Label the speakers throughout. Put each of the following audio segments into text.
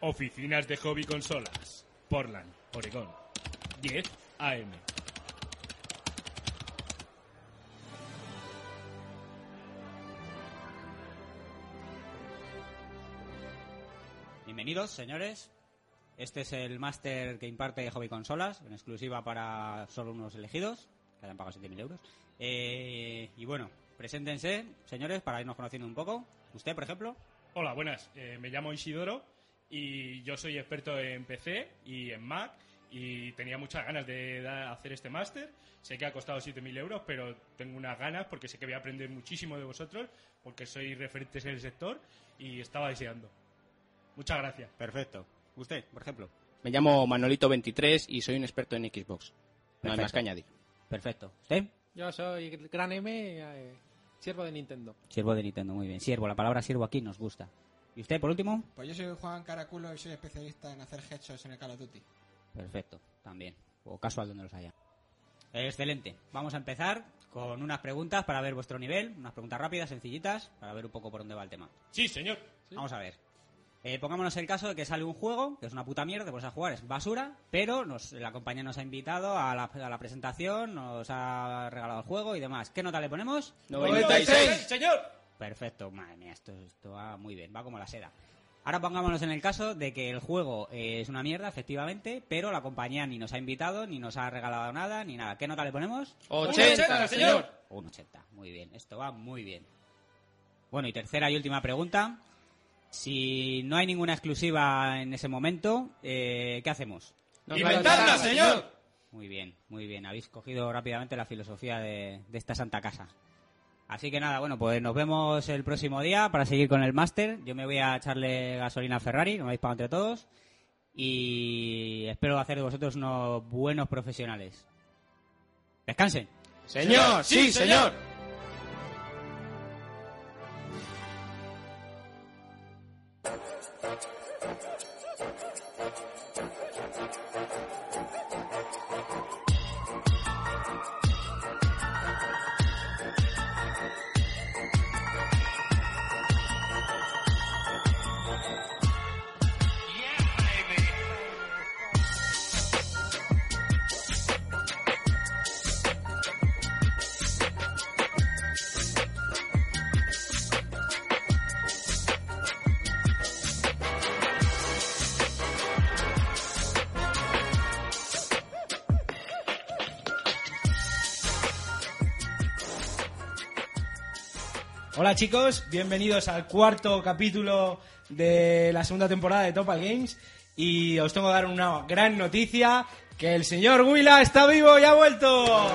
Speaker 1: Oficinas de Hobby Consolas. Portland, Oregón. 10 AM.
Speaker 2: Bienvenidos, señores. Este es el máster que imparte Hobby Consolas, en exclusiva para solo unos elegidos, que hayan pagado 7.000 euros. Eh, y bueno, preséntense, señores, para irnos conociendo un poco. Usted, por ejemplo.
Speaker 1: Hola, buenas. Eh, me llamo Isidoro y yo soy experto en PC y en Mac y tenía muchas ganas de da- hacer este máster. Sé que ha costado 7.000 euros, pero tengo unas ganas porque sé que voy a aprender muchísimo de vosotros porque sois referentes en el sector y estaba deseando. Muchas gracias.
Speaker 2: Perfecto. Usted, por ejemplo.
Speaker 3: Me llamo Manolito23 y soy un experto en Xbox. No hay
Speaker 2: Perfecto.
Speaker 3: más que añadir.
Speaker 2: Perfecto. ¿Usted?
Speaker 4: Yo soy el Gran M, eh, siervo de Nintendo.
Speaker 2: Siervo de Nintendo, muy bien. Siervo, la palabra siervo aquí nos gusta. ¿Y usted, por último?
Speaker 5: Pues yo soy Juan Caraculo y soy especialista en hacer headshots en el Call of Duty.
Speaker 2: Perfecto, también. O casual donde los haya. Excelente. Vamos a empezar con unas preguntas para ver vuestro nivel, unas preguntas rápidas, sencillitas, para ver un poco por dónde va el tema.
Speaker 1: Sí, señor.
Speaker 2: Vamos a ver. Eh, pongámonos el caso de que sale un juego, que es una puta mierda, que pones a jugar, es basura, pero nos, la compañía nos ha invitado a la, a la presentación, nos ha regalado el juego y demás. ¿Qué nota le ponemos?
Speaker 3: 96.
Speaker 1: señor!
Speaker 2: Perfecto, madre mía, esto, esto va muy bien, va como la seda. Ahora pongámonos en el caso de que el juego eh, es una mierda, efectivamente, pero la compañía ni nos ha invitado, ni nos ha regalado nada, ni nada. ¿Qué nota le ponemos?
Speaker 3: 80, señor.
Speaker 2: Un 80, muy bien, esto va muy bien. Bueno, y tercera y última pregunta. Si no hay ninguna exclusiva en ese momento, eh, ¿qué hacemos?
Speaker 3: Inventadla,
Speaker 4: señor!
Speaker 2: Muy bien, muy bien. Habéis cogido rápidamente la filosofía de, de esta santa casa. Así que nada, bueno, pues nos vemos el próximo día para seguir con el máster. Yo me voy a echarle gasolina a Ferrari, que me habéis pagado entre todos. Y espero hacer de vosotros unos buenos profesionales. Descansen.
Speaker 3: Señor, sí, señor.
Speaker 6: Hola chicos, bienvenidos al cuarto capítulo de la segunda temporada de Topal Games y os tengo que dar una gran noticia que el señor Willa está vivo y ha vuelto.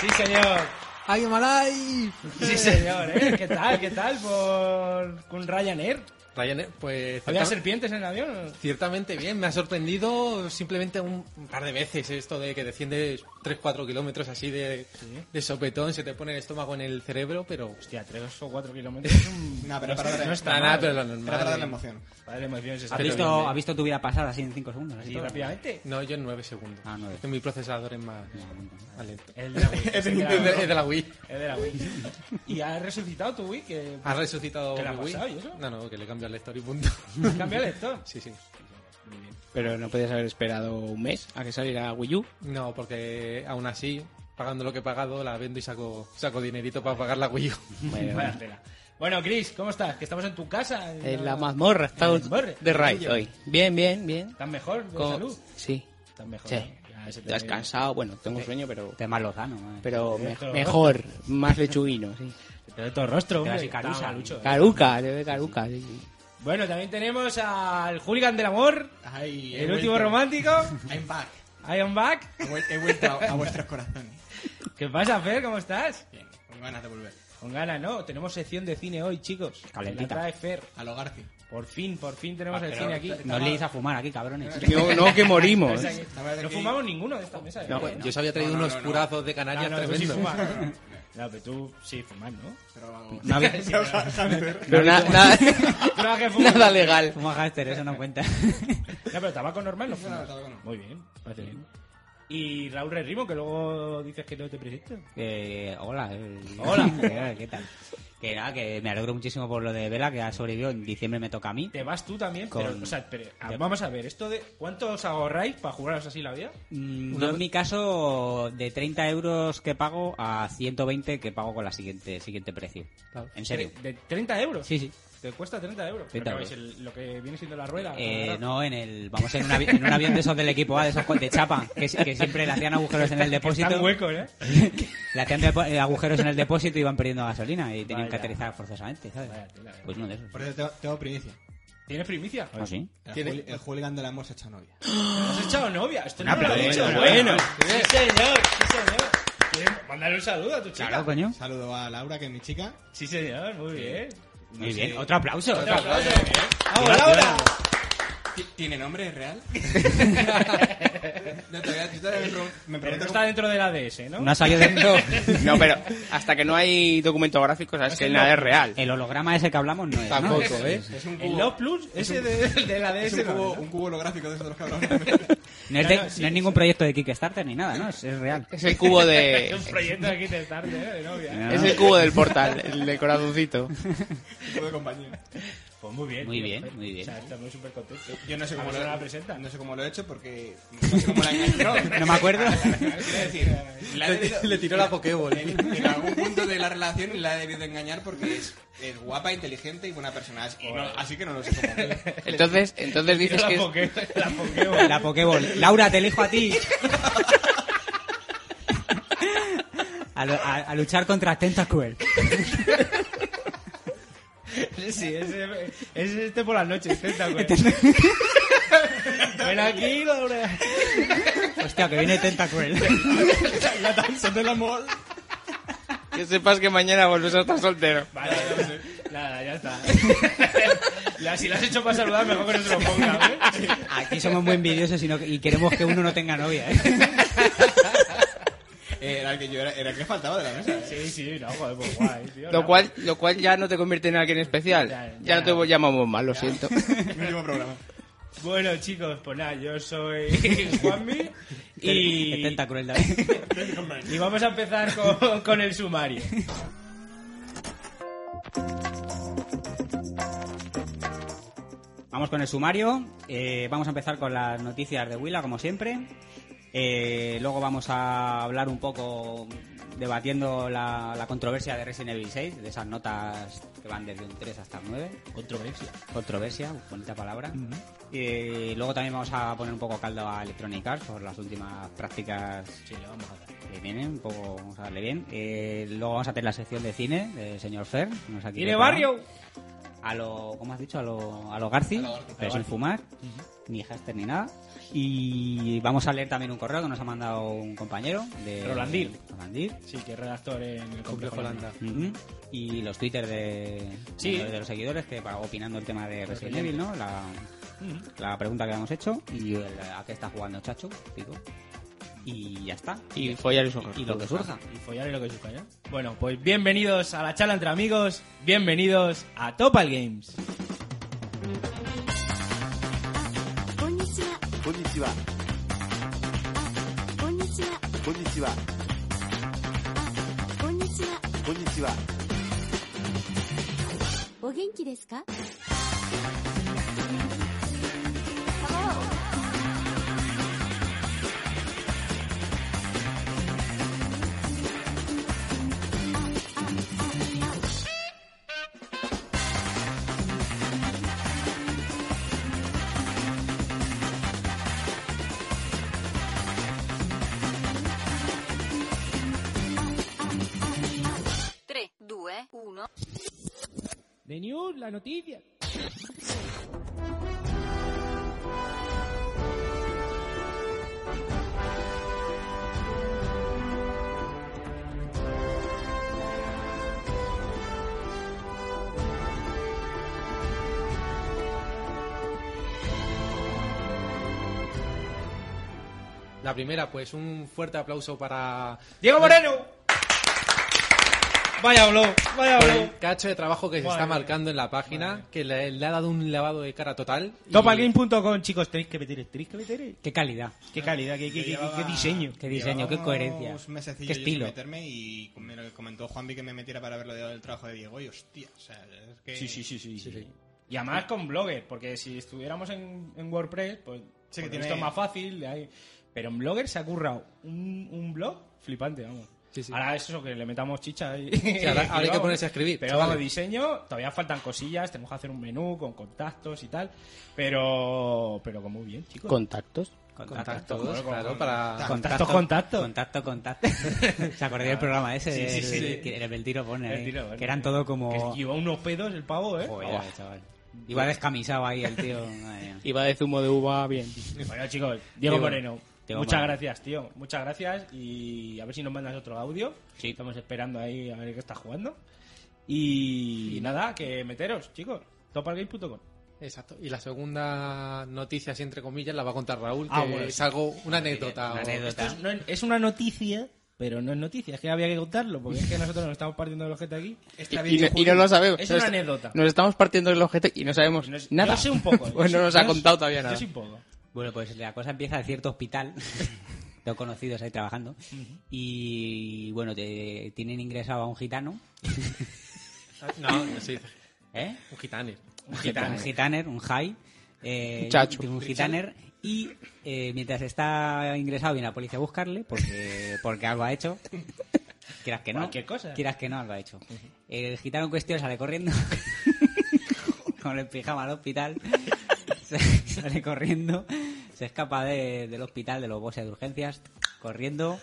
Speaker 6: Sí señor,
Speaker 4: ¡Ay, Malay!
Speaker 6: sí señor, ¿eh? ¿Qué tal? ¿Qué tal por con Ryanair?
Speaker 7: Ryanair, pues
Speaker 6: ¿Había
Speaker 7: ciertam-
Speaker 6: serpientes en el avión?
Speaker 7: ciertamente bien, me ha sorprendido simplemente un par de veces esto de que desciendes 3-4 kilómetros así de, de sopetón, se te pone el estómago en el cerebro, pero
Speaker 6: Hostia, tres o cuatro kilómetros es un...
Speaker 5: Nada, pero para darle,
Speaker 6: no
Speaker 7: nada,
Speaker 6: está
Speaker 7: nada,
Speaker 6: mal.
Speaker 7: pero lo
Speaker 5: era para darle
Speaker 7: normal.
Speaker 5: emoción.
Speaker 6: Vale, emociones,
Speaker 2: ¿Has
Speaker 6: está
Speaker 7: Pero
Speaker 2: visto,
Speaker 7: bien,
Speaker 2: ¿Has visto tu vida pasada así en 5 segundos?
Speaker 6: bien.
Speaker 2: Así
Speaker 6: Sí, ¿eh?
Speaker 2: todo.
Speaker 6: rápidamente.
Speaker 7: No, yo en 9 segundos.
Speaker 2: Ah, nueve.
Speaker 7: Es que mi procesador es más, más lento.
Speaker 6: El de la Wii.
Speaker 7: Es de, es de la Wii.
Speaker 6: Es de la Wii. ¿Y ha resucitado tu Wii? Que
Speaker 7: ¿Ha resucitado
Speaker 6: ¿Qué le ha
Speaker 7: mi Wii?
Speaker 6: pasado y eso?
Speaker 7: No, no, que le cambio al lector y punto.
Speaker 6: cambia el lector.
Speaker 7: sí, sí.
Speaker 3: Pero no podías haber esperado un mes a que saliera Wii U.
Speaker 7: No, porque aún así, pagando lo que he pagado, la vendo y saco, saco dinerito para pagar la Wii U.
Speaker 6: Vaya tela. Bueno, Chris, ¿cómo estás? Que estamos en tu casa.
Speaker 3: En la mazmorra, he estado
Speaker 6: En la mazmorra.
Speaker 3: de raid hoy. Bien, bien, bien.
Speaker 6: ¿Estás mejor de
Speaker 3: Con-
Speaker 6: salud?
Speaker 3: Sí.
Speaker 6: ¿Estás mejor?
Speaker 3: Sí.
Speaker 6: ¿no? Ya se te
Speaker 3: Te has
Speaker 6: ve.
Speaker 3: cansado, bueno, tengo sueño, pero
Speaker 2: Te Este más lozano, eh. madre.
Speaker 3: pero me-
Speaker 6: Esto-
Speaker 3: mejor, más lechuguino, sí.
Speaker 6: Se te ve todo el rostro,
Speaker 2: Te
Speaker 6: hombre.
Speaker 2: vas y carusa,
Speaker 6: Está
Speaker 2: Lucho.
Speaker 6: eh.
Speaker 3: Caruca, te ve caruca, sí, sí.
Speaker 6: Bueno, también tenemos al hooligan del amor,
Speaker 5: Ay, he
Speaker 6: el último
Speaker 5: vuelto.
Speaker 6: romántico,
Speaker 5: I'm back.
Speaker 6: Iron Back.
Speaker 5: He, vuel- he vuelto a, a vuestros corazones.
Speaker 6: ¿Qué pasa, Fer? ¿Cómo estás?
Speaker 5: Bien, con ganas de volver.
Speaker 6: Con ganas, ¿no? Tenemos sección de cine hoy, chicos.
Speaker 2: Calentita.
Speaker 6: La trae Fer.
Speaker 5: A lo Garci.
Speaker 6: Por fin, por fin tenemos
Speaker 5: Ah,
Speaker 6: el
Speaker 5: pero-
Speaker 6: cine aquí.
Speaker 2: No os liéis a fumar aquí, cabrones.
Speaker 3: No, no, que morimos.
Speaker 6: Estáis aquí.
Speaker 5: Estaba de
Speaker 6: No
Speaker 5: aquí.
Speaker 6: fumamos ninguno de esta mesa. ¿eh?
Speaker 3: No.
Speaker 7: Pues, Yo os había traído
Speaker 5: No, no,
Speaker 7: unos
Speaker 5: no, no.
Speaker 7: curazos de
Speaker 6: Ah,
Speaker 7: Canarias
Speaker 6: no, tú sí
Speaker 7: tremendos.
Speaker 6: fumas. No, pero tú sí fumas, ¿no?
Speaker 5: Pero...
Speaker 2: No habéis-
Speaker 5: Pero, Javier,
Speaker 3: Pero na- nada-
Speaker 6: Tú no que fumas.
Speaker 3: nada legal.
Speaker 2: Fuma hámster, eso no cuenta.
Speaker 6: No, pero tabaco normal no
Speaker 5: No,
Speaker 6: fumas.
Speaker 5: tabaco no.
Speaker 6: Muy bien, parece bien. y Raúl Rimo, que luego dices que no te presento.
Speaker 2: Eh, hola. eh,
Speaker 6: Hola.
Speaker 2: ¿qué- ¿Qué tal? Que nada, que me alegro muchísimo por lo de Vela, que ha sobrevivido. En diciembre me toca a mí.
Speaker 6: Te vas tú también,
Speaker 2: Con-
Speaker 6: pero, o sea, pero, ah, vamos a ver, esto de ¿cuánto os ahorráis para jugaros así la vida?
Speaker 2: Mm, Yo en mi caso, de 30 euros que pago a 120 que pago con la siguiente siguiente precio. En serio.
Speaker 6: ¿De 30 euros?
Speaker 2: Sí, sí.
Speaker 6: Te cuesta 30 euros.
Speaker 2: 30
Speaker 6: Pero que vais el- lo que viene siendo la rueda.
Speaker 2: Eh,
Speaker 6: ¿verdad?
Speaker 2: no, en el, vamos en un, avi- en un avión de esos del equipo A, de esos de chapa, que, si- que siempre le hacían agujeros en el depósito.
Speaker 6: Están huecos, ¿eh?
Speaker 2: Le hacían depo- eh, agujeros en el depósito y iban perdiendo gasolina y tenían que
Speaker 6: Vaya.
Speaker 2: aterrizar forzosamente, ¿sabes?
Speaker 6: Vaya tela, eh.
Speaker 2: Pues uno de esos.
Speaker 5: Por eso tengo, tengo primicia.
Speaker 6: ¿Tienes primicia?
Speaker 2: ¿Ah, sí?
Speaker 5: El,
Speaker 7: ¿Tiene-
Speaker 5: juli- el hooligan del amor se ha hecho novia.
Speaker 6: ¿Has echado novia? Esto
Speaker 2: Un
Speaker 6: no lo he
Speaker 2: aplauso,
Speaker 6: dicho.
Speaker 2: bueno.
Speaker 6: Sí, señor. Sí, señor. ¿Quieres mandarle un saludo a tu chica?
Speaker 2: Claro, pues. coño.
Speaker 5: Saludo a Laura, que es mi chica.
Speaker 6: Sí, señor. Muy bien.
Speaker 2: Muy bien. Otro aplauso.
Speaker 6: ¡Vamos, Laura!
Speaker 5: ¿Tiene nombre? ¿Es real? no, todavía, yo todavía me pregun- me
Speaker 6: Pero no
Speaker 5: pregunto
Speaker 6: está dentro del ADS, ¿no?
Speaker 2: No ha salido de-
Speaker 3: No, pero hasta que no hay documento gráfico, sabes que nada es real.
Speaker 2: El holograma ese que hablamos no es, ¿no?
Speaker 7: Tampoco, ¿eh?
Speaker 5: cómo- Es un
Speaker 6: El
Speaker 5: cubo,
Speaker 6: Love Plus, ese de, del
Speaker 5: es
Speaker 6: ADS.
Speaker 5: un cubo,
Speaker 6: ¿no?
Speaker 5: un cubo holográfico de esos de los cabrones.
Speaker 2: No es, de- no es ningún proyecto de Kickstarter ni nada, ¿no? Es, es real.
Speaker 3: Es el cubo
Speaker 6: Es un
Speaker 3: de...
Speaker 6: proyecto de Kickstarter, ¿eh? De novia.
Speaker 2: No,
Speaker 3: Es el cubo del portal, el del corazoncito.
Speaker 5: Un cubo de compañía.
Speaker 6: Pues muy bien.
Speaker 2: Muy
Speaker 6: tío.
Speaker 2: bien, muy bien.
Speaker 6: O sea, estamos súper contentos.
Speaker 5: Yo no sé
Speaker 6: A
Speaker 5: cómo
Speaker 6: ver
Speaker 5: lo
Speaker 6: si no la presenta.
Speaker 5: No sé cómo lo he hecho porque no sé cómo la he no,
Speaker 2: no me acuerdo.
Speaker 5: Quiero decir, la he debido-
Speaker 7: Le tiró la Pokéball.
Speaker 5: en, en algún punto de la relación la he debido engañar porque es, es guapa, inteligente y buena persona. Es- y no- así que no lo sé cómo.
Speaker 3: Entonces, entonces dices
Speaker 6: La
Speaker 3: que... es-
Speaker 6: Poké- la Pokéball.
Speaker 2: La Pokéball. Laura, te elijo a ti. A, lo- a- a luchar contra Tentacle.
Speaker 6: Sí, es, es este por las noches, Tenta, güey. Ven aquí, Laura.
Speaker 2: Hostia, que viene Tentacle.
Speaker 5: La danza del amor.
Speaker 3: Que sepas que mañana volvés a estar soltero.
Speaker 6: Vale, no sé. Nada, ya está. La- si la has hecho para saludar, mejor que no se lo ponga, ¿eh?
Speaker 2: Aquí somos muy envidiosos y, no- y queremos que uno no tenga novia. ¿eh?
Speaker 5: Eh, Era el que yo era, era el que faltaba de la mesa. ¿eh?
Speaker 6: Sí, sí, no, joder, pues guay, tío.
Speaker 3: Lo
Speaker 6: no.
Speaker 3: cual, lo cual ya no te convierte en alguien especial.
Speaker 6: Ya,
Speaker 3: Ya,
Speaker 6: ya.
Speaker 3: no te llamamos mal, lo siento.
Speaker 5: Mi último programa.
Speaker 6: Bueno, chicos, pues nada, yo soy Juanmi
Speaker 2: Y...
Speaker 6: y,
Speaker 2: Tentacle también.
Speaker 6: y vamos a empezar con, con el sumario.
Speaker 2: Vamos con el sumario. Eh, vamos a empezar con las noticias de Huila, como siempre. Eh, luego vamos a hablar un poco debatiendo la, la controversia de Resident Evil 6, de esas notas que van desde un 3 hasta un 9.
Speaker 6: Controversia.
Speaker 2: Controversia, bonita palabra. Y luego también vamos a poner un poco caldo a Electronic Arts por las últimas prácticas
Speaker 6: Sí, le vamos a dar.
Speaker 2: que tienen, un poco vamos a darle bien. Eh, luego vamos a tener la sección de cine del señor Fer. que Nos ha
Speaker 6: ¡Tiene
Speaker 2: quitado.
Speaker 6: barrio!
Speaker 2: A lo, ¿cómo has dicho? A lo, a lo Garci, pero sin fumar, ni hashtag ni nada. Y vamos a leer también un correo que nos ha mandado un compañero de...
Speaker 6: Rolandir.
Speaker 2: Rolandir.
Speaker 6: Sí, que es redactor en el Complejo
Speaker 7: Complejo
Speaker 6: Holanda.
Speaker 2: Ujú. Y los Twitter de,
Speaker 6: Sí.
Speaker 2: de, los seguidores que para- opinando el tema de Resident
Speaker 6: oyentes.
Speaker 2: Evil, ¿no? La, la pregunta que habíamos hecho y el- a qué está jugando Chacho, pico. Y ya está.
Speaker 3: Y follar esos ojos.
Speaker 2: Y lo que surja.
Speaker 6: Y follar es lo que se calla. Bueno, pues bienvenidos a la charla entre amigos, bienvenidos a Topal Games. De News, la noticia.
Speaker 7: La primera, pues un fuerte aplauso para
Speaker 6: pues, Diego Moreno.
Speaker 8: Vaya blow, vaya
Speaker 7: Por
Speaker 8: blow.
Speaker 7: el cacho de trabajo que se
Speaker 8: Madre
Speaker 7: está
Speaker 8: mía.
Speaker 7: marcando en la página, que le, le ha dado un lavado de cara total. y-
Speaker 8: Topalgame.com, chicos, tenéis que meter, tenéis que meter.
Speaker 2: Qué calidad,
Speaker 8: Qué calidad, qué, qué- qué-
Speaker 5: Yo llevaba-
Speaker 8: qué diseño.
Speaker 2: qué diseño, qué
Speaker 5: Llevaba
Speaker 2: coherencia,
Speaker 5: unos
Speaker 2: qué
Speaker 5: mesecillos yo sin
Speaker 2: estilo.
Speaker 5: meterme y me lo comentó Juanvi que me metiera para ver lo del trabajo de Diego y hostia, o sea, es que...
Speaker 6: Sí, sí, sí, sí. Y además con Blogger, porque si estuviéramos en, en WordPress, pues
Speaker 5: Sí,
Speaker 6: por
Speaker 5: que
Speaker 6: lo
Speaker 5: tiene-
Speaker 6: visto es más fácil. de ahí. Pero en Blogger se ha currado un, un blog flipante, vamos.
Speaker 7: Sí, sí.
Speaker 6: Ahora es eso, que le metamos chicha ahí.
Speaker 7: ahora-
Speaker 6: Y
Speaker 7: ahora hay que
Speaker 6: vamos.
Speaker 7: ponerse a escribir,
Speaker 6: Pero
Speaker 7: chavales.
Speaker 6: vamos, diseño, todavía faltan cosillas, tenemos que hacer un menú con contactos y tal. Pero, pero como muy bien, chicos.
Speaker 9: Contactos.
Speaker 7: Contactos,
Speaker 6: Joder, con-
Speaker 7: claro,
Speaker 6: con-
Speaker 7: para...
Speaker 6: Contacto, contacto.
Speaker 2: Contacto, contacto. ¿Se acordáis del programa ese?
Speaker 6: Sí, sí,
Speaker 2: El-
Speaker 6: sí.
Speaker 2: el- que- el, el tiro pone.
Speaker 6: El
Speaker 2: ahí,
Speaker 6: tiro, bueno.
Speaker 2: Eh, que eran todo como.
Speaker 6: Que lleva unos pedos el pavo, ¿eh?
Speaker 2: Joder,
Speaker 6: Buah.
Speaker 2: chaval. Iba descamisado ahí el tío. madre mía.
Speaker 9: Y va de zumo de uva bien.
Speaker 6: Bueno, chicos, Diego,
Speaker 2: Diego.
Speaker 6: Moreno,
Speaker 2: Diego
Speaker 6: muchas
Speaker 2: Moreno.
Speaker 6: gracias, tío. Muchas gracias y a ver si nos mandas otro audio. Estamos esperando ahí a ver qué está jugando. Y, y nada, que meteros, chicos. Topalgame.com.
Speaker 7: Exacto. Y la segunda noticia, así entre comillas, la va a contar Raúl, que
Speaker 6: Ah, bueno,
Speaker 7: es
Speaker 6: sí.
Speaker 7: algo, una anécdota.
Speaker 2: Una
Speaker 7: o-
Speaker 2: anécdota.
Speaker 6: Esto es, no es- es una noticia, pero no es noticia. Es que había que contarlo, porque es que nosotros nos estamos partiendo de los gente aquí.
Speaker 5: Esta
Speaker 9: Y, y no- y
Speaker 5: videojuego-
Speaker 9: no lo sabemos.
Speaker 6: Es
Speaker 9: Nos
Speaker 6: una
Speaker 9: est-
Speaker 6: anécdota.
Speaker 9: Nos estamos partiendo el objeto y no sabemos
Speaker 6: No es-
Speaker 9: nada.
Speaker 6: Yo sé un poco.
Speaker 9: Pues
Speaker 6: yo
Speaker 9: no
Speaker 6: sé-
Speaker 9: nos ha
Speaker 6: yo
Speaker 9: contado
Speaker 6: sé-
Speaker 9: todavía nada.
Speaker 6: Yo sé un poco.
Speaker 2: Bueno, pues la cosa empieza en cierto hospital. Tengo conocidos ahí trabajando. Y bueno, te, tienen ingresado a un gitano.
Speaker 7: No, no sé.
Speaker 2: ¿Eh?
Speaker 7: Un gitano.
Speaker 2: Un gitaner. Un gitaner, un high. eh,
Speaker 9: Un chacho.
Speaker 2: Un gitaner. Y eh, mientras está ingresado, viene la policía a buscarle porque, porque algo ha hecho. Quieras que no.
Speaker 6: Cualquier cosa.
Speaker 2: Quieras que no, algo ha hecho. El gitano en cuestión sale corriendo. con el pijama al hospital. Se- sale corriendo. Se escapa de- del hospital, de los bosses de urgencias. Corriendo.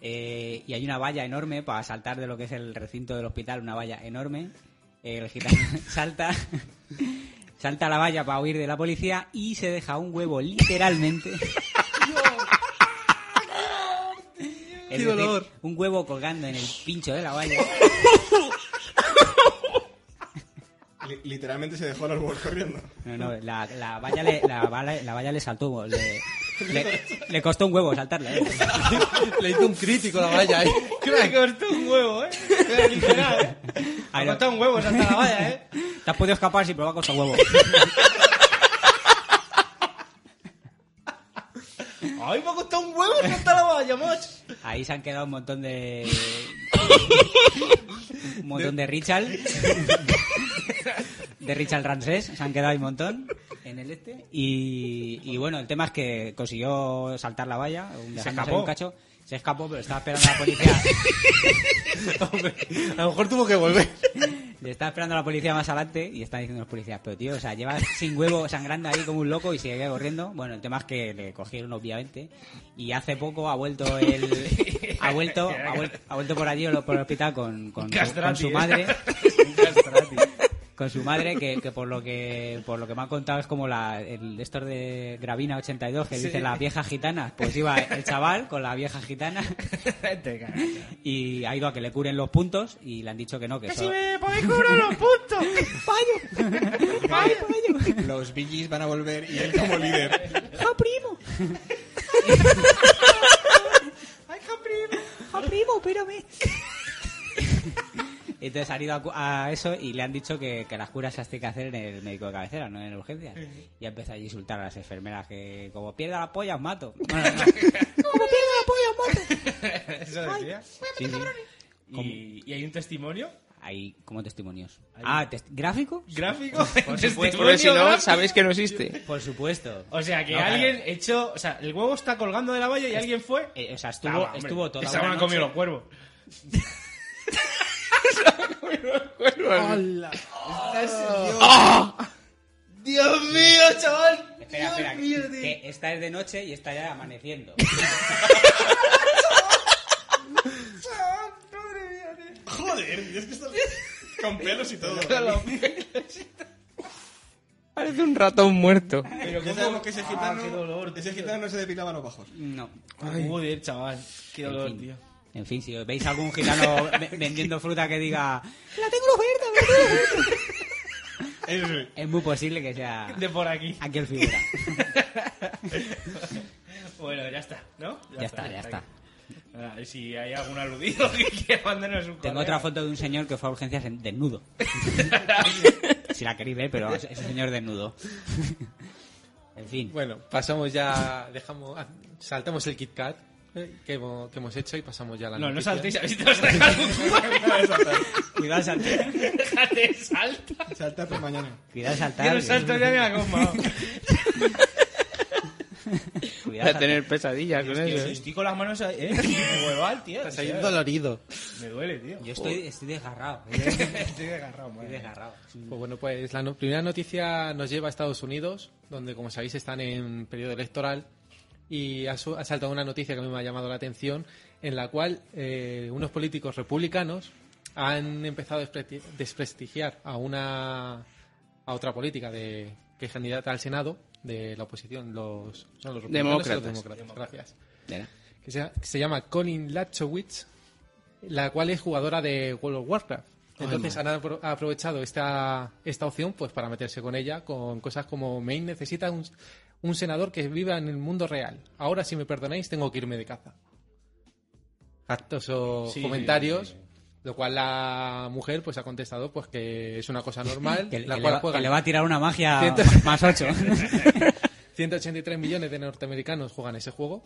Speaker 2: eh, y hay una valla enorme para saltar de lo que es el recinto del hospital, una valla enorme. El gitano salta, salta a la valla para huir de la policía y se deja un huevo literalmente. Es decir,
Speaker 7: dolor!
Speaker 2: un huevo colgando en el pincho de la valla.
Speaker 5: li- literalmente se dejó los huevos corriendo.
Speaker 2: No, no, la, la valla, le, la, bala- la valla le saltó. Le, le- le costó un huevo saltarle. ¿eh?
Speaker 7: Le hizo un crítico la valla ahí.
Speaker 6: Me cortó ¿eh? un huevo, ¿eh? Pero Literal, ¿eh? Me
Speaker 2: Ahí
Speaker 6: ha
Speaker 2: lo-
Speaker 6: costado un huevo hasta la valla, ¿eh?
Speaker 2: Te has podido escapar, sí, pero va a costar huevo.
Speaker 6: ¡Ay, me ha costado un huevo hasta la valla, moch!
Speaker 2: Ahí se han quedado un montón de. un montón de Richard. de Richard Ramsés. Se han quedado ahí un montón en el este. Y, y bueno, el tema es que consiguió saltar la valla. un-
Speaker 6: Se
Speaker 2: dejándose
Speaker 6: escapó.
Speaker 2: Un cacho. Se escapó, pero estaba esperando a la policía.
Speaker 7: A lo mejor tuvo que volver.
Speaker 2: Le está esperando a la policía más adelante y están diciendo los policías, pero tío, o sea, lleva sin huevo sangrando ahí como un loco y sigue corriendo. Bueno, el tema es que le cogieron obviamente y hace poco ha vuelto el ha vuelto ha, vuel- ha vuelto por allí o lo- por el hospital con, con, su- con
Speaker 6: castrati,
Speaker 2: su
Speaker 6: ¿eh?
Speaker 2: madre
Speaker 6: Un castrati.
Speaker 2: con su madre que, que por lo que por lo que me han contado es como la el esto de Gravina 82 que dice las viejas gitanas, pues iba el chaval con la vieja gitana
Speaker 6: Te cagas.
Speaker 2: y ha ido a que le curen los puntos y le han dicho que no, que,
Speaker 6: ¡Que
Speaker 2: eso-
Speaker 6: si me podéis cobrar los puntos!
Speaker 5: Los Billys van a volver y él como líder.
Speaker 2: Entonces han ido a cu- a, eso y le han dicho que, que las curas se las tiene que hacer en el médico de cabecera, no en urgencias. Y ha empezado a insultar a las enfermeras que como pierda la polla os mato. Bueno, no.
Speaker 6: Eso decía.
Speaker 2: Sí, sí.
Speaker 6: Y, y hay un testimonio
Speaker 2: Ahí, como testimonios. Ah, test- ¿gráfico?
Speaker 6: gráfico.
Speaker 2: Por supuesto,
Speaker 6: testimonio
Speaker 9: Porque si no,
Speaker 6: gráfico.
Speaker 9: sabéis que no existe.
Speaker 2: Por supuesto.
Speaker 6: O sea, que
Speaker 2: No, claro.
Speaker 6: alguien echó. O sea, el huevo está colgando de la valla y alguien fue.
Speaker 2: Eh, o sea, estuvo,
Speaker 6: Ah, hombre,
Speaker 2: estuvo toda
Speaker 6: Se
Speaker 2: una
Speaker 6: me han comido
Speaker 2: noche-
Speaker 6: los cuervos. ¡Dios mío, chaval!
Speaker 2: Espera, espera, que esta es de noche y está ya amaneciendo.
Speaker 5: Joder, es que está con pelos y todo.
Speaker 9: Parece un ratón muerto.
Speaker 6: Pero
Speaker 5: Ya
Speaker 6: cómo-
Speaker 5: sabemos que ese
Speaker 6: Ah,
Speaker 5: gitano,
Speaker 6: qué dolor,
Speaker 5: ese
Speaker 6: tío.
Speaker 5: gitano no se depilaba los bajos.
Speaker 2: No.
Speaker 6: Joder, chaval. Qué
Speaker 2: En
Speaker 6: dolor,
Speaker 2: fin.
Speaker 6: tío.
Speaker 2: En fin, si veis algún gitano ve- vendiendo fruta que diga
Speaker 5: Eso sí.
Speaker 2: es muy posible que sea
Speaker 6: De por aquí.
Speaker 2: aquí el figura.
Speaker 6: Bueno, ya está, ¿no?
Speaker 2: Ya está, ya está.
Speaker 6: Ah, Si hay algún aludido que quiera mandarnos un
Speaker 2: Tengo
Speaker 6: correo.
Speaker 2: otra foto de un señor que fue a urgencias en- desnudo. si la queréis ver, pero ese señor desnudo. en fin.
Speaker 7: Bueno, pasamos ya, dejamos, ah, saltamos el Kit Kat eh, que hemos, que hemos hecho y pasamos ya a la
Speaker 6: No, no
Speaker 7: noticia.
Speaker 6: saltéis a ver si te vas a dejar un
Speaker 2: Cuidado saltar.
Speaker 6: Déjate, salta.
Speaker 10: Saltar por mañana.
Speaker 2: Cuidado saltar.
Speaker 6: Quiero un salto ya me ha colmado.
Speaker 2: Cuidado
Speaker 3: Voy a
Speaker 2: saltar.
Speaker 3: tener pesadillas con
Speaker 6: Tío,
Speaker 3: eso.
Speaker 6: si
Speaker 3: ¿eh?
Speaker 6: Estoy con las manos ahí, ¿eh? Me hueval, tío.
Speaker 7: Estás ahí dolorido.
Speaker 6: Me duele, tío.
Speaker 2: Yo estoy, estoy desgarrado.
Speaker 10: Estoy desgarrado,
Speaker 2: Estoy
Speaker 10: madre.
Speaker 2: desgarrado.
Speaker 7: Pues bueno, pues la no- primera noticia nos lleva a Estados Unidos, donde como sabéis están en periodo electoral y ha, su- ha saltado una noticia que a mí me ha llamado la atención, en la cual eh, unos políticos republicanos han empezado a despre- desprestigiar a una a otra política de que es candidata al Senado de la oposición, los son los republicanos y los
Speaker 3: Demócratas.
Speaker 7: demócratas. Gracias.
Speaker 3: Mira.
Speaker 7: Que se, que se llama Colin Lachowicz, la cual es jugadora de World of Warcraft. Entonces han apro- ha aprovechado esta, esta opción pues para meterse con ella con cosas como Maine necesita un, un senador que viva en el mundo real. Ahora, si me perdonáis, tengo que irme de caza. Actos o
Speaker 6: Sí.
Speaker 7: comentarios, lo cual la mujer pues ha contestado pues que es una cosa normal,
Speaker 2: Que, le-
Speaker 7: la
Speaker 2: que le
Speaker 7: cual
Speaker 2: va,
Speaker 7: juega
Speaker 2: que le va a tirar una magia
Speaker 7: Siento-
Speaker 2: más 8.
Speaker 7: 183 millones de norteamericanos juegan ese juego.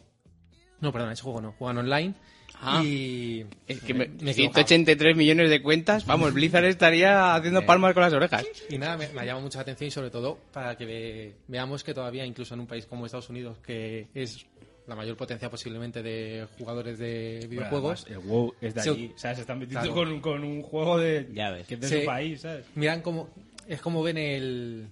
Speaker 7: No, perdón, ese juego no, juegan online.
Speaker 3: Ah.
Speaker 7: Y
Speaker 3: Es que me-
Speaker 7: me he equivocado.
Speaker 3: 183 millones de cuentas, vamos, Blizzard estaría haciendo palmas con las orejas.
Speaker 7: Y nada, me, me ha llamado mucho la atención y sobre todo para que ve- veamos que todavía, incluso en un país como Estados Unidos, que es la mayor potencia posiblemente de jugadores de videojuegos,
Speaker 6: el WoW es de
Speaker 7: Sí.
Speaker 6: allí. O sea, se están metiendo
Speaker 7: Claro.
Speaker 6: con, con un juego de,
Speaker 2: Ya ves.
Speaker 6: que es de
Speaker 7: Sí.
Speaker 6: su país, ¿sabes?
Speaker 7: miran como es como ven el,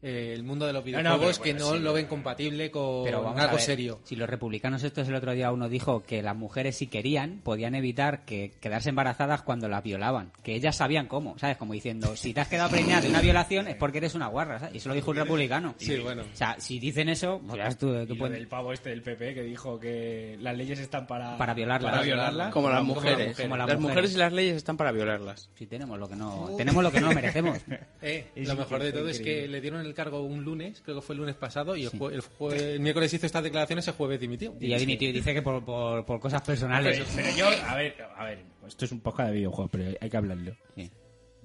Speaker 7: el mundo de los
Speaker 6: no,
Speaker 7: videojuegos
Speaker 6: pero
Speaker 7: que
Speaker 6: bueno,
Speaker 7: no lo ven compatible con
Speaker 2: Pero vamos a
Speaker 7: algo
Speaker 2: ver,
Speaker 7: serio.
Speaker 2: Si los republicanos estos el otro día uno dijo que las mujeres si querían podían evitar que quedarse embarazadas cuando las violaban, que ellas sabían cómo, ¿sabes? Como diciendo, si te has quedado preñada de una violación es porque eres una guarra, ¿sabes? Y eso lo dijo un republicano.
Speaker 6: Eh,
Speaker 7: Sí, bueno.
Speaker 2: O sea, si dicen eso, pues ya tú,
Speaker 6: Y
Speaker 2: tú
Speaker 6: lo
Speaker 2: puedes-
Speaker 6: del pavo este del PP que dijo que las leyes están para...
Speaker 2: Para violarlas.
Speaker 6: Para violarlas.
Speaker 3: Como las mujeres.
Speaker 2: Como las
Speaker 3: las mujeres
Speaker 2: mujeres.
Speaker 3: y las leyes están para violarlas.
Speaker 2: si tenemos lo que no tenemos lo que no merecemos.
Speaker 7: Eh,
Speaker 6: Es
Speaker 7: lo mejor de
Speaker 6: increíble,
Speaker 7: todo es que
Speaker 6: increíble.
Speaker 7: le dieron el cargo un lunes, creo que fue el lunes pasado, y el, jue- el jue- el miércoles hizo estas declaraciones, el jueves dimitió.
Speaker 2: Y ya dimitió y dice que por, por, por cosas personales.
Speaker 6: Pero yo, a ver, a ver, esto es un podcast de videojuegos, pero hay que hablarlo.
Speaker 2: Sí.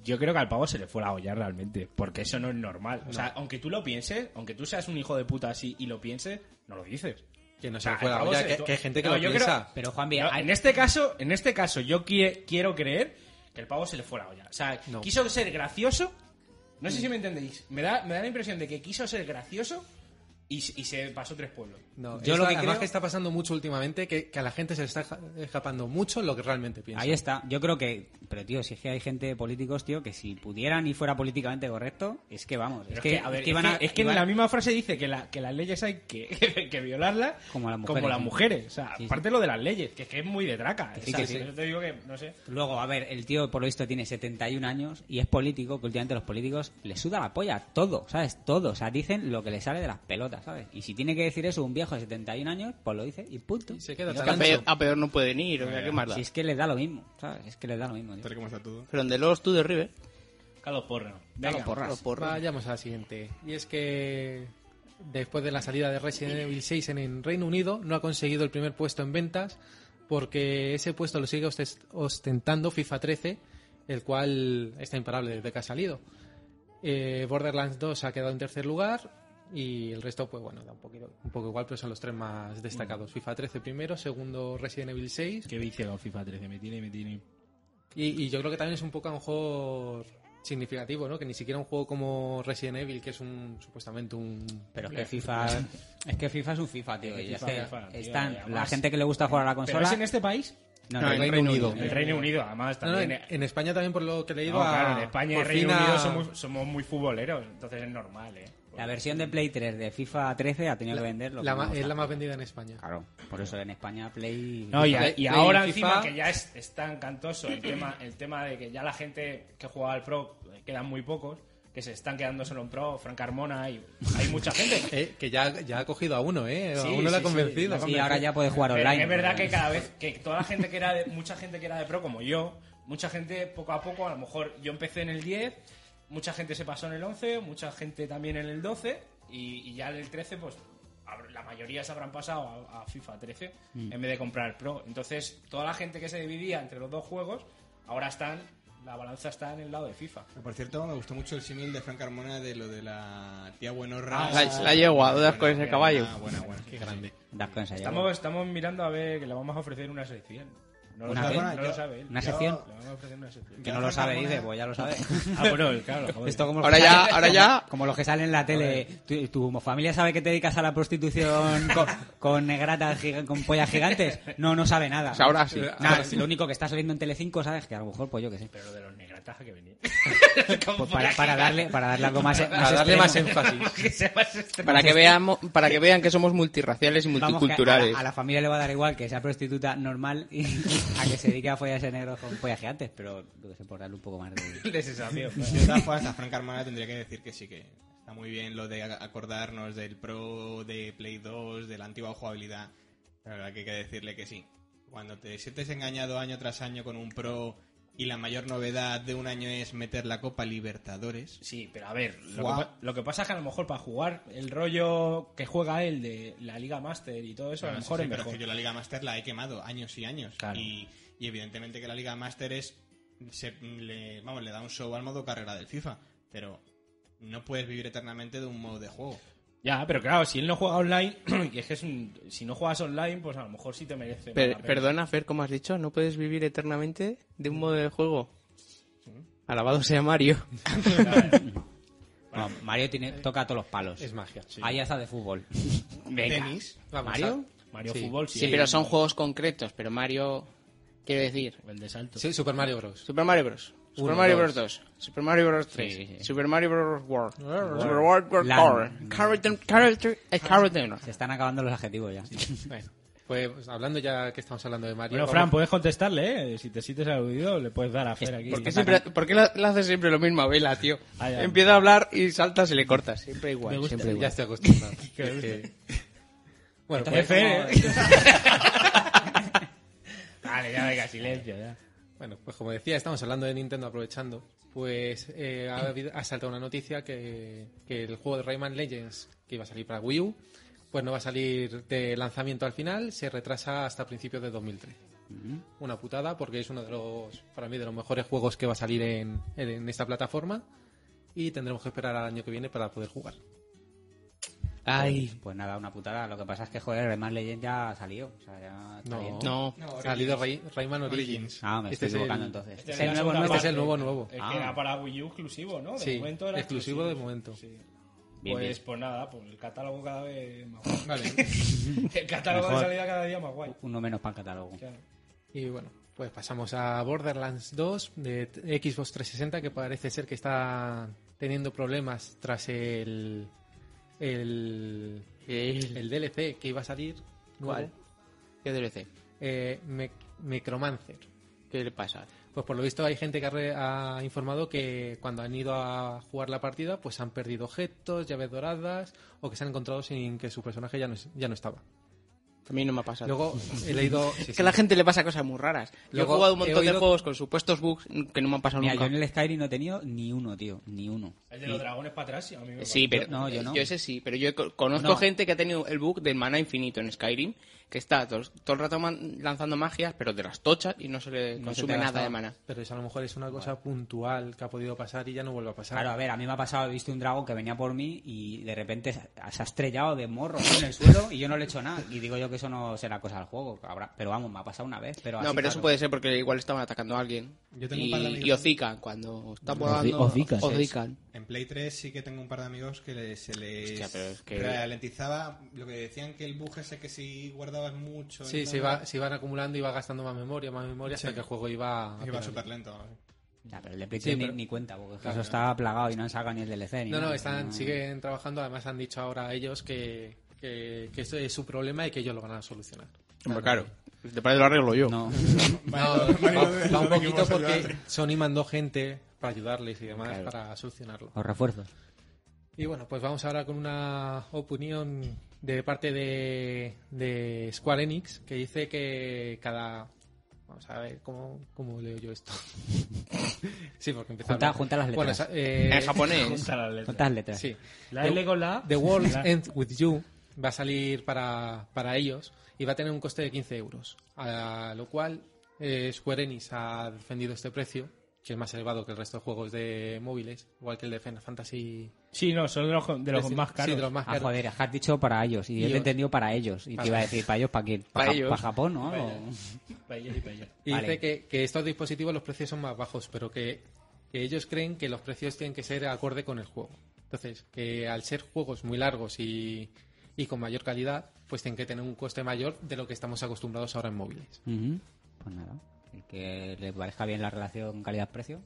Speaker 6: Yo creo que al pavo se le fue la olla realmente, porque eso no es normal. O sea, aunque tú lo pienses, aunque tú seas un hijo de puta así y lo pienses, no lo dices.
Speaker 7: Que no
Speaker 6: O
Speaker 7: se
Speaker 6: sea,
Speaker 7: fue la
Speaker 6: al pavo
Speaker 7: olla,
Speaker 6: se
Speaker 7: que,
Speaker 6: le-
Speaker 7: que hay gente que
Speaker 6: eh, No,
Speaker 7: lo
Speaker 6: yo creo-
Speaker 7: piensa.
Speaker 2: Pero Juan bien,
Speaker 6: No, en este caso, en este caso, yo qui- quiero creer que el pavo se le fue la olla. O sea,
Speaker 7: No.
Speaker 6: quiso ser gracioso. No
Speaker 2: Mm.
Speaker 6: sé si me entendéis. Me da, me da la impresión de que quiso ser gracioso y, s- y se pasó tres pueblos.
Speaker 7: No,
Speaker 2: Yo
Speaker 7: es
Speaker 2: lo
Speaker 7: la-
Speaker 2: que
Speaker 7: además
Speaker 2: creo-
Speaker 7: que está pasando mucho últimamente, que, que a la gente se está esca- escapando mucho lo que realmente piensa.
Speaker 2: Ahí está. Yo creo que. Pero, tío, si es que hay gente, políticos, tío, que si pudieran y fuera políticamente correcto, es que vamos. Es
Speaker 6: Pero
Speaker 2: que,
Speaker 6: a ver,
Speaker 2: es que iban a-
Speaker 6: es que en
Speaker 2: iban-
Speaker 6: la misma frase dice que, la- que las leyes hay que, que violarlas
Speaker 2: Como las mujeres,
Speaker 6: las
Speaker 2: sí.
Speaker 6: mujeres. O sea,
Speaker 2: Sí,
Speaker 6: aparte lo de las leyes, que es que es muy de traca.
Speaker 2: sí,
Speaker 6: O sea,
Speaker 2: que sí.
Speaker 6: yo te digo que, no sé.
Speaker 2: Luego, a ver, el tío, por lo visto, tiene 71 años y es político, que últimamente los políticos les suda la polla. Todo, ¿sabes? Todo. O sea, dicen lo que les sale de las pelotas, ¿sabes? Y si tiene que decir eso un viejo de 71 años, pues lo dice y punto.
Speaker 7: Y se queda
Speaker 3: Es
Speaker 2: Y
Speaker 7: tan
Speaker 3: que a
Speaker 7: ancho.
Speaker 3: peor, a peor no pueden ir, o sea, qué más da.
Speaker 2: Si es que les da lo mismo, ¿sabes? Es que les da lo mismo, tío.
Speaker 10: Tal como está todo.
Speaker 3: Pero donde los tú de River.
Speaker 6: Carlos Porra.
Speaker 2: Dalo porras.
Speaker 3: Los porros.
Speaker 7: Vayamos a la siguiente. Y es que después de la salida de Resident Evil 6 en el Reino Unido, no ha conseguido el primer puesto en ventas porque ese puesto lo sigue ostes- ostentando FIFA 13, el cual está imparable desde que ha salido. Eh, Borderlands 2 ha quedado en tercer lugar y el resto, pues bueno, da un, poquito, un poco igual, pero son los tres más destacados. FIFA 13 primero, segundo Resident Evil 6
Speaker 6: Qué vicio con FIFA 13. Me tiene, me tiene.
Speaker 7: Y, y yo creo que también es un poco a lo mejor significativo, ¿no? Que ni siquiera un juego como Resident Evil, que es un supuestamente un...
Speaker 2: Pero es que FIFA. Es que FIFA es un FIFA, tío. y
Speaker 6: FIFA,
Speaker 2: es que
Speaker 6: FIFA, tío,
Speaker 2: están
Speaker 6: y además-
Speaker 2: la gente que le gusta jugar a la
Speaker 6: ¿Pero
Speaker 2: consola.
Speaker 6: es en este país?
Speaker 2: No,
Speaker 3: No,
Speaker 2: no,
Speaker 3: en
Speaker 2: no.
Speaker 3: Reino Unido.
Speaker 6: En el Reino Unido, además,
Speaker 7: No, no,
Speaker 6: también.
Speaker 7: en, en España también, por lo que he leído,
Speaker 6: No,
Speaker 7: a-
Speaker 6: claro, en España y
Speaker 7: por
Speaker 6: en Reino
Speaker 7: fin a-
Speaker 6: Unido somos, somos muy futboleros, entonces es normal, ¿eh?
Speaker 2: La versión de Play 3 de FIFA 13 ha tenido que vender lo
Speaker 7: la
Speaker 2: que
Speaker 7: ma-
Speaker 2: no
Speaker 7: es la
Speaker 2: gusta.
Speaker 7: más vendida en España.
Speaker 6: Ah.
Speaker 2: Claro, por eso en España Play.
Speaker 6: No, y, a- y
Speaker 7: Play-
Speaker 6: ahora
Speaker 7: Play,
Speaker 6: encima
Speaker 7: FIFA.
Speaker 6: que ya es, es tan cantoso el tema, el tema de que ya la gente que juega al Pro eh, quedan muy pocos, que se están quedando solo en Pro, Frank Carmona, y hay mucha gente.
Speaker 7: Eh, que ya, ya ha cogido a uno, ¿eh?
Speaker 6: Sí,
Speaker 7: a uno
Speaker 6: sí,
Speaker 7: la ha
Speaker 6: sí,
Speaker 7: convencido.
Speaker 2: y ahora ya puedes jugar
Speaker 6: Pero
Speaker 2: online.
Speaker 6: es verdad que cada vez que toda la gente que era de, mucha gente que era de Pro como yo, mucha gente poco a poco, a lo mejor yo empecé en el 10, mucha gente se pasó en el 11, mucha gente también en el 12 y, y ya en el 13 pues hab- la mayoría se habrán pasado a, a FIFA 13
Speaker 2: Mm.
Speaker 6: en vez de comprar Pro. Entonces, toda la gente que se dividía entre los dos juegos, ahora están, la balanza está en el lado de FIFA.
Speaker 5: Pero, Por cierto, me gustó mucho el símil de Frank Carmona de lo de la tía Buenorra.
Speaker 6: Ah,
Speaker 9: La, la yegua, ¿dónde vas con ese caballo?
Speaker 5: Ah, buena, buena. Qué grande.
Speaker 2: Das con esa
Speaker 6: Estamos, estamos mirando a ver que le vamos a ofrecer una sección. No lo,
Speaker 2: Una
Speaker 6: sabe,
Speaker 5: vez.
Speaker 6: no lo sabe él.
Speaker 2: Una
Speaker 6: Yo-
Speaker 2: sección.
Speaker 6: Le vamos a ofrecer una sección.
Speaker 2: Que no lo sabe, dice, pues ya lo sabe.
Speaker 6: Ah, bueno, claro. joder.
Speaker 2: Esto como
Speaker 9: Ahora
Speaker 2: los que
Speaker 9: ya,
Speaker 2: salen-
Speaker 9: ahora ya.
Speaker 2: Como los que salen en la tele. ¿Tu, tu familia sabe que te dedicas a la prostitución con, con negratas, giga- con pollas gigantes? No, no sabe nada.
Speaker 9: Pues ahora sí.
Speaker 2: Nada, lo único que está saliendo en Telecinco, ¿sabes? Que a lo mejor, pues yo qué sé.
Speaker 6: Pero lo de los negratajes que venía.
Speaker 2: Pues para, para darle, para darle algo más,
Speaker 9: Para darle más
Speaker 2: extremo.
Speaker 9: énfasis.
Speaker 6: que se va a estrenar.
Speaker 9: Para que, veamos, para que vean que somos multirraciales y
Speaker 2: Vamos, que a- a,
Speaker 9: multiculturales.
Speaker 2: la, a la familia le va a dar igual que sea prostituta normal y a que se dedique a follarse negros con pollas gigantes, pero yo qué sé, por darle un poco más de...
Speaker 6: de sensación.
Speaker 5: De todas formas, a Frank Carmona tendría que decir que sí, que está muy bien lo de a- acordarnos del Pro, de Play 2, de la antigua jugabilidad. La verdad que hay que decirle que sí. Cuando te sientes engañado año tras año con un Pro y la mayor novedad de un año es meter la Copa Libertadores.
Speaker 6: Sí, pero a ver, lo que,
Speaker 5: Guau.
Speaker 6: pa- lo que pasa es que a lo mejor para jugar el rollo que juega él de la Liga Master y todo eso, a
Speaker 5: Bueno,
Speaker 6: lo
Speaker 5: sí,
Speaker 6: mejor
Speaker 5: sí,
Speaker 6: es
Speaker 5: pero es
Speaker 6: mejor.
Speaker 5: que yo la Liga Master la he quemado años y años.
Speaker 6: Claro.
Speaker 5: Y, y evidentemente que la Liga Master es. se- le, vamos, le da un show al modo carrera del FIFA. Pero no puedes vivir eternamente de un modo de juego.
Speaker 6: Ya, pero claro, si él no juega online, y es que es un- si no juegas online, pues a lo mejor sí te merece.
Speaker 9: Per-
Speaker 6: la pena.
Speaker 9: perdona, Fer, como has dicho, no puedes vivir eternamente de un modo de juego. Alabado sea Mario.
Speaker 2: No, Mario tiene, toca todos los palos.
Speaker 7: Es magia. Sí.
Speaker 2: Ahí hasta de fútbol.
Speaker 5: Tenis.
Speaker 7: Vamos
Speaker 9: ¿Mario?
Speaker 6: Mario
Speaker 7: Sí.
Speaker 6: Fútbol, sí.
Speaker 9: Sí, pero son juegos concretos. Pero Mario, quiero decir,
Speaker 6: El de
Speaker 7: a-
Speaker 6: salto.
Speaker 7: Sí, Super Mario Bros.
Speaker 9: Super Mario Bros. Super Mario Bros. 2. Super Mario Bros. 3.
Speaker 2: Sí, sí.
Speaker 9: Super Mario Bros. World.
Speaker 7: World.
Speaker 9: Super World World
Speaker 2: Land.
Speaker 9: World. Character, character, eh, character.
Speaker 2: Se están acabando los adjetivos ya.
Speaker 7: Bueno, pues hablando ya que estamos hablando de Mario.
Speaker 6: Bueno,
Speaker 7: vamos-
Speaker 6: Fran, puedes contestarle, ¿eh? Si te sientes aludido, le puedes dar a Fer aquí.
Speaker 9: ¿Por qué, siempre, ¿por qué le le haces siempre lo mismo a Vela, tío?
Speaker 6: Ah, ya.
Speaker 9: Empieza a hablar y saltas y le cortas. Siempre igual.
Speaker 6: pues, Me gusta.
Speaker 9: Siempre igual.
Speaker 7: Ya estoy acostumbrado.
Speaker 6: Que-
Speaker 7: Es que- Bueno,
Speaker 6: Entonces,
Speaker 7: pues-
Speaker 6: Fer, ¿eh? Vale, ya venga, silencio, ya.
Speaker 7: Bueno, pues como decía, estamos hablando de Nintendo aprovechando. Pues eh, ha, habido- ha saltado una noticia que, que el juego de Rayman Legends, que iba a salir para Wii U, pues no va a salir de lanzamiento al final, se retrasa hasta principios de 2013. Una putada, porque es uno de los, para mí, de los mejores juegos que va a salir en, en esta plataforma. Y tendremos que esperar al año que viene para poder jugar.
Speaker 2: Ay. Pues nada, una putada. Lo que pasa es que, joder, Rayman Legend ya salió. O sea, ya está
Speaker 7: No.
Speaker 2: bien.
Speaker 9: No.
Speaker 7: Ha salido Ray- Rayman Origins.
Speaker 5: Origins.
Speaker 2: Ah, me
Speaker 7: Este
Speaker 2: estoy
Speaker 7: es
Speaker 2: equivocando
Speaker 7: el-
Speaker 2: entonces.
Speaker 6: este
Speaker 2: Es
Speaker 6: es
Speaker 2: el
Speaker 6: la
Speaker 2: nuevo,
Speaker 6: segunda
Speaker 2: nuevo.
Speaker 7: Este es
Speaker 6: parte.
Speaker 7: el nuevo nuevo.
Speaker 6: Es
Speaker 2: Ah.
Speaker 6: que era para Wii U exclusivo, ¿no? De
Speaker 7: Sí,
Speaker 6: momento era
Speaker 7: exclusivo de momento.
Speaker 6: Sí.
Speaker 2: Bien,
Speaker 6: pues,
Speaker 2: bien.
Speaker 6: pues nada, pues el catálogo cada vez más guay.
Speaker 7: Vale.
Speaker 6: El catálogo
Speaker 2: Mejor.
Speaker 6: de salida cada día más guay.
Speaker 2: Uno menos para el catálogo.
Speaker 6: Claro.
Speaker 7: Y bueno, pues pasamos a Borderlands 2 de t- Xbox 360, que parece ser que está teniendo problemas tras el. el.
Speaker 9: Eh,
Speaker 7: el DLC que iba a salir. nuevo,
Speaker 9: ¿Cuál? ¿Qué DLC?
Speaker 7: Eh, Me- Necromancer.
Speaker 9: ¿Qué le pasa?
Speaker 7: Pues por lo visto hay gente que ha re- ha, informado que cuando han ido a jugar la partida, pues han perdido objetos, llaves doradas, o que se han encontrado sin que su personaje ya no, es- ya no estaba.
Speaker 9: A mí no me ha pasado.
Speaker 7: Luego he leído.
Speaker 9: es que a la gente le pasa cosas muy raras. Yo he
Speaker 7: Luego,
Speaker 9: jugado un
Speaker 7: he
Speaker 9: montón de
Speaker 7: oído-
Speaker 9: juegos con supuestos bugs que no me han pasado
Speaker 2: Mira, yo
Speaker 9: nunca.
Speaker 2: en el Skyrim no he tenido ni uno, tío. Ni uno.
Speaker 6: El de los dragones para atrás, sí, a mí me
Speaker 9: Sí, pero
Speaker 2: Yo- no, yo no.
Speaker 9: ese sí, pero yo co- conozco
Speaker 2: No.
Speaker 9: gente que ha tenido el bug del mana infinito en Skyrim, que está to- todo, el rato man- lanzando magias, pero de las tochas y no se le
Speaker 2: No se te
Speaker 9: consume
Speaker 2: ha
Speaker 9: nada
Speaker 2: gastado.
Speaker 9: de mana.
Speaker 7: Pero eso a lo mejor es una cosa puntual que ha podido pasar y ya no vuelve a pasar.
Speaker 2: Claro, a ver, a mí me ha pasado, he visto un dragón que venía por mí y de repente se ha- se ha estrellado de morro en el suelo y yo no le he hecho nada. Y digo yo que eso no será cosa del juego. que habrá- Pero vamos, me ha pasado una vez. Pero
Speaker 9: no,
Speaker 2: así,
Speaker 9: pero eso
Speaker 2: Ah, claro.
Speaker 9: puede ser porque igual estaban atacando a alguien.
Speaker 10: Yo tengo un
Speaker 9: y,
Speaker 10: par de
Speaker 9: y
Speaker 10: amigos-
Speaker 9: hocican cuando están volando.
Speaker 2: hocican.
Speaker 9: hocican.
Speaker 5: En Play 3 sí que tengo un par de amigos que le- se les
Speaker 9: Hostia, pero es que-
Speaker 5: ralentizaba lo que decían que el bug ese que si guardabas mucho...
Speaker 7: Sí,
Speaker 5: y
Speaker 7: se,
Speaker 5: no-
Speaker 7: iba, se iban acumulando, iba gastando más memoria, más memoria, hasta que el juego iba... a
Speaker 5: Iba
Speaker 7: pedales.
Speaker 5: súper lento.
Speaker 2: Ya, pero el de Play
Speaker 7: Sí,
Speaker 2: tres ni,
Speaker 7: pero-
Speaker 2: ni cuenta, porque es que eso está plagado y no han sacado ni el DLC. Ni
Speaker 7: No, no,
Speaker 2: nada,
Speaker 7: están, siguen trabajando, además han dicho ahora ellos que, que, que esto es su problema y que ellos lo van a solucionar.
Speaker 9: Hombre, claro. Si te parece lo arreglo yo.
Speaker 2: No,
Speaker 7: No, va, va un poquito
Speaker 5: vamos a
Speaker 7: porque
Speaker 5: ayudarte.
Speaker 7: Sony mandó gente para ayudarles y demás
Speaker 9: Claro.
Speaker 7: para solucionarlo.
Speaker 2: los refuerzos.
Speaker 7: Y bueno, pues vamos ahora con una opinión de parte de, de Square Enix que dice que cada. Vamos a ver cómo, cómo leo yo esto. sí, porque empezó a
Speaker 2: Junta-
Speaker 7: hablar.
Speaker 2: junta las letras.
Speaker 7: Bueno, sa- eh,
Speaker 9: En japonés.
Speaker 6: gusta la letra.
Speaker 2: ¿Cuántas letras?
Speaker 7: Sí.
Speaker 6: La L con la A.
Speaker 7: The World
Speaker 6: La-
Speaker 7: Ends With You va a salir para, para ellos y va a tener un coste de 15 euros. A lo cual eh, Square Enix ha defendido este precio, que es más elevado que el resto de juegos de móviles, igual que el de Final Fantasy.
Speaker 11: Sí, no, son de los, de los
Speaker 7: sí,
Speaker 11: más caros.
Speaker 7: sí, de los más
Speaker 2: Ah,
Speaker 7: caros.
Speaker 2: joder, has dicho para ellos. Y yo te he
Speaker 7: Ellos.
Speaker 2: entendido para ellos. Y te
Speaker 7: Para-
Speaker 2: iba a decir, ¿para ellos para quién?
Speaker 9: Para
Speaker 2: Ja-
Speaker 9: ellos.
Speaker 2: ¿Para Japón o algo?
Speaker 7: Y
Speaker 2: Vale.
Speaker 7: dice que, que estos dispositivos los precios son más bajos, pero que, que ellos creen que los precios tienen que ser acorde con el juego. Entonces, que al ser juegos muy largos y, y con mayor calidad, pues tienen que tener un coste mayor de lo que estamos acostumbrados ahora en móviles.
Speaker 2: Ujú. Pues nada. El que le parezca bien la relación calidad-precio.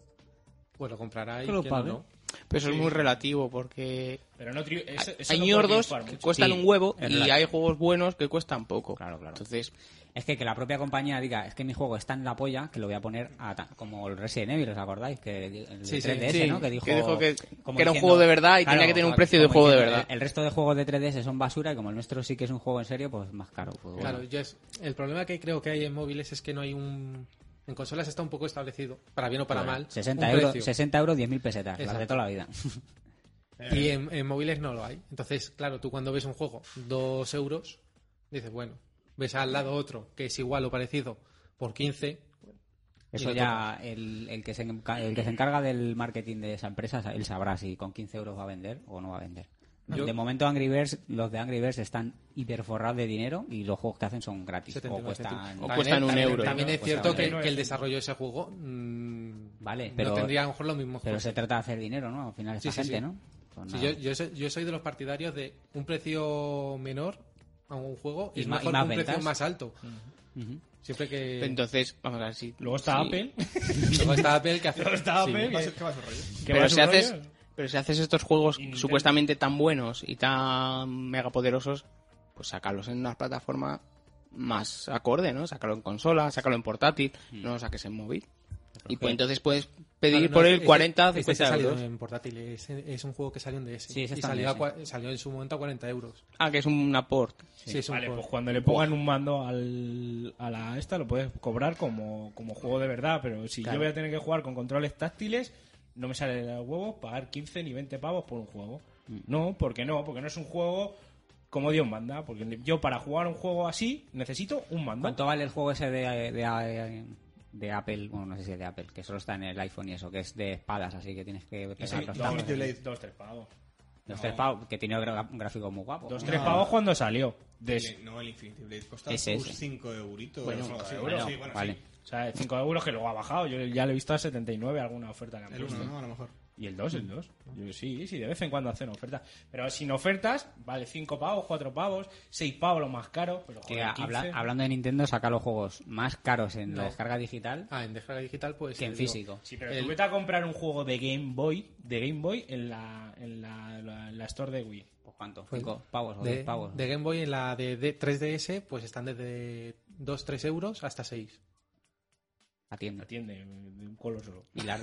Speaker 7: Pues lo comprará y
Speaker 2: Que lo
Speaker 7: quien no,
Speaker 2: pague.
Speaker 7: no.
Speaker 9: Pero eso es muy relativo porque
Speaker 6: Pero no tri- eso- eso
Speaker 9: hay
Speaker 6: no puede
Speaker 9: ñordos
Speaker 6: triunfar
Speaker 9: que
Speaker 6: mucho.
Speaker 9: cuestan
Speaker 2: Sí,
Speaker 9: un huevo
Speaker 2: es
Speaker 9: y
Speaker 2: relativo.
Speaker 9: hay juegos buenos que cuestan poco.
Speaker 2: Claro, claro.
Speaker 9: Entonces,
Speaker 2: Es que, que la propia compañía diga, es que mi juego está en la polla, que lo voy a poner a ta- como el Resident Evil, ¿os acordáis? Que di- el
Speaker 7: Sí, sí.
Speaker 2: 3DS,
Speaker 9: Sí,
Speaker 2: ¿no? Que dijo
Speaker 9: que dijo que- que era un juego de verdad y tenía que tener un
Speaker 2: como
Speaker 9: precio de juego de
Speaker 2: diciendo,
Speaker 9: verdad.
Speaker 2: El, el resto de juegos de 3DS son basura y como el nuestro sí que es un juego en serio, pues más caro. pues bueno.
Speaker 7: Claro, yo es- el problema que creo que hay en móviles es que no hay un... En consolas está un poco establecido, para bien o para mal,
Speaker 2: 60
Speaker 7: un
Speaker 2: pues euros,
Speaker 7: precio.
Speaker 2: 60 euros 10.000 pesetas, las de
Speaker 7: Exacto.
Speaker 2: toda la vida.
Speaker 7: Y en, en móviles no lo hay. Entonces, claro, tú cuando ves un juego, dos euros, dices, bueno, ves al lado otro que es igual o parecido por 15.
Speaker 2: Eso
Speaker 7: lo
Speaker 2: ya, el, el que se, enca- el que se encarga del marketing de esa empresa, él sabrá si con 15 euros va a vender o no va a vender. De momento Angry Birds, los de Angry Birds están hiperforrados de dinero y los juegos que hacen son gratis. o
Speaker 7: 79
Speaker 2: cuestan...
Speaker 7: céntimos.
Speaker 9: O cuestan un
Speaker 7: también,
Speaker 9: euro.
Speaker 7: También es
Speaker 2: Cuesta
Speaker 7: cierto
Speaker 2: un
Speaker 7: que,
Speaker 2: euro.
Speaker 7: que el desarrollo de ese juego mm,
Speaker 2: Vale,
Speaker 7: no
Speaker 2: pero-
Speaker 7: tendría a lo mejor los mismos
Speaker 2: Pero se
Speaker 7: costes.
Speaker 2: trata de hacer dinero, ¿no? Al final
Speaker 7: Sí,
Speaker 2: esta
Speaker 7: sí,
Speaker 2: gente,
Speaker 7: sí.
Speaker 2: ¿no? Pues
Speaker 7: Sí,
Speaker 2: nada.
Speaker 7: yo, yo soy, yo soy de los partidarios de un precio menor a un juego y,
Speaker 2: Y ma- y
Speaker 7: mejor
Speaker 2: más
Speaker 7: un
Speaker 2: ventas.
Speaker 7: precio más alto.
Speaker 2: Ujú.
Speaker 7: Siempre que...
Speaker 9: entonces vamos a ver si
Speaker 6: Luego está
Speaker 9: si-
Speaker 6: Apple.
Speaker 7: Luego está Apple que hace...
Speaker 6: Luego está
Speaker 7: sí.
Speaker 6: Apple.
Speaker 5: ¿Qué va a
Speaker 6: que-
Speaker 5: ser- qué va a ser rollo?
Speaker 6: que va
Speaker 9: Pero
Speaker 6: a su
Speaker 9: si haces
Speaker 6: rollo.
Speaker 9: pero si haces estos juegos
Speaker 6: Y Nintendo.
Speaker 9: supuestamente tan buenos y tan megapoderosos, pues sacarlos en una plataforma más acorde, ¿no? Sácalo en consola, sácalo en portátil, no lo saques en móvil. Y pues entonces puedes pedir
Speaker 7: Claro, no,
Speaker 9: por
Speaker 7: es-
Speaker 9: él
Speaker 7: es-
Speaker 9: 40,
Speaker 7: este
Speaker 9: 50
Speaker 7: salió
Speaker 9: euros.
Speaker 7: en portátil, es, es un juego que salió en DS.
Speaker 2: Sí, ese
Speaker 7: y
Speaker 2: está en
Speaker 7: salió, a
Speaker 2: DS.
Speaker 7: cua- salió en su momento a 40 euros.
Speaker 9: Ah, que es un port.
Speaker 7: Sí, es un
Speaker 6: Vale,
Speaker 7: juego.
Speaker 6: pues cuando le pongan un mando al, a la esta lo puedes cobrar como, como juego de verdad, pero si yo voy a tener que jugar con controles táctiles, no me sale de los huevos pagar 15 ni 20 pavos por un juego. No, porque no, porque no es un juego como Dios manda, porque yo para jugar un juego así necesito un mando.
Speaker 2: ¿Cuánto vale el juego ese de, de- de Apple? Bueno, no sé si es de Apple, que solo está en el iPhone y eso, que es de espadas, así que tienes que pegar los
Speaker 6: Dos,
Speaker 2: tacos.
Speaker 6: tres- dos, tres pavos.
Speaker 2: Los tres pavos, que tiene gra- un gráfico muy guapo.
Speaker 6: Dos,
Speaker 2: ¿no?
Speaker 6: tres pavos cuando salió. De,
Speaker 5: El- No, el Infinity Blade costaba
Speaker 2: Ese, ese.
Speaker 5: 5 euritos.
Speaker 2: Bueno, pues
Speaker 5: o algo así.
Speaker 2: bueno,
Speaker 5: sí, bueno,
Speaker 2: vale.
Speaker 5: sí.
Speaker 6: o sea, 5 euros que luego ha bajado. Yo ya lo he visto a 79 alguna oferta que han
Speaker 5: El
Speaker 6: puesto.
Speaker 5: uno, ¿no? A lo mejor.
Speaker 6: Y el 2, el 2. Sí, sí, de vez en cuando hacen ofertas. Pero sin ofertas, vale 5 pavos, 4 pavos, 6 pavos lo más caro. Pero
Speaker 2: Que
Speaker 6: joder,
Speaker 2: habla-
Speaker 6: 15.
Speaker 2: hablando de Nintendo, saca los juegos más caros en la
Speaker 7: No.
Speaker 2: descarga digital
Speaker 7: Ah, en descarga digital, pues.
Speaker 2: que en
Speaker 7: te digo,
Speaker 2: físico.
Speaker 6: Sí, pero
Speaker 7: el-
Speaker 6: tú vete a comprar un juego de Game Boy, de Game Boy en la, en la, la- la store de Wii.
Speaker 2: Pues, ¿Cuánto?
Speaker 7: Pues,
Speaker 2: ¿Cinco pavos o
Speaker 7: De,
Speaker 2: diez pavos?
Speaker 7: de Game Boy en la de, de 3DS, pues están desde 2-3 euros hasta 6.
Speaker 2: Atiende.
Speaker 6: Atiende, de un color solo.
Speaker 2: ¿Y, las-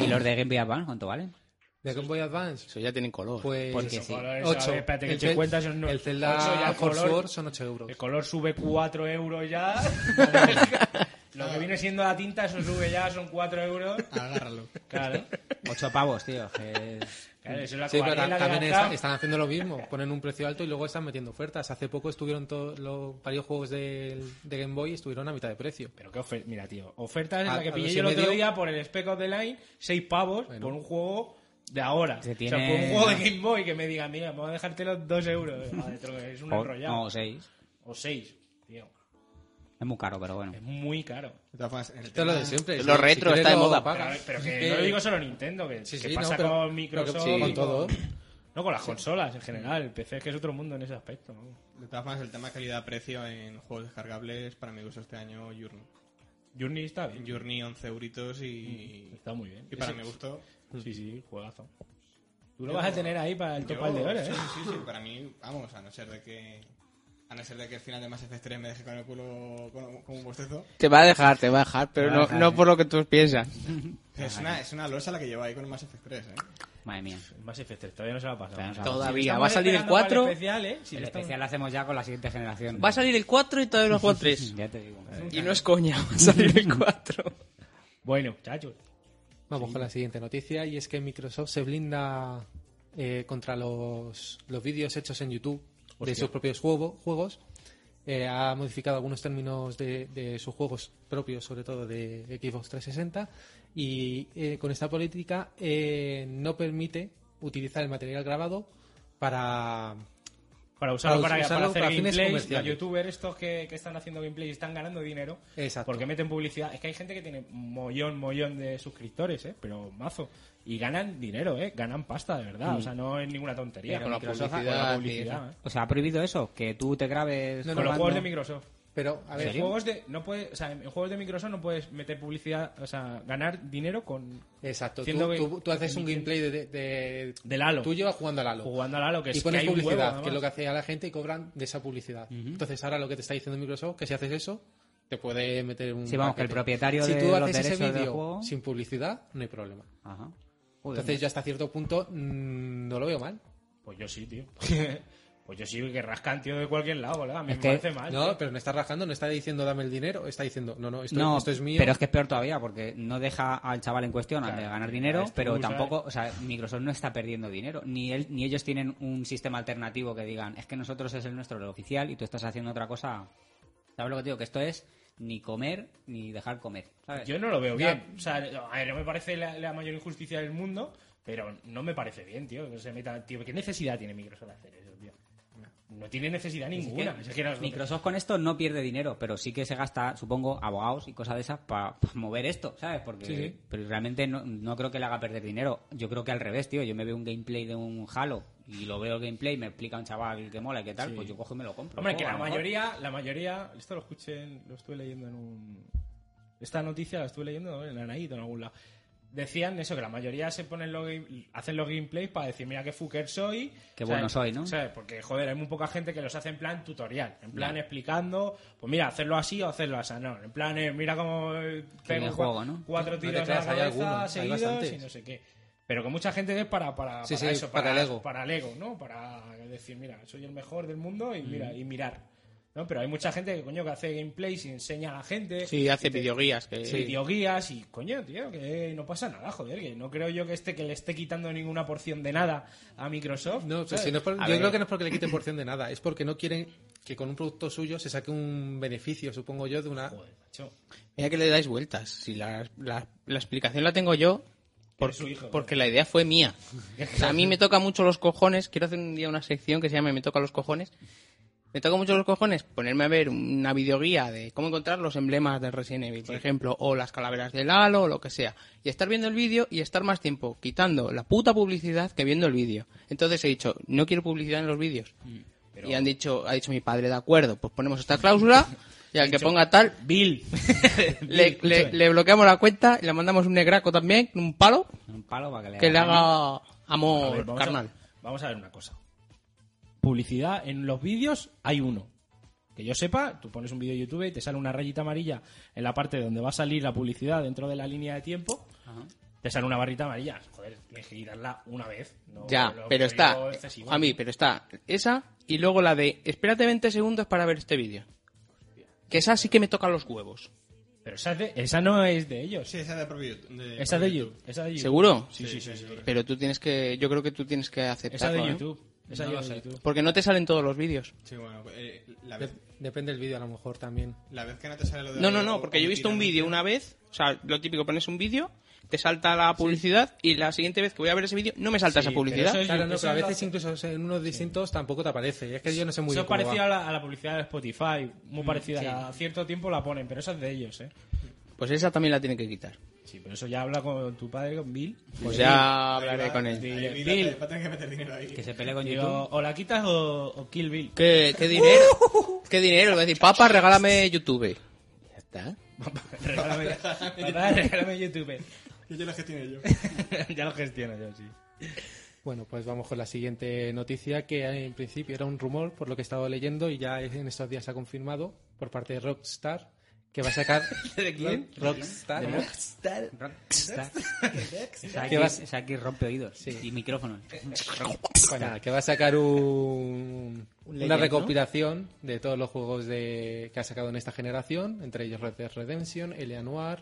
Speaker 2: y los de Game Boy Advance cuánto valen?
Speaker 7: De Game Boy Advance,
Speaker 9: Eso ya tiene color.
Speaker 7: pues.
Speaker 2: Porque sí.
Speaker 6: Colores, a
Speaker 7: 8.
Speaker 6: ver, espérate, que
Speaker 7: el,
Speaker 6: te
Speaker 7: Zel-
Speaker 6: cuentas, son no-
Speaker 7: el
Speaker 6: ocho ya
Speaker 7: Zelda
Speaker 6: el
Speaker 7: For
Speaker 6: color.
Speaker 7: Sword son 8 euros.
Speaker 6: El color sube 4 euros ya. Lo que viene siendo la tinta, eso sube ya, son 4 euros.
Speaker 5: Agárralo.
Speaker 6: Claro.
Speaker 2: Ocho pavos, tío. que-
Speaker 6: claro eso es la
Speaker 7: Sí, pero
Speaker 6: acuarela de
Speaker 7: también
Speaker 6: la
Speaker 7: está-
Speaker 6: K.
Speaker 7: están haciendo lo mismo. Ponen un precio alto y luego están metiendo ofertas. Hace poco estuvieron todos los varios juegos del- de, Game Boy estuvieron a mitad de precio.
Speaker 6: Pero qué oferta. Mira, tío, ofertas es
Speaker 7: A-
Speaker 6: la que
Speaker 7: a
Speaker 6: pillé
Speaker 7: dos y
Speaker 6: yo el otro
Speaker 7: medio.
Speaker 6: día por el Spec of the Line, seis pavos
Speaker 7: Bueno.
Speaker 6: por un juego de ahora.
Speaker 2: Se
Speaker 6: O sea,
Speaker 2: tiene-
Speaker 6: por un juego de Game Boy que me diga, mira, vamos a dejártelo dos euros. Madre, tro- es un
Speaker 2: o,
Speaker 6: enrollado.
Speaker 2: no, seis.
Speaker 6: O seis, tío.
Speaker 2: Es muy caro, pero bueno.
Speaker 6: Es muy caro.
Speaker 5: De todas formas, en el
Speaker 7: Esto es lo
Speaker 5: tema-
Speaker 7: de siempre.
Speaker 9: Lo
Speaker 7: Si- si
Speaker 9: retro
Speaker 7: quieres
Speaker 9: está de
Speaker 7: lo
Speaker 9: moda.
Speaker 6: Pero, a ver,
Speaker 7: pagas.
Speaker 6: pero
Speaker 7: Es
Speaker 6: que
Speaker 7: que-
Speaker 6: no lo digo solo Nintendo, que,
Speaker 7: Sí,
Speaker 6: que
Speaker 7: sí,
Speaker 6: pasa
Speaker 7: no, pero-
Speaker 6: con
Speaker 7: pero que-
Speaker 6: Microsoft,
Speaker 7: sí,
Speaker 6: y
Speaker 7: con todo.
Speaker 6: No, con las consolas en general. El PC es que es otro mundo en ese aspecto. ¿no?
Speaker 5: De todas formas, el tema calidad-precio en juegos descargables, para mi gusto este año, Journey.
Speaker 6: Journey está bien.
Speaker 5: Journey 11 euritos y,
Speaker 6: Está muy
Speaker 7: Mm.
Speaker 6: bien.
Speaker 5: y para mi gusto...
Speaker 6: Sí, sí, juegazo. Tú lo vas a tener ahí para el
Speaker 5: yo-
Speaker 6: topal de oro, ¿eh?
Speaker 5: Sí, sí, sí, para mí, vamos, a no ser de que... A no ser de que el final de Mass Effect 3 me deje con el culo con, con un bostezo.
Speaker 9: Te va a dejar, te va a dejar, pero
Speaker 2: Te va a
Speaker 9: no,
Speaker 2: dejar,
Speaker 9: no
Speaker 2: eh.
Speaker 9: por lo que tú piensas.
Speaker 5: Es una, es una losa la que lleva ahí con el Mass Effect 3, ¿eh?
Speaker 2: Madre mía.
Speaker 6: Más Effect todavía no se lo ha pasado.
Speaker 2: Todavía no se lo ha
Speaker 9: Todavía.
Speaker 6: Estamos
Speaker 9: Va a salir el
Speaker 6: esperando para
Speaker 9: 4.
Speaker 6: especial, ¿eh? Si
Speaker 2: El
Speaker 6: lo estamos-
Speaker 2: especial lo hacemos ya con la siguiente generación.
Speaker 9: Va a salir el 4 y todavía no has jugado 3.
Speaker 2: Ya te digo.
Speaker 9: Y no es coña, va a salir el 4.
Speaker 6: Bueno, chachos.
Speaker 7: Vamos con la siguiente noticia y es que Microsoft se blinda eh, contra los, los vídeos hechos en YouTube de sus propios juego- juegos. Eh, ha modificado algunos términos de, de sus juegos propios, sobre todo de Xbox 360. Y eh, con esta política eh, no permite utilizar el material grabado para.
Speaker 6: Para usarlo para,
Speaker 7: Para
Speaker 6: para
Speaker 7: usarlo
Speaker 6: hacer
Speaker 7: para fines
Speaker 6: gameplays, los
Speaker 7: comerciales.
Speaker 6: youtubers estos que, que están haciendo gameplays están ganando dinero.
Speaker 7: Exacto.
Speaker 6: Porque meten publicidad. Es que hay gente que tiene mollón, mollón de suscriptores, ¿eh? Pero mazo. Y ganan dinero, ¿eh? Ganan pasta, de verdad. O sea, no es ninguna tontería.
Speaker 9: Pero con la
Speaker 6: Microsoft- con
Speaker 9: publicidad,
Speaker 6: publicidad, ¿eh?
Speaker 2: O sea, ha prohibido eso, que tú te grabes.
Speaker 6: Con los
Speaker 2: jugando.
Speaker 6: juegos de Microsoft.
Speaker 7: Pero, a ver,
Speaker 6: En juegos de, no puede, o sea, en juegos de Microsoft no puedes meter publicidad, o sea, ganar dinero con
Speaker 7: Exacto. Tú,
Speaker 6: Siendo que-
Speaker 7: tú- tú haces un gameplay de, de, de-
Speaker 6: del Halo.
Speaker 7: tuyo jugando al Halo.
Speaker 6: Jugando al Halo, que es
Speaker 7: y pones
Speaker 6: que hay un huevo,
Speaker 7: publicidad,
Speaker 6: además.
Speaker 7: que es lo que hace a la gente y cobran de esa publicidad. Entonces, ahora lo que te está diciendo Microsoft, que si haces eso, te puede meter un.
Speaker 2: Sí, vamos, que el propietario
Speaker 7: si
Speaker 2: de
Speaker 7: tú
Speaker 2: los
Speaker 7: haces ese
Speaker 2: derechos del
Speaker 7: vídeo
Speaker 2: juego-
Speaker 7: sin publicidad, no hay problema.
Speaker 2: Ajá. Joder,
Speaker 7: Entonces, yo hasta cierto punto mm, no lo veo mal.
Speaker 6: Pues yo sí, tío. pues yo sí que rascan, tío, de cualquier lado, ¿verdad? A mí
Speaker 2: Es
Speaker 6: me
Speaker 2: que-
Speaker 6: parece mal.
Speaker 7: No,
Speaker 6: tío.
Speaker 7: pero no está rajando, no está diciendo dame el dinero, está diciendo no, no, esto,
Speaker 2: no,
Speaker 7: esto es mío.
Speaker 2: pero es que es peor todavía porque no deja al chaval en cuestión al de ganar dinero,
Speaker 6: es tú,
Speaker 2: pero
Speaker 6: ¿sabes?
Speaker 2: tampoco, o sea, Microsoft no está perdiendo dinero, ni él ni ellos tienen un sistema alternativo que digan, es que nosotros es el nuestro el oficial y tú estás haciendo otra cosa. ¿Sabes lo que te digo? Que esto es ni comer ni dejar comer, ¿sabes?
Speaker 6: Yo no lo veo bien. O sea, a ver, no me parece la, la mayor injusticia del mundo, pero no me parece bien, tío. que se meta, tío, ¿qué necesidad tiene Microsoft de hacer eso, tío? No tiene necesidad
Speaker 2: Es que
Speaker 6: ninguna. Es que no-
Speaker 2: Microsoft con esto no pierde dinero, pero sí que se gasta, supongo, abogados y cosas de esas para mover esto, ¿sabes? Porque
Speaker 7: Sí, sí.
Speaker 2: pero realmente no, no creo que le haga perder dinero. Yo creo que al revés, tío. Yo me veo un gameplay de un Halo y lo veo el gameplay, me explica un chaval que mola y qué tal, pues yo cojo y me lo compro.
Speaker 6: Hombre, que
Speaker 2: Oh, a
Speaker 6: la
Speaker 2: lo mejor.
Speaker 6: mayoría, la mayoría, esto lo escuché, en- lo estuve leyendo en un... Esta noticia la estuve leyendo en Anaid o en algún lado. Decían eso, que la mayoría se ponen los game- hacen los gameplays para decir, mira qué fucker soy.
Speaker 2: Qué
Speaker 6: ¿sabes?
Speaker 2: bueno soy, ¿no?
Speaker 6: ¿Sabes? Porque, joder, hay muy poca gente que los hace en plan tutorial, en plan explicando, pues mira, hacerlo así o hacerlo así. No, en plan, eh, mira cómo eh,
Speaker 2: Qué
Speaker 6: pego
Speaker 2: bien
Speaker 6: cua-
Speaker 2: juego, ¿no?
Speaker 6: cuatro
Speaker 7: No te
Speaker 6: tiros en
Speaker 7: creas,
Speaker 6: la
Speaker 7: hay
Speaker 6: cabeza
Speaker 7: algunos, hay
Speaker 6: seguidos y
Speaker 7: bastantes.
Speaker 6: no sé qué. Pero que mucha gente es para, para,
Speaker 7: Sí,
Speaker 6: para
Speaker 7: sí,
Speaker 6: eso,
Speaker 7: para el ego.
Speaker 6: Para el ego, ¿no? Para decir, mira, soy el mejor del mundo y, mira, y mirar. ¿no? Pero hay mucha gente que, coño, que hace gameplays y enseña a la gente.
Speaker 9: Sí, hace
Speaker 6: y te-
Speaker 9: videoguías. Que...
Speaker 6: Sí. Videoguías y, coño, tío, que no pasa nada, joder, que no creo yo que este que le esté quitando ninguna porción de nada a Microsoft.
Speaker 7: No, pues
Speaker 6: ¿sabes?
Speaker 7: si no es por-
Speaker 9: A
Speaker 7: yo
Speaker 9: ver.
Speaker 2: eh.
Speaker 7: creo que no es porque le quiten porción de nada, es porque no quieren que con un producto suyo se saque un beneficio, supongo yo, de una.
Speaker 6: Joder, macho.
Speaker 9: Mira que le dais vueltas. Si la, la- la explicación la tengo yo, por-
Speaker 6: Eres su hijo,
Speaker 9: porque la idea fue mía. O sea, a mí me toca mucho los cojones. Quiero hacer un día una sección que se llame Me toca los cojones. Me toca mucho los cojones ponerme a ver una videoguía de cómo encontrar los emblemas de Resident Evil, por ejemplo, o las calaveras del halo, o lo que sea. Y estar viendo el vídeo y estar más tiempo quitando la puta publicidad que viendo el vídeo. Entonces he dicho, no quiero publicidad en los vídeos.
Speaker 6: Mm,
Speaker 9: Y han dicho, ha dicho mi padre, de acuerdo, pues ponemos esta cláusula y al que ponga tal,
Speaker 6: Bill.
Speaker 9: le, le- le bloqueamos la cuenta y le mandamos un negraco también, un palo,
Speaker 2: Un palo para que le,
Speaker 9: que le
Speaker 2: hagan.
Speaker 9: haga
Speaker 6: A ver,
Speaker 9: amor
Speaker 6: vamos,
Speaker 9: carnal.
Speaker 6: A, vamos a ver una cosa. Publicidad en los vídeos hay uno. Que yo sepa, tú pones un vídeo de YouTube y te sale una rayita amarilla en la parte donde va a salir la publicidad dentro de la línea de tiempo. Te sale una barrita amarilla. Joder, tienes que girarla una vez. no
Speaker 9: Ya,
Speaker 6: lo que
Speaker 9: pero está,
Speaker 6: yo excesivo.
Speaker 9: a mí, pero está esa y luego la de espérate 20 segundos para ver este vídeo. Que esa sí que me toca los huevos.
Speaker 6: Pero esa, es de- esa no es de ellos.
Speaker 5: Sí, esa de propio YouTube. de
Speaker 6: esa es
Speaker 5: propio
Speaker 6: de YouTube. Esa de YouTube.
Speaker 9: ¿Seguro?
Speaker 6: Sí, sí, sí. sí.
Speaker 9: Pero tú tienes que, yo creo que tú tienes que
Speaker 6: Esa
Speaker 9: aceptarlo.
Speaker 6: de
Speaker 9: ¿eh?
Speaker 6: YouTube. Esa yo de YouTube.
Speaker 9: Porque no te salen todos los vídeos.
Speaker 5: Sí, bueno, eh, la,
Speaker 7: de-
Speaker 5: vez,
Speaker 7: depende del vídeo, a lo mejor también.
Speaker 5: la vez que no te sale lo de...
Speaker 9: No, no, no, porque yo he visto un vídeo una vez, o sea, lo típico, pones un vídeo, te salta la publicidad y la siguiente vez que voy a ver ese vídeo no me salta esa publicidad.
Speaker 6: eso es-
Speaker 7: Claro, no,
Speaker 6: eso
Speaker 7: pero a
Speaker 6: es la-
Speaker 7: veces incluso en unos distintos tampoco te aparece. y Es que yo no sé muy
Speaker 6: Eso
Speaker 7: bien.
Speaker 6: es
Speaker 7: cómo
Speaker 6: parecido
Speaker 7: va.
Speaker 6: a la, a la publicidad de Spotify. Muy
Speaker 9: Mm,
Speaker 6: parecida. A cierto tiempo la ponen, pero esa es de ellos, ¿eh?
Speaker 9: Pues esa también la tienen que quitar.
Speaker 6: Sí, pero eso ya habla con tu padre, con Bill.
Speaker 9: Pues ya hablaré con él.
Speaker 5: Ahí,
Speaker 6: Dile,
Speaker 5: Bill,
Speaker 6: Bill,
Speaker 5: va a tener que meter dinero ahí.
Speaker 2: Que se pelee con
Speaker 6: digo,
Speaker 2: YouTube.
Speaker 6: o la quitas o, o kill Bill.
Speaker 9: ¿Qué, qué dinero? ¿Qué dinero? Le Voy a decir, papá, regálame YouTube. Ya está.
Speaker 6: regálame, papá, regálame YouTube.
Speaker 5: Que yo la gestioné yo.
Speaker 6: ya lo gestiono yo, sí.
Speaker 7: Bueno, pues vamos con la siguiente noticia, que en principio era un rumor, por lo que he estado leyendo, y ya en estos días se ha confirmado por parte de Rockstar que va a sacar. ¿De quién? Rockstar.
Speaker 2: Rockstar. Saki,
Speaker 7: ¿Qué vas-
Speaker 2: Saki rompe oídos y micrófonos.
Speaker 7: Bueno, Pues que va a sacar un- una
Speaker 9: legend,
Speaker 7: recopilación de todos los juegos de, que ha sacado en esta generación, entre ellos Red Dead Redemption, Eleanor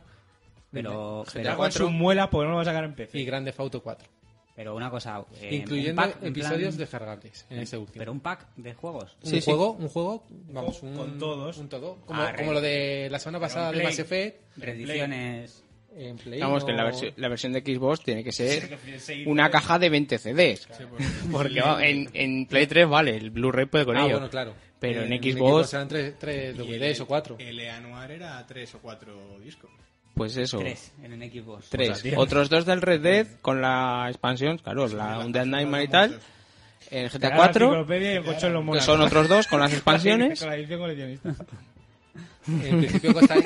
Speaker 2: Pero, pero
Speaker 6: Pero con su muela, pues no lo va a sacar en
Speaker 7: y
Speaker 6: PC.
Speaker 7: Grande Auto 4.
Speaker 2: Pero una cosa. eh, un
Speaker 7: Incluyendo
Speaker 2: pack, en plan-
Speaker 7: episodios descargables en ese último.
Speaker 2: Pero un pack de juegos.
Speaker 7: un
Speaker 9: Sí, sí.
Speaker 7: juego, un juego, vamos,
Speaker 6: Con-
Speaker 7: un,
Speaker 6: con todos.
Speaker 7: un todo. Como,
Speaker 2: Ah,
Speaker 7: como
Speaker 2: re-
Speaker 7: lo de la semana pasada de
Speaker 1: Play.
Speaker 7: Mass Effect
Speaker 2: Reediciones.
Speaker 7: en Play.
Speaker 9: Digamos
Speaker 7: no-
Speaker 9: que la, versi- la versión de Xbox tiene que ser
Speaker 1: Sí,
Speaker 9: una caja de 20 CDs. Porque va- en, en Play 3 vale, el Blu-ray puede con
Speaker 7: Ah,
Speaker 9: ello.
Speaker 7: bueno, claro.
Speaker 9: Pero en, Xbox, eh,
Speaker 7: eran tres, tres
Speaker 5: Y
Speaker 7: DVDs o cuatro.
Speaker 5: El anuar era tres o cuatro discos.
Speaker 9: pues eso.
Speaker 2: Tres en un Xbox.
Speaker 9: tres. Otros dos del Red Dead con la expansión, claro, la un Dead Nightmare y tal. El GTA 4,
Speaker 6: enciclopedia y el colchón los
Speaker 9: que
Speaker 6: monos.
Speaker 9: son otros dos con las expansiones.
Speaker 6: Con la edición coleccionista.
Speaker 7: En principio, costa-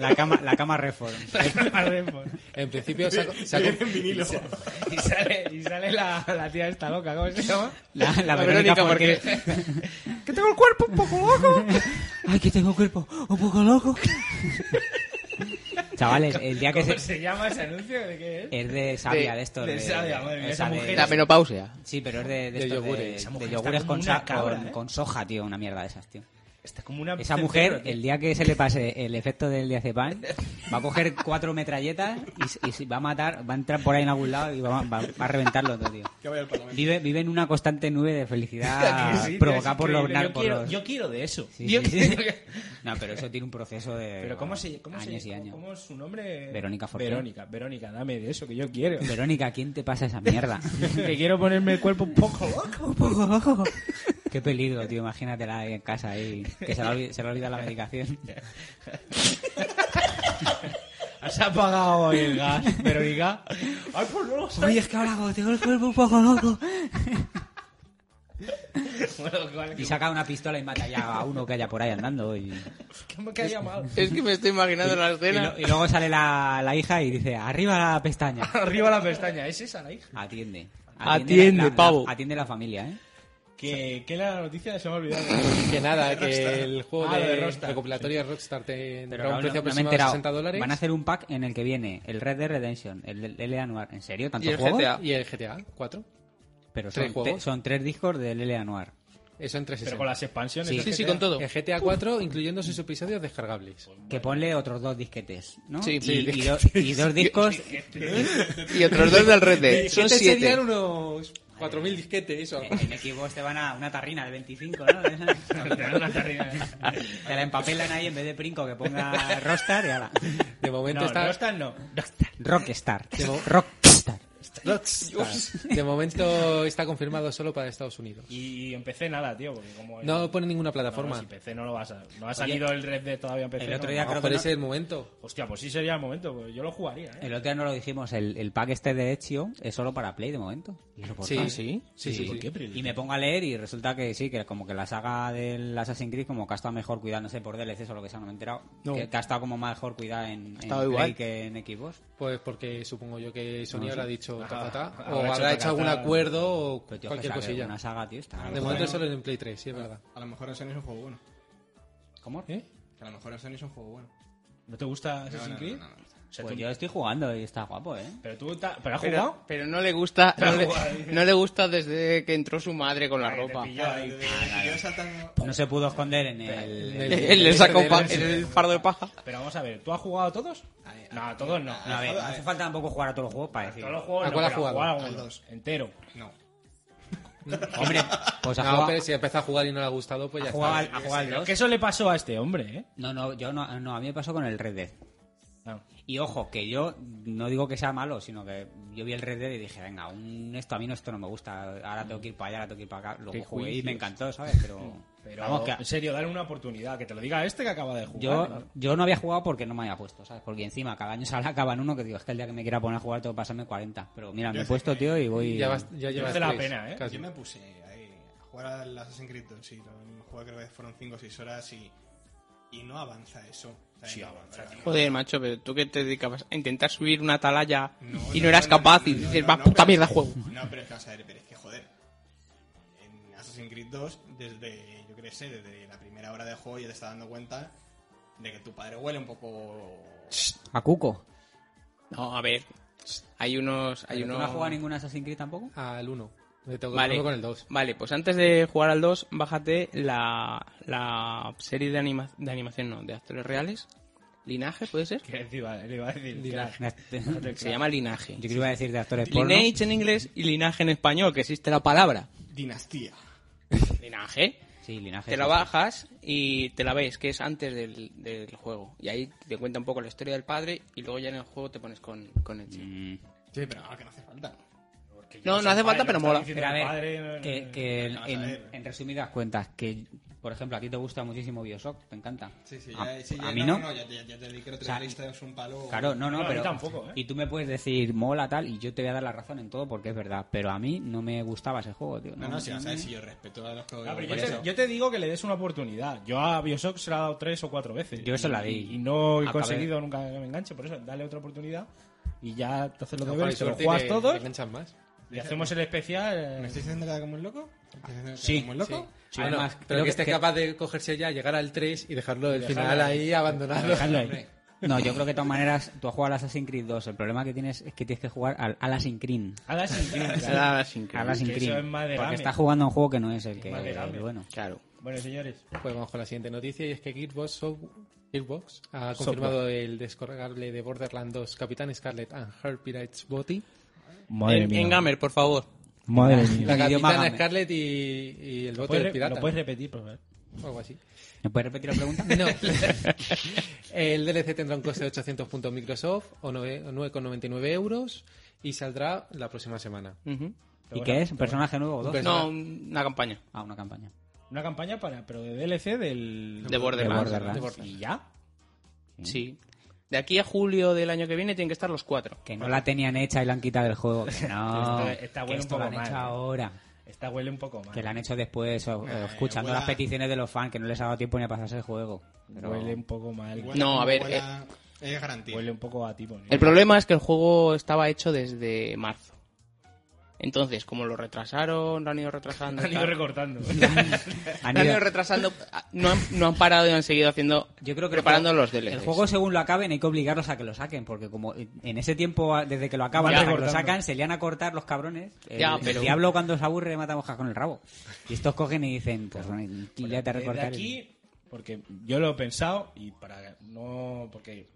Speaker 2: La cama, la cama reform.
Speaker 7: en principio se ha, se ha-
Speaker 6: y sale, y sale la, la tía esta loca, ¿cómo se llama?
Speaker 2: La, la,
Speaker 9: Verónica,
Speaker 2: Verónica porque...
Speaker 6: Que tengo el cuerpo un poco loco.
Speaker 2: Ay, que tengo cuerpo un poco loco. Chavales, el día que
Speaker 6: ¿Cómo
Speaker 2: se... Eh,
Speaker 6: se llama ese anuncio? ¿De qué es?
Speaker 2: Es de sabia, de, estos.
Speaker 6: de savia, madre mía,
Speaker 2: o sea,
Speaker 6: esa
Speaker 2: de-
Speaker 6: mujer
Speaker 9: La menopausia.
Speaker 2: Sí, pero es de, de,
Speaker 7: De
Speaker 2: estos de-
Speaker 7: yogures.
Speaker 2: de
Speaker 6: Esa mujer está
Speaker 2: yogures
Speaker 6: como
Speaker 2: con,
Speaker 6: una
Speaker 2: sa-
Speaker 6: cabra,
Speaker 2: con-
Speaker 6: ¿eh?
Speaker 2: con soja, tío. Una mierda de esas, tío.
Speaker 6: Está como una
Speaker 2: Esa mujer, el día que se le pase el efecto del diazepam, va a coger cuatro metralletas y se- y, se va a matar, va a entrar por ahí en algún lado y va, a- va- va a reventarlo todo, tío.
Speaker 5: Que vaya al Parlamento.
Speaker 2: Vive, vive en una constante nube de
Speaker 6: Que
Speaker 2: felicidad
Speaker 6: sí, tío,
Speaker 2: provocada
Speaker 6: es
Speaker 2: por los...
Speaker 6: increíble.
Speaker 2: nar-
Speaker 6: yo,
Speaker 2: por
Speaker 6: quiero,
Speaker 2: los-
Speaker 6: yo quiero de eso.
Speaker 2: Sí, sí, sí. No, pero eso tiene un proceso de
Speaker 6: Pero ¿cómo
Speaker 2: bueno,
Speaker 6: se, cómo se-
Speaker 2: años y
Speaker 6: cómo-
Speaker 2: años.
Speaker 6: cómo es su nombre?
Speaker 2: Verónica Forqué.
Speaker 6: Verónica, Verónica, dame de eso que yo quiero.
Speaker 2: Verónica, ¿quién te pasa esa mierda?
Speaker 6: que quiero ponerme el cuerpo un poco loco.
Speaker 2: Un poco bajo. Qué peligro, tío. Imagínatela ahí en casa ahí. Que se le olvi- se le olvida la medicación.
Speaker 6: Has apagado el gas, Verónica. Ay, por no.
Speaker 2: Oye, es que ahora como tengo el cuerpo un poco loco.
Speaker 6: Bueno, vale,
Speaker 2: Y saca una pistola y mata ya a uno que haya por ahí andando. Y,
Speaker 6: que me caía mal.
Speaker 9: Es que me estoy imaginando la
Speaker 2: y
Speaker 9: escena.
Speaker 2: lo- y luego sale la, la hija y dice, arriba la pestaña.
Speaker 6: Arriba la pestaña, es esa la hija.
Speaker 2: Atiende.
Speaker 9: Atiende,
Speaker 2: la- la-
Speaker 9: pavo.
Speaker 2: atiende la familia, ¿eh?
Speaker 6: Que, que la noticia se me ha olvidado.
Speaker 7: que nada, que el juego
Speaker 6: Ah, lo de
Speaker 7: de,
Speaker 6: Rockstar.
Speaker 7: recopilatorio de Rockstar tendrá
Speaker 2: Pero
Speaker 7: un
Speaker 2: no,
Speaker 7: precio
Speaker 2: no me he
Speaker 7: aproximado de
Speaker 2: enterado.
Speaker 7: 60 dólares
Speaker 2: Van a hacer un pack en el que viene el Red Dead Redemption, el LA Noir. ¿En serio?
Speaker 9: Y
Speaker 2: ¿Tantos
Speaker 9: el
Speaker 2: juegos?
Speaker 9: GTA.
Speaker 7: y el GTA 4.
Speaker 2: Pero
Speaker 7: ¿Tres
Speaker 2: son,
Speaker 7: juegos?
Speaker 2: te- son tres discos del LA Noir.
Speaker 7: Eso en 360.
Speaker 6: Pero con las expansiones.
Speaker 2: Sí.
Speaker 6: es
Speaker 9: Sí,
Speaker 6: que
Speaker 9: sí,
Speaker 6: te-
Speaker 9: con todo.
Speaker 7: El GTA 4 incluyendo sus episodios descargables.
Speaker 2: Que ponle otros dos disquetes, ¿no?
Speaker 9: Sí,
Speaker 2: y,
Speaker 9: sí,
Speaker 2: y do- y dos discos.
Speaker 9: Y otros dos del Red Dead. Son
Speaker 7: Disquetes
Speaker 9: siete. Eh,
Speaker 7: serían unos 4.000 disquetes. o algo.
Speaker 2: En Eh, en Xbox te van a una tarrina de 25, ¿no? De esas. te la empapelan ahí en vez de Princo que ponga Rockstar y ala.
Speaker 7: De momento
Speaker 6: No,
Speaker 7: está...
Speaker 6: Rockstar no.
Speaker 2: Rockstar. Rockstar.
Speaker 7: De momento está confirmado solo para Estados Unidos.
Speaker 6: Y empecé nada, tío. Porque como
Speaker 7: No pone ninguna
Speaker 6: No,
Speaker 7: plataforma.
Speaker 6: si PC no lo vas a. No ha salido el Red Dead todavía en PC.
Speaker 2: el otro
Speaker 6: no.
Speaker 2: día
Speaker 7: A lo
Speaker 2: creo
Speaker 7: mejor
Speaker 2: que no-
Speaker 7: ese es el momento.
Speaker 6: Hostia, pues sí sería el momento. Pues yo lo jugaría, ¿eh?
Speaker 2: El otro día no lo dijimos, el, el pack este de Ezio es solo para Play de momento. ¿Y eso por
Speaker 7: Sí,
Speaker 2: qué? Ah,
Speaker 7: sí, sí, sí. sí.
Speaker 2: Y me pongo a leer y resulta que sí, que como que la saga del Assassin's Creed como que ha estado mejor cuidada, no sé, por DLCs o lo que sea, no me he enterado, que, que ha estado como mejor cuidada en, en
Speaker 9: estado
Speaker 2: Play
Speaker 9: igual.
Speaker 2: que en Xbox.
Speaker 7: Pues porque supongo yo que Sony habrá dicho tacatá,
Speaker 6: habrá
Speaker 7: o
Speaker 6: hecho
Speaker 7: habrá hecho
Speaker 6: tacatá.
Speaker 7: algún acuerdo o
Speaker 2: Pero, tío, que
Speaker 7: cualquier
Speaker 2: saque
Speaker 7: cosilla.
Speaker 2: Una saga, tío, está...
Speaker 7: De momento solo en Play 3, sí, es verdad.
Speaker 5: A lo mejor Ocean es un juego bueno.
Speaker 2: ¿Cómo?
Speaker 7: ¿Eh?
Speaker 5: Que a lo mejor Ocean es un juego bueno.
Speaker 6: ¿No te gusta
Speaker 5: No,
Speaker 6: Assassin's
Speaker 5: no,
Speaker 6: Creed?
Speaker 5: no, no, no.
Speaker 6: O sea,
Speaker 2: Pues
Speaker 6: tú-
Speaker 2: yo estoy jugando y está guapo, ¿eh?
Speaker 6: Pero tú. ta- ¿Pero has
Speaker 9: Pero,
Speaker 6: jugado?
Speaker 9: pero no le gusta no le,
Speaker 6: Guay.
Speaker 9: no le gusta desde que entró su madre con la ropa.
Speaker 6: Te pilló ahí.
Speaker 5: Y yo saltando-
Speaker 2: No se pudo esconder en el...
Speaker 7: Pues en el-
Speaker 9: Él le sacó pa- el fardo de paja.
Speaker 6: Pero vamos a ver, ¿tú has jugado a todos? No, a todos no.
Speaker 2: No, a ver, no hace falta tampoco jugar a todos los juegos para decir...
Speaker 6: Todos los juegos
Speaker 7: ¿A
Speaker 6: no,
Speaker 7: cuál has
Speaker 6: pero
Speaker 7: jugado?
Speaker 6: jugado a
Speaker 5: Al
Speaker 6: uno,
Speaker 5: dos.
Speaker 6: Entero.
Speaker 5: No.
Speaker 2: Hombre, pues ha
Speaker 7: No,
Speaker 2: jugado,
Speaker 7: pero si empieza a jugar y no le ha gustado, pues
Speaker 2: ha
Speaker 7: ya
Speaker 2: jugado al-
Speaker 7: está.
Speaker 2: ha jugado al
Speaker 6: Pero
Speaker 2: 2.
Speaker 6: que eso le pasó a este hombre, ¿eh?
Speaker 2: No, no, yo no, no, a mí me pasó con el Red Dead.
Speaker 6: No.
Speaker 2: Y ojo, que yo no digo que sea malo, sino que yo vi el Red Dead y dije, venga, un, esto a mí no, esto no me gusta, ahora tengo que ir para allá, ahora tengo que ir para acá. Luego jugué y me encantó, ¿sabes? Pero,
Speaker 6: Pero
Speaker 2: vamos, que
Speaker 6: en serio, dale una oportunidad, que te lo diga este que acaba de jugar.
Speaker 2: yo,
Speaker 6: ¿no?
Speaker 2: yo no había jugado porque no me había puesto, ¿sabes? Porque encima cada año sale acaban uno que digo, es que el día que me quiera poner a jugar tengo que pasarme 40. Pero mira, me he puesto, tío, y voy...
Speaker 7: Ya, vas- ya llevas
Speaker 6: Merece la
Speaker 7: tres,
Speaker 6: pena, ¿eh?
Speaker 7: casi.
Speaker 5: Yo me puse ahí a jugar al Assassin's Creed 2 y lo jugué creo que fueron 5 o 6 horas y, y no avanza eso. Sí, avanza.
Speaker 9: Joder, macho, pero tú que te dedicabas a intentar subir una atalaya
Speaker 5: No,
Speaker 9: y
Speaker 5: no,
Speaker 9: no eras
Speaker 5: no, no,
Speaker 9: capaz y
Speaker 5: no, no,
Speaker 9: dices,
Speaker 5: no,
Speaker 9: va,
Speaker 5: no,
Speaker 9: puta
Speaker 5: pero-
Speaker 9: mierda, juego.
Speaker 5: No, pero es que vamos a ver, pero es que joder. En Assassin's Creed 2, desde, yo qué sé, desde la primera hora de juego ya te estás dando cuenta de que tu padre huele un poco...
Speaker 2: A Cuco.
Speaker 9: No, a ver, hay unos... Hay
Speaker 2: ¿Pero tú
Speaker 9: unos...
Speaker 2: no has jugado ningún Assassin's Creed tampoco?
Speaker 7: Al 1. Me tengo que
Speaker 9: Vale,
Speaker 7: poner con el 2.
Speaker 9: vale, pues antes de jugar al 2, bájate la, la serie de, anima- de animación, no, de actores reales, ¿Linaje puede ser?
Speaker 12: Que encima le iba a decir.
Speaker 7: Linaje.
Speaker 12: crack.
Speaker 9: Se llama linaje.
Speaker 2: Yo que iba a decir de actores porno.
Speaker 9: Lineage en inglés y linaje en español, que existe la palabra.
Speaker 5: Dinastía.
Speaker 9: Linaje.
Speaker 2: Sí, linaje.
Speaker 9: Te la
Speaker 2: sí.
Speaker 9: bajas y te la ves, que es antes del, del juego. Y ahí te cuenta un poco la historia del padre y luego ya en el juego te pones con, con el chico.
Speaker 2: Mm.
Speaker 5: Sí, pero no, que no hace falta.
Speaker 9: No, no hace falta, pero mola.
Speaker 2: Pero a ver,
Speaker 6: Padre,
Speaker 2: que,
Speaker 6: eh,
Speaker 2: que en,
Speaker 5: vas a ver.
Speaker 2: en resumidas cuentas, que, por ejemplo, a ti te gusta muchísimo Bioshock, te encanta.
Speaker 5: Sí, sí, ya,
Speaker 2: a,
Speaker 9: Ah,
Speaker 5: sí, ya-
Speaker 2: a mí no.
Speaker 5: ya, te- ya te dije que no te
Speaker 2: sea,
Speaker 5: es un palo.
Speaker 2: Claro, no,
Speaker 6: No,
Speaker 2: no,
Speaker 6: a mí
Speaker 2: pero...
Speaker 6: tampoco, ¿eh?
Speaker 2: Y tú me puedes decir, mola, tal, y yo te voy a dar la razón en todo porque es verdad. Pero a mí no me gustaba ese juego, tío.
Speaker 5: No, no, sí,
Speaker 2: no
Speaker 5: o sea,
Speaker 2: me-
Speaker 5: sí, yo respeto a los que
Speaker 6: Ah, pero
Speaker 5: por
Speaker 6: yo,
Speaker 5: eso.
Speaker 6: te, yo te digo que le des una oportunidad. Yo a Bioshock se la he dado tres o cuatro veces.
Speaker 2: Yo se la
Speaker 6: Y-
Speaker 2: di.
Speaker 6: Y no he
Speaker 2: Acabé.
Speaker 6: conseguido nunca que me enganche. Por eso, dale otra oportunidad y ya te haces los
Speaker 7: Ojo, hay
Speaker 6: deberes, te lo
Speaker 7: suerte y
Speaker 6: juegas
Speaker 7: te- te
Speaker 6: todos
Speaker 7: enganchan más.
Speaker 6: y hacemos el especial. eh,
Speaker 5: ¿Me estás diciendo que haga como un loco? ¿Me estás diciendo que
Speaker 2: Sí,
Speaker 5: haga como un loco?
Speaker 2: Sí,
Speaker 7: Ah, no,
Speaker 2: además,
Speaker 7: pero
Speaker 2: creo
Speaker 7: que, esté
Speaker 2: que-
Speaker 7: capaz de cogerse ya, llegar al 3 y dejarlo el final ahí abandonado.
Speaker 6: Dejadlo ahí.
Speaker 2: No, yo creo que de todas maneras tú has jugado al Assassin's Creed 2. El problema que tienes es que tienes que jugar al Assassin's Creed.
Speaker 6: Ahora sí, claro.
Speaker 2: Al Assassin's
Speaker 6: Que eso
Speaker 2: Creed.
Speaker 6: es más de
Speaker 2: porque
Speaker 6: game.
Speaker 2: estás jugando a un juego que no es el que
Speaker 6: más de game.
Speaker 2: bueno.
Speaker 9: Claro.
Speaker 6: Bueno, señores.
Speaker 7: Pues vamos con la siguiente noticia y es que Gearbox, Soft- Gearbox ha confirmado el descargable de Borderlands 2 Capitán Scarlet and Her Pirate's Body.
Speaker 9: En, en Gamer, por favor.
Speaker 6: Madre
Speaker 7: La
Speaker 2: El idioma
Speaker 7: Capitana
Speaker 2: gamer.
Speaker 7: Scarlet y, y el bote del
Speaker 6: ¿Puedes, re-
Speaker 7: pirata.
Speaker 6: ¿Lo puedes repetir, por favor?
Speaker 7: ¿no? O algo así.
Speaker 2: ¿Me puedes repetir la pregunta?
Speaker 7: No. el DLC tendrá un coste de 800 puntos Microsoft o nove- o 9,99 euros y saldrá la próxima semana.
Speaker 9: Ujú.
Speaker 2: ¿Y qué es? ¿Un personaje nuevo o dos?
Speaker 7: Pues
Speaker 9: No,
Speaker 7: nada.
Speaker 9: una campaña.
Speaker 2: Ah, una campaña.
Speaker 6: Una campaña para, pero de DLC del.
Speaker 9: De Borderlands.
Speaker 2: De Borderlands.
Speaker 9: De
Speaker 6: ¿Y ya?
Speaker 9: Sí. De aquí a julio del año que viene tienen que estar los cuatro.
Speaker 2: Que no la tenían hecha y la han quitado del juego. Que no.
Speaker 6: Esta- esta
Speaker 2: que
Speaker 6: huele un
Speaker 2: esto lo
Speaker 6: poco
Speaker 2: han
Speaker 6: mal,
Speaker 2: hecho
Speaker 6: ¿eh?
Speaker 2: ahora.
Speaker 6: Esta huele un poco mal.
Speaker 2: Que la han hecho después, o-
Speaker 5: Eh,
Speaker 2: escuchando
Speaker 5: huele a-
Speaker 2: las peticiones de los fans, que no les ha dado tiempo ni a pasarse el juego. Pero
Speaker 6: Huele un poco mal.
Speaker 5: Huele-
Speaker 9: No, a ver,
Speaker 5: huele a- Es garantía.
Speaker 6: Huele un poco a tipo. ¿no?
Speaker 9: El problema es que el juego estaba hecho desde marzo. Entonces, como lo retrasaron, lo han ido retrasando.
Speaker 6: Han ido
Speaker 9: tal.
Speaker 6: recortando.
Speaker 2: han
Speaker 9: Lo han
Speaker 2: ido-
Speaker 9: ido retrasando. ah, No han, no han parado y han seguido haciendo.
Speaker 2: Yo creo que el
Speaker 9: preparando
Speaker 2: juego-
Speaker 9: los DLCs.
Speaker 2: El juego, según lo acaben, hay que obligarlos a que lo saquen, porque como en ese tiempo, a- desde que lo acaban,
Speaker 6: Ya,
Speaker 2: hasta que lo
Speaker 6: cortando.
Speaker 2: sacan, se le han a cortar los cabrones. El,
Speaker 9: Ya,
Speaker 2: el
Speaker 9: pero-
Speaker 2: diablo cuando se aburre mata moscas con el rabo. Y estos cogen y dicen, pues bueno, y ya te
Speaker 6: Desde
Speaker 2: recortaré.
Speaker 6: aquí, porque yo lo he pensado y para no porque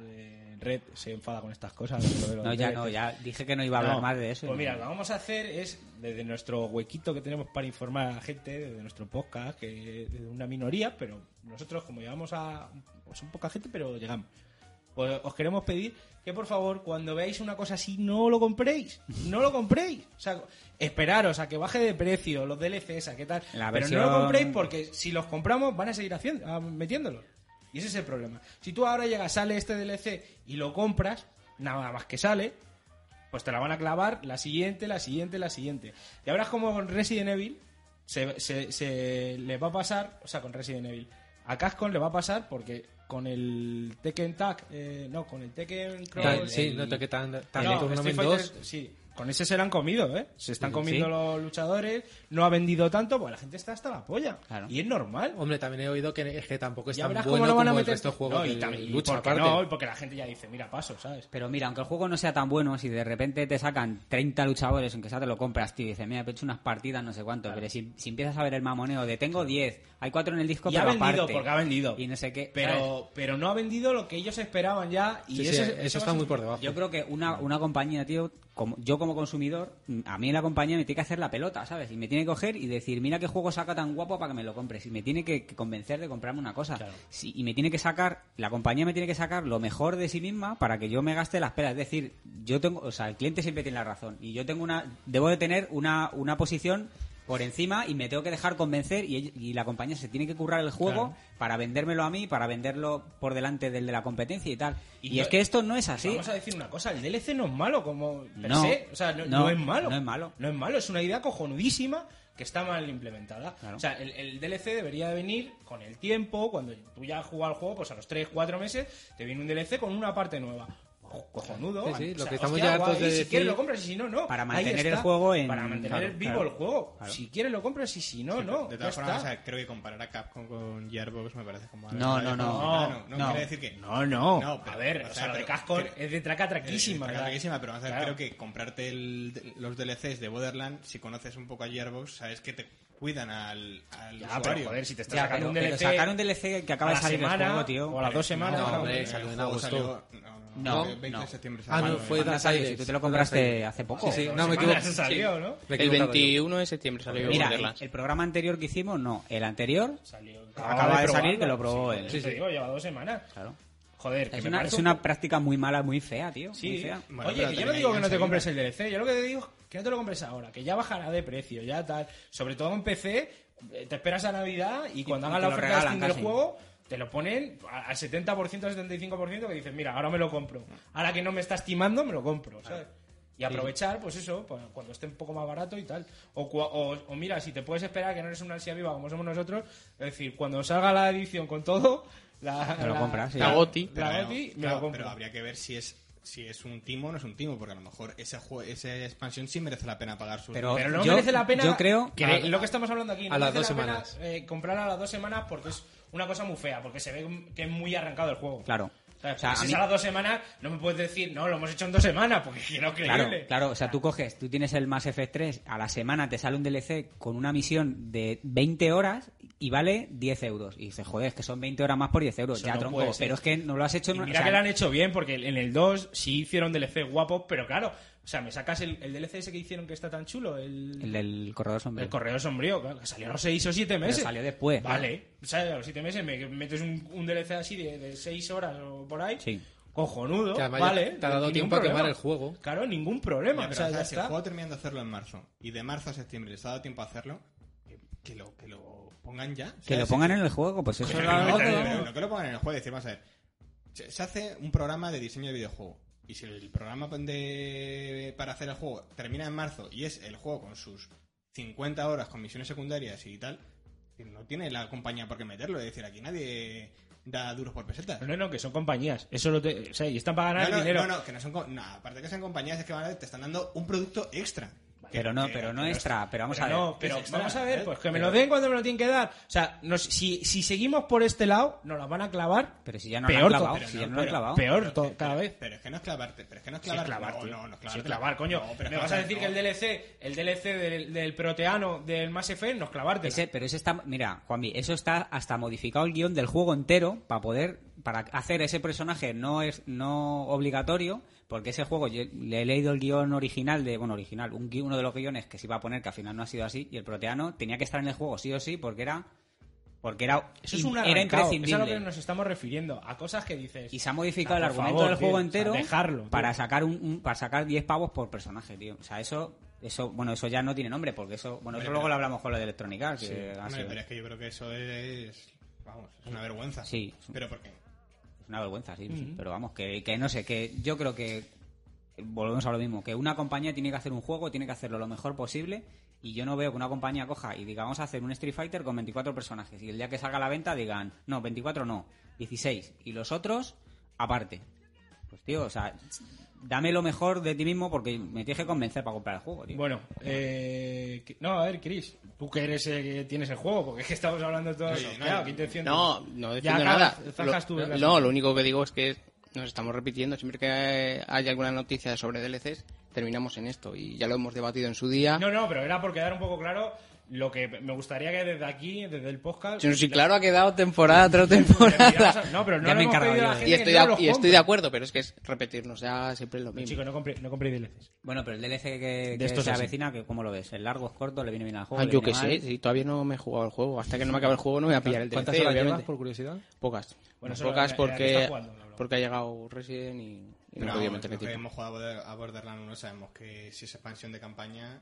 Speaker 6: eh, Red se enfada con estas cosas. lo de los
Speaker 2: No, ya
Speaker 6: DLCs.
Speaker 2: no, ya dije que no iba a hablar
Speaker 6: No,
Speaker 2: más de eso.
Speaker 6: Pues
Speaker 2: y
Speaker 6: mira,
Speaker 2: no.
Speaker 6: lo que vamos a hacer es, desde nuestro huequito que tenemos para informar a la gente, desde nuestro podcast, que es de una minoría, pero nosotros como llevamos a... Son poca gente, pero llegamos. Pues os queremos pedir que por favor, cuando veáis una cosa así, no lo compréis. No lo compréis. O sea, esperaros a que baje de precio los DLCs, a qué tal.
Speaker 2: La
Speaker 6: pero
Speaker 2: versión-
Speaker 6: no lo compréis porque si los compramos van a seguir haciendo, ah, metiéndolos. Y ese es el problema. Si tú ahora llegas, sale este DLC y lo compras, nada más que sale, pues te la van a clavar la siguiente, la siguiente, la siguiente. Y verás como con Resident Evil se, se, se le va a pasar, o sea, con Resident Evil, a Cascon le va a pasar porque con el Tekken Tag, eh, no, con el Tekken Cross,
Speaker 7: Tal- sí,
Speaker 6: el-
Speaker 7: no te que tan, tan
Speaker 6: no, Street
Speaker 7: Tournament
Speaker 6: Fighter,
Speaker 7: 2.
Speaker 6: sí, con ese se la han comido, ¿eh? Se están comiendo los luchadores, no ha vendido tanto, pues la gente está hasta la polla.
Speaker 2: Claro.
Speaker 6: Y es normal.
Speaker 7: Hombre, también he oído que, es que tampoco es
Speaker 6: Ya
Speaker 7: Pues tan
Speaker 6: verás
Speaker 7: bueno
Speaker 6: cómo lo van a
Speaker 7: como el
Speaker 6: meter.
Speaker 7: resto de juegos
Speaker 6: No, y
Speaker 7: de
Speaker 6: tam- y
Speaker 7: lucha
Speaker 6: porque
Speaker 7: aparte.
Speaker 6: no, y porque la gente ya dice, mira, paso, ¿sabes?
Speaker 2: Pero mira, aunque el juego no sea tan bueno, si de repente te sacan 30 luchadores, aunque sea te lo compras, tío, y dices, mira, he hecho unas partidas, no sé cuánto, pero si, si empiezas a ver el mamoneo de tengo 10, hay 4 en el disco,
Speaker 6: Y ha
Speaker 2: pero
Speaker 6: vendido,
Speaker 2: aparte,
Speaker 6: porque ha vendido.
Speaker 2: Y no sé qué. ¿sabes?
Speaker 6: Pero, pero no ha vendido lo que ellos esperaban ya. Y
Speaker 7: Sí, sí,
Speaker 6: eso,
Speaker 7: eso
Speaker 6: eso va
Speaker 7: está
Speaker 6: a
Speaker 7: muy
Speaker 6: ser-
Speaker 7: por debajo.
Speaker 2: Yo creo que una, una compañía, tío, como, yo como consumidor, mm, a mí la compañía me tiene que hacer la pelota, ¿sabes? Y me tiene que coger y decir, mira qué juego saca tan guapo para que me lo compres. Y me tiene que, que convencer de comprarme una cosa. Sí, y me tiene que sacar, la compañía me tiene que sacar lo mejor de sí misma para que yo me gaste las pelas. Es decir, yo tengo, o sea, el cliente siempre tiene la razón. Y yo tengo una, debo de tener una, una posición por encima y me tengo que dejar convencer y, y la compañía se tiene que currar el juego para vendérmelo a mí, para venderlo por delante del de la competencia y tal.
Speaker 6: Y
Speaker 2: Y,
Speaker 6: yo-
Speaker 2: es que esto no es así.
Speaker 6: Vamos a decir una cosa, el DLC no es malo como per
Speaker 2: No,
Speaker 6: se, o sea, no,
Speaker 2: no,
Speaker 6: no es malo.
Speaker 2: no es malo.
Speaker 6: No es malo, es una idea cojonudísima que está mal implementada.
Speaker 2: Claro.
Speaker 6: O sea, el, el DLC debería de venir con el tiempo, cuando tú ya has jugado al juego, pues a los 3, 4 meses, te viene un DLC con una parte nueva. Co- Cojonudo.
Speaker 7: Sí, sí,
Speaker 6: o
Speaker 7: lo
Speaker 6: sea,
Speaker 7: que estamos
Speaker 6: hostia,
Speaker 7: ya hartos
Speaker 6: guay,
Speaker 7: de
Speaker 6: Si
Speaker 7: decir-
Speaker 6: quieres lo compras y si no, no.
Speaker 2: Para
Speaker 6: Ahí
Speaker 2: mantener
Speaker 6: está.
Speaker 2: el juego en-
Speaker 6: Para mantener
Speaker 2: claro,
Speaker 6: vivo
Speaker 2: claro,
Speaker 6: el juego.
Speaker 2: claro.
Speaker 6: Si quieres lo compras y si no, no.
Speaker 5: De
Speaker 6: ya
Speaker 5: todas formas, o
Speaker 6: está.
Speaker 5: sea, creo que comparar a Capcom con Gearbox me parece como... algo
Speaker 2: No,
Speaker 5: de
Speaker 2: no, no.
Speaker 5: americano. No,
Speaker 2: No,
Speaker 5: quiere decir que...
Speaker 6: No, no.
Speaker 5: No, pero-
Speaker 6: a ver,
Speaker 5: o
Speaker 6: o
Speaker 5: sea,
Speaker 6: sea, lo de
Speaker 5: pero-
Speaker 6: casco
Speaker 5: pero-
Speaker 6: es de traca traquísima.
Speaker 5: Eh,
Speaker 6: o sea,
Speaker 5: traquísima, pero vamos a ver,
Speaker 6: claro.
Speaker 5: creo que comprarte el- los DLCs de Borderlands, si conoces un poco a Gearbox, sabes que te cuidan al, al
Speaker 6: Ya, pero
Speaker 5: usuario.
Speaker 6: joder, si te estás
Speaker 2: Ya,
Speaker 6: sacando
Speaker 2: pero,
Speaker 6: un
Speaker 2: pero
Speaker 6: DLC
Speaker 2: sacar un DLC que acaba
Speaker 6: a
Speaker 2: de
Speaker 6: la
Speaker 2: salir del
Speaker 6: semana
Speaker 2: juego, tío.
Speaker 6: o a las dos semanas,
Speaker 5: No,
Speaker 6: cabrón.
Speaker 5: hombre,
Speaker 7: hombre, salió en
Speaker 5: Eh, el juego
Speaker 7: agosto.
Speaker 5: salió- no, no,
Speaker 2: No,
Speaker 5: el 20
Speaker 2: no.
Speaker 5: de septiembre
Speaker 7: Ah,
Speaker 5: salió.
Speaker 7: no, fue
Speaker 2: Dark Siders, tú te lo compraste hace poco.
Speaker 7: Sí, sí,
Speaker 6: Dos
Speaker 7: no me
Speaker 6: semanas
Speaker 7: equivoco.
Speaker 6: salió, ¿no?
Speaker 7: Me he
Speaker 9: El
Speaker 7: equivocado yo.
Speaker 9: 21 de septiembre salió
Speaker 2: Mira, el,
Speaker 9: Borderlands.
Speaker 2: el programa anterior que hicimos, no, el anterior
Speaker 6: Salió.
Speaker 2: acaba de, salir que lo probó él.
Speaker 6: Sí, sí, digo, lleva dos semanas.
Speaker 2: Claro.
Speaker 6: Joder, que
Speaker 2: Es
Speaker 6: me
Speaker 2: una,
Speaker 6: parece
Speaker 2: es
Speaker 6: un-
Speaker 2: una práctica muy mala, muy fea, tío. muy
Speaker 6: Sí,
Speaker 2: fea.
Speaker 5: Bueno,
Speaker 6: oye,
Speaker 5: pero
Speaker 6: que yo no digo
Speaker 5: tenía
Speaker 6: que no te
Speaker 5: enseguida.
Speaker 6: compres el DLC, yo lo que te digo es que no te lo compres ahora, que ya bajará de precio, ya tal. Sobre todo en PC, eh, te esperas a Navidad y cuando
Speaker 2: te
Speaker 6: hagan la
Speaker 2: lo
Speaker 6: oferta de Steam
Speaker 2: regalan
Speaker 6: del
Speaker 2: casi.
Speaker 6: juego, te lo ponen a- al 70%, al 75% que dices, mira, ahora me lo compro. Ahora que no me está estimando, me lo compro, ¿sabes? Y aprovechar, pues eso, pa- cuando esté un poco más barato y tal. O, cua- o, o mira, si te puedes esperar que no eres una ansia viva como somos nosotros, es decir, cuando salga la edición con todo, la,
Speaker 2: Te lo
Speaker 6: la-
Speaker 2: compras, sí.
Speaker 6: la,
Speaker 9: La GOTY.
Speaker 6: la
Speaker 5: Pero,
Speaker 6: GOTY, me
Speaker 5: claro,
Speaker 6: lo compro.
Speaker 5: pero habría que ver si es si es un timo o no es un timo, porque a lo mejor ese jue- esa expansión sí merece la pena pagar su
Speaker 2: Pero-
Speaker 6: Pero no
Speaker 2: Yo-
Speaker 6: merece la pena.
Speaker 2: yo creo-
Speaker 6: que
Speaker 2: a-
Speaker 6: lo que estamos hablando aquí. no
Speaker 7: a las
Speaker 6: merece
Speaker 7: dos
Speaker 6: la pena,
Speaker 7: semanas.
Speaker 6: eh, comprar a las dos semanas porque es una cosa muy fea, porque se ve que es muy arrancado el juego.
Speaker 2: Claro.
Speaker 6: ¿Sabes?
Speaker 2: O
Speaker 6: Porque
Speaker 2: sea, pues a
Speaker 6: si
Speaker 2: mí-
Speaker 6: es a las dos semanas, no me puedes decir, no, lo hemos hecho en dos semanas, porque que no es
Speaker 2: Claro,
Speaker 6: creíble.
Speaker 2: claro, o sea, tú coges, tú tienes el Mass Effect 3, a la semana te sale un DLC con una misión de 20 horas y vale 10 euros. Y dices, joder, es que son 20 horas más por 10 euros.
Speaker 6: Eso
Speaker 2: ya,
Speaker 6: no
Speaker 2: tronco,
Speaker 6: puede ser.
Speaker 2: pero es que no lo has hecho...
Speaker 6: Y
Speaker 2: en una-
Speaker 6: mira
Speaker 2: o sea,
Speaker 6: que lo han hecho bien, porque en el 2 sí hicieron DLC guapos, pero claro, o sea, me sacas el, el DLC ese que hicieron que está tan chulo, el,
Speaker 2: El del corredor sombrío.
Speaker 6: El correo sombrío, claro, que salió a los 6 o 7 meses.
Speaker 2: salió después. ¿eh?
Speaker 6: Vale, o sea, a los 7 meses me metes un, un DLC así de 6 horas o por ahí.
Speaker 2: Sí.
Speaker 6: Cojonudo,
Speaker 7: Que además
Speaker 6: vale.
Speaker 7: te ha dado
Speaker 6: ningún
Speaker 7: tiempo a quemar
Speaker 6: problema.
Speaker 7: el juego.
Speaker 6: Claro, ningún
Speaker 5: Ya,
Speaker 6: problema.
Speaker 5: pero,
Speaker 6: o sea,
Speaker 5: o sea,
Speaker 6: ya
Speaker 5: si el
Speaker 6: está.
Speaker 5: juego terminan de hacerlo en marzo y de marzo a septiembre les ha dado tiempo a hacerlo, que, que lo, que lo pongan ya.
Speaker 2: Que lo pongan en el juego, pues eso
Speaker 5: Pero
Speaker 2: lo hago,
Speaker 5: no, pero
Speaker 2: pero-
Speaker 5: no que lo pongan en el juego, es decir, vamos a ver. Se, se hace un programa de diseño de videojuego. Y si el programa de- para hacer el juego termina en marzo y es el juego con sus 50 horas con misiones secundarias y tal, no tiene la compañía por qué meterlo. Es decir, aquí nadie da duros por pesetas.
Speaker 6: No, no, que son compañías. Eso lo te- o sea, y están para ganar
Speaker 5: No, no,
Speaker 6: dinero.
Speaker 5: no, no, que no son. co- No, aparte que sean compañías, es que van a- te están dando un producto extra.
Speaker 2: Pero no, pero no extra, pero vamos a
Speaker 6: Pero
Speaker 2: ver.
Speaker 6: no, pero
Speaker 5: es extra,
Speaker 6: vamos a ver,
Speaker 5: ¿eh?
Speaker 6: pues que me
Speaker 5: Pero-
Speaker 6: lo den cuando me lo tienen que dar. O sea, nos- si, si seguimos por este lado, nos la van a clavar.
Speaker 2: Pero si ya no lo han
Speaker 6: peor,
Speaker 2: clavado,
Speaker 6: to-
Speaker 2: si ya no
Speaker 6: pero-
Speaker 2: lo han clavado.
Speaker 6: peor to- cada vez.
Speaker 5: Pero es que no es clavarte, pero es que no es
Speaker 6: Sí, es
Speaker 5: clavar.
Speaker 6: clavar,
Speaker 5: no,
Speaker 6: tío.
Speaker 5: no, no es
Speaker 6: Sí, es
Speaker 5: clavar.
Speaker 6: clavar, coño.
Speaker 5: No, pero
Speaker 6: me
Speaker 5: es
Speaker 6: vas a decir
Speaker 5: no.
Speaker 6: que el DLC, el DLC del, del proteano del Mass Effect no es clavarte.
Speaker 2: Ese- pero ese está, mira, Juanmi, eso está hasta modificado el guión del juego entero para poder, para hacer ese personaje no es no obligatorio, porque ese juego yo le he leído el guión original de, bueno, original, un, gui- uno de los guiones que se iba a poner que al final no ha sido así y el proteano tenía que estar en el juego sí o sí porque era porque era
Speaker 6: Eso es
Speaker 2: im-
Speaker 6: un arrancado.
Speaker 2: era
Speaker 6: Eso es a lo
Speaker 2: imprescindible.
Speaker 6: que nos estamos refiriendo. A cosas que dices.
Speaker 2: Y se ha modificado
Speaker 6: Ah,
Speaker 2: el
Speaker 6: por
Speaker 2: argumento
Speaker 6: favor,
Speaker 2: del
Speaker 6: tío,
Speaker 2: juego
Speaker 6: o sea,
Speaker 2: entero
Speaker 6: dejarlo, tío.
Speaker 2: para sacar un, un- para sacar 10 pavos por personaje, tío. O sea, eso eso bueno, eso ya no tiene nombre porque eso, bueno, eso
Speaker 5: Hombre,
Speaker 2: luego
Speaker 5: pero-
Speaker 2: lo hablamos con lo de Electronic Arts, que ha
Speaker 5: Hombre,
Speaker 2: sido-
Speaker 5: pero es que yo creo que eso es. Vamos, es una vergüenza.
Speaker 2: Sí.
Speaker 5: Pero porque.
Speaker 2: Es una vergüenza, sí. sí. Pero vamos, que, que no sé, que yo creo que volvemos a lo mismo, que una compañía tiene que hacer un juego, tiene que hacerlo lo mejor posible y yo no veo que una compañía coja y diga vamos a hacer un Street Fighter con 24 personajes y el día que salga a la venta digan no, 24 no, 16 y los otros aparte. Pues tío, o sea, dame lo mejor de ti mismo porque me tienes que convencer para comprar el juego, tío.
Speaker 6: Bueno, eh, que- no, a ver, Chris, tú que eres el que tienes el juego, porque es que estamos hablando de todo
Speaker 5: Sí,
Speaker 6: eso.
Speaker 5: no,
Speaker 6: claro, ¿qué intención
Speaker 9: No,
Speaker 6: tienes?
Speaker 9: no
Speaker 6: Ya
Speaker 9: defiendo
Speaker 6: acabas,
Speaker 9: nada.
Speaker 6: zanjas tú,
Speaker 9: Lo-
Speaker 6: venga.
Speaker 9: no, lo único que digo es que nos estamos repitiendo. Siempre que hay alguna noticia sobre DLCs, terminamos en esto. Y ya lo hemos debatido en su día.
Speaker 6: No, no, pero era por quedar un poco claro lo que me gustaría que desde aquí, desde el podcast.
Speaker 9: Sí, sí, claro, ha quedado temporada tras temporada.
Speaker 6: No, pero no le
Speaker 2: Ya me he
Speaker 6: hemos
Speaker 2: encargado
Speaker 6: pedido a la
Speaker 2: yo de-
Speaker 6: gente
Speaker 9: Y
Speaker 6: que
Speaker 9: estoy,
Speaker 6: no
Speaker 9: de,
Speaker 6: los
Speaker 9: y estoy
Speaker 6: compre.
Speaker 9: de acuerdo, pero es que es repetirnos, ya siempre es lo mismo.
Speaker 6: Chicos, no compré, no compré DLCs.
Speaker 2: Bueno, pero el DLC que, que
Speaker 6: De estos
Speaker 2: se
Speaker 6: así.
Speaker 2: avecina, que ¿cómo lo ves? ¿El largo es corto? ¿Le viene bien al juego?
Speaker 9: Ah,
Speaker 2: ¿Le
Speaker 9: yo
Speaker 2: viene
Speaker 9: que
Speaker 2: mal?
Speaker 9: sé, si todavía no me he jugado el juego. Hasta que no me acabe el juego no me voy a pillar el DLC,
Speaker 7: ¿Cuántas horas llevas,
Speaker 9: obviamente.
Speaker 7: por curiosidad?
Speaker 9: Pocas.
Speaker 6: Bueno, eso
Speaker 9: Pocas
Speaker 6: era- era que
Speaker 9: porque,
Speaker 6: está jugando, no, no.
Speaker 9: porque ha llegado Resident y, y no he
Speaker 5: Pero
Speaker 9: podido
Speaker 5: vamos,
Speaker 9: meterle
Speaker 5: los que
Speaker 9: tiempo.
Speaker 5: hemos jugado a Border- a Borderlands 1 sabemos que si es expansión de campaña.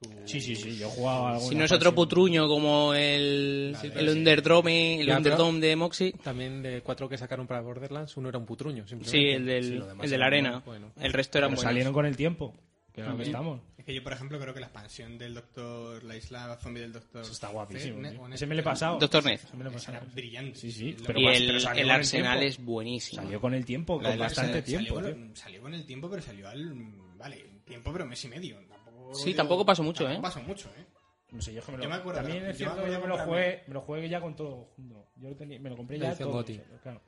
Speaker 5: tú-
Speaker 6: Sí, sí, sí, yo he jugado a
Speaker 9: Si
Speaker 6: alguna
Speaker 9: no es otro
Speaker 6: fase.
Speaker 9: putruño como el,
Speaker 5: Vale,
Speaker 9: el
Speaker 5: sí.
Speaker 9: Underdome, el
Speaker 7: Ya, pero-
Speaker 9: Underdome de Moxie.
Speaker 7: También de cuatro que sacaron para Borderlands, uno era un putruño. simplemente.
Speaker 9: Sí, el del, el de la arena.
Speaker 7: bueno.
Speaker 9: El resto eran
Speaker 6: Pero
Speaker 9: buenos.
Speaker 6: salieron con el tiempo. Que no estamos.
Speaker 5: Es que yo, por ejemplo, creo que la expansión del Doctor. La isla zombie del Doctor.
Speaker 6: Eso está guapísimo.
Speaker 5: Fe-
Speaker 6: tío.
Speaker 5: ne-
Speaker 6: Ese me lo he pasado.
Speaker 9: Doctor Ned.
Speaker 6: Ese me lo he pasado.
Speaker 5: Era brillante.
Speaker 6: Sí, sí,
Speaker 5: Lo-
Speaker 6: pero
Speaker 9: Y
Speaker 6: más-
Speaker 9: el,
Speaker 6: salió
Speaker 9: el
Speaker 6: con el
Speaker 9: Arsenal
Speaker 6: tiempo.
Speaker 9: es buenísimo.
Speaker 6: Salió con el tiempo,
Speaker 5: La
Speaker 6: con
Speaker 5: isla
Speaker 6: bastante
Speaker 5: salió-
Speaker 6: tiempo.
Speaker 5: Salió,
Speaker 6: tío.
Speaker 5: salió con el tiempo, pero salió al. Vale, un tiempo, pero mes y medio. Tampoco,
Speaker 9: Sí, tampoco pasó mucho,
Speaker 5: tampoco
Speaker 9: ¿eh?
Speaker 5: pasó mucho, ¿eh?
Speaker 6: No sé, yo es que me lo,
Speaker 5: Yo me acuerdo,
Speaker 6: también
Speaker 5: pero-
Speaker 6: es
Speaker 5: yo me
Speaker 6: cierto que
Speaker 5: acuerdo
Speaker 6: yo me lo
Speaker 5: comprarme-
Speaker 6: jugué, me lo jugué ya con todo junto. Yo lo tenía, me lo compré ya
Speaker 7: Edición
Speaker 6: todo.
Speaker 7: GOTY.
Speaker 6: claro.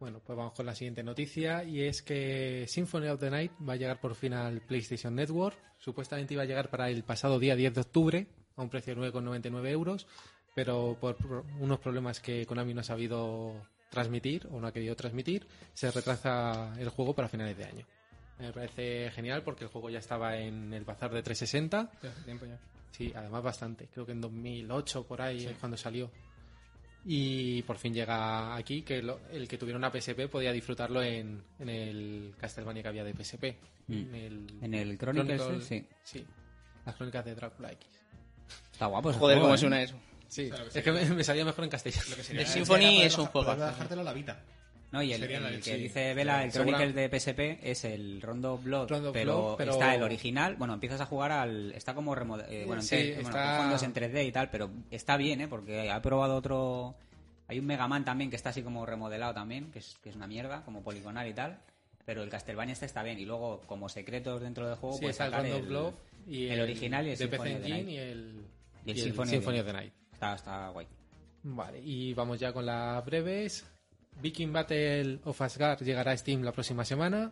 Speaker 7: Bueno, pues vamos con la siguiente noticia y es que Symphony of the Night va a llegar por fin al PlayStation Network. Supuestamente iba a llegar para el pasado día 10 de octubre, a un precio de 9,99 euros, pero por pro- unos problemas que Konami no ha sabido transmitir o no ha querido transmitir, se retrasa el juego para finales de año. Me parece genial porque el juego ya estaba en el bazar de 360.
Speaker 10: Ya hace tiempo ya.
Speaker 7: Sí, además bastante. Creo que en 2008 por ahí es cuando salió. Y por fin llega aquí, que lo- el que tuviera una PSP podía disfrutarlo en, en el Castlevania que había de PSP. En el,
Speaker 2: Mm. En el Chronicles,
Speaker 7: Chronicle-
Speaker 2: sí.
Speaker 7: Las crónicas de Drácula X.
Speaker 2: Está guapo. ese
Speaker 9: Joder,
Speaker 2: juego,
Speaker 9: cómo
Speaker 2: ¿eh?
Speaker 9: suena eso.
Speaker 7: Sí, es que me, me salía mejor en castellano.
Speaker 9: El Symphony es un juego.
Speaker 5: Para bajártelo a la vida.
Speaker 2: No, y el,
Speaker 5: Sería la
Speaker 2: el
Speaker 5: leche,
Speaker 2: que
Speaker 5: sí.
Speaker 2: dice Vela, el
Speaker 7: Segura-
Speaker 2: Chronicle de PSP, es el Rondo Blood,
Speaker 7: Rondo
Speaker 2: pero,
Speaker 7: Blood, pero-
Speaker 2: está el original. Bueno, empiezas a jugar al... Está como remodelado. bueno, en
Speaker 7: Sí,
Speaker 2: tres- bueno,
Speaker 7: está-
Speaker 2: con fondos en 3D y tal, pero está bien, ¿eh? Porque he probado otro... Hay un Mega Man también que está así como remodelado también, que es, que es una mierda, como poligonal y tal. Pero el Castlevania este está bien. Y luego, como secretos dentro del juego,
Speaker 7: Sí,
Speaker 2: puedes
Speaker 7: está el
Speaker 2: sacar
Speaker 7: Rondo
Speaker 2: el,
Speaker 7: Glove y
Speaker 2: el original y el
Speaker 7: de PC
Speaker 2: Symphony of the
Speaker 7: Engine
Speaker 2: Night.
Speaker 7: y el,
Speaker 2: Y el
Speaker 7: y
Speaker 2: Symphony of the
Speaker 7: Symphony of the Night.
Speaker 2: Está, está guay.
Speaker 7: Pues, Vale, y vamos ya con las breves. Viking Battle of Asgard llegará a Steam la próxima semana.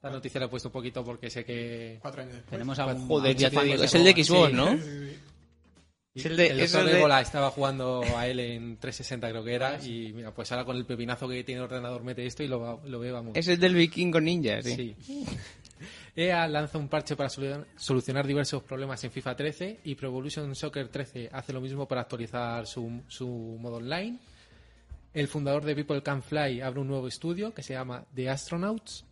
Speaker 7: La noticia la he puesto un poquito porque sé que...
Speaker 10: Cuatro años después.
Speaker 2: Tenemos algún...
Speaker 7: pues,
Speaker 9: Joder,
Speaker 2: algún
Speaker 9: ya
Speaker 2: fan
Speaker 9: te digo.
Speaker 2: se
Speaker 9: Es el de
Speaker 2: juega.
Speaker 9: Xbox,
Speaker 7: Sí.
Speaker 9: ¿no?
Speaker 7: y
Speaker 9: Es el de-
Speaker 7: el
Speaker 9: es
Speaker 7: doctor
Speaker 9: el de- Ah,
Speaker 7: Ébola estaba jugando a él en 360 creo que era y mira, pues ahora con el pepinazo que tiene el ordenador mete esto y lo, va- lo ve, vamos.
Speaker 9: Es el del vikingo ninja, sí.
Speaker 7: Sí. EA lanza un parche para solu- solucionar diversos problemas en FIFA 13 y Pro Evolution Soccer 13 hace lo mismo para actualizar su, su modo online. El fundador de People Can Fly abre un nuevo estudio que se llama The Astronauts.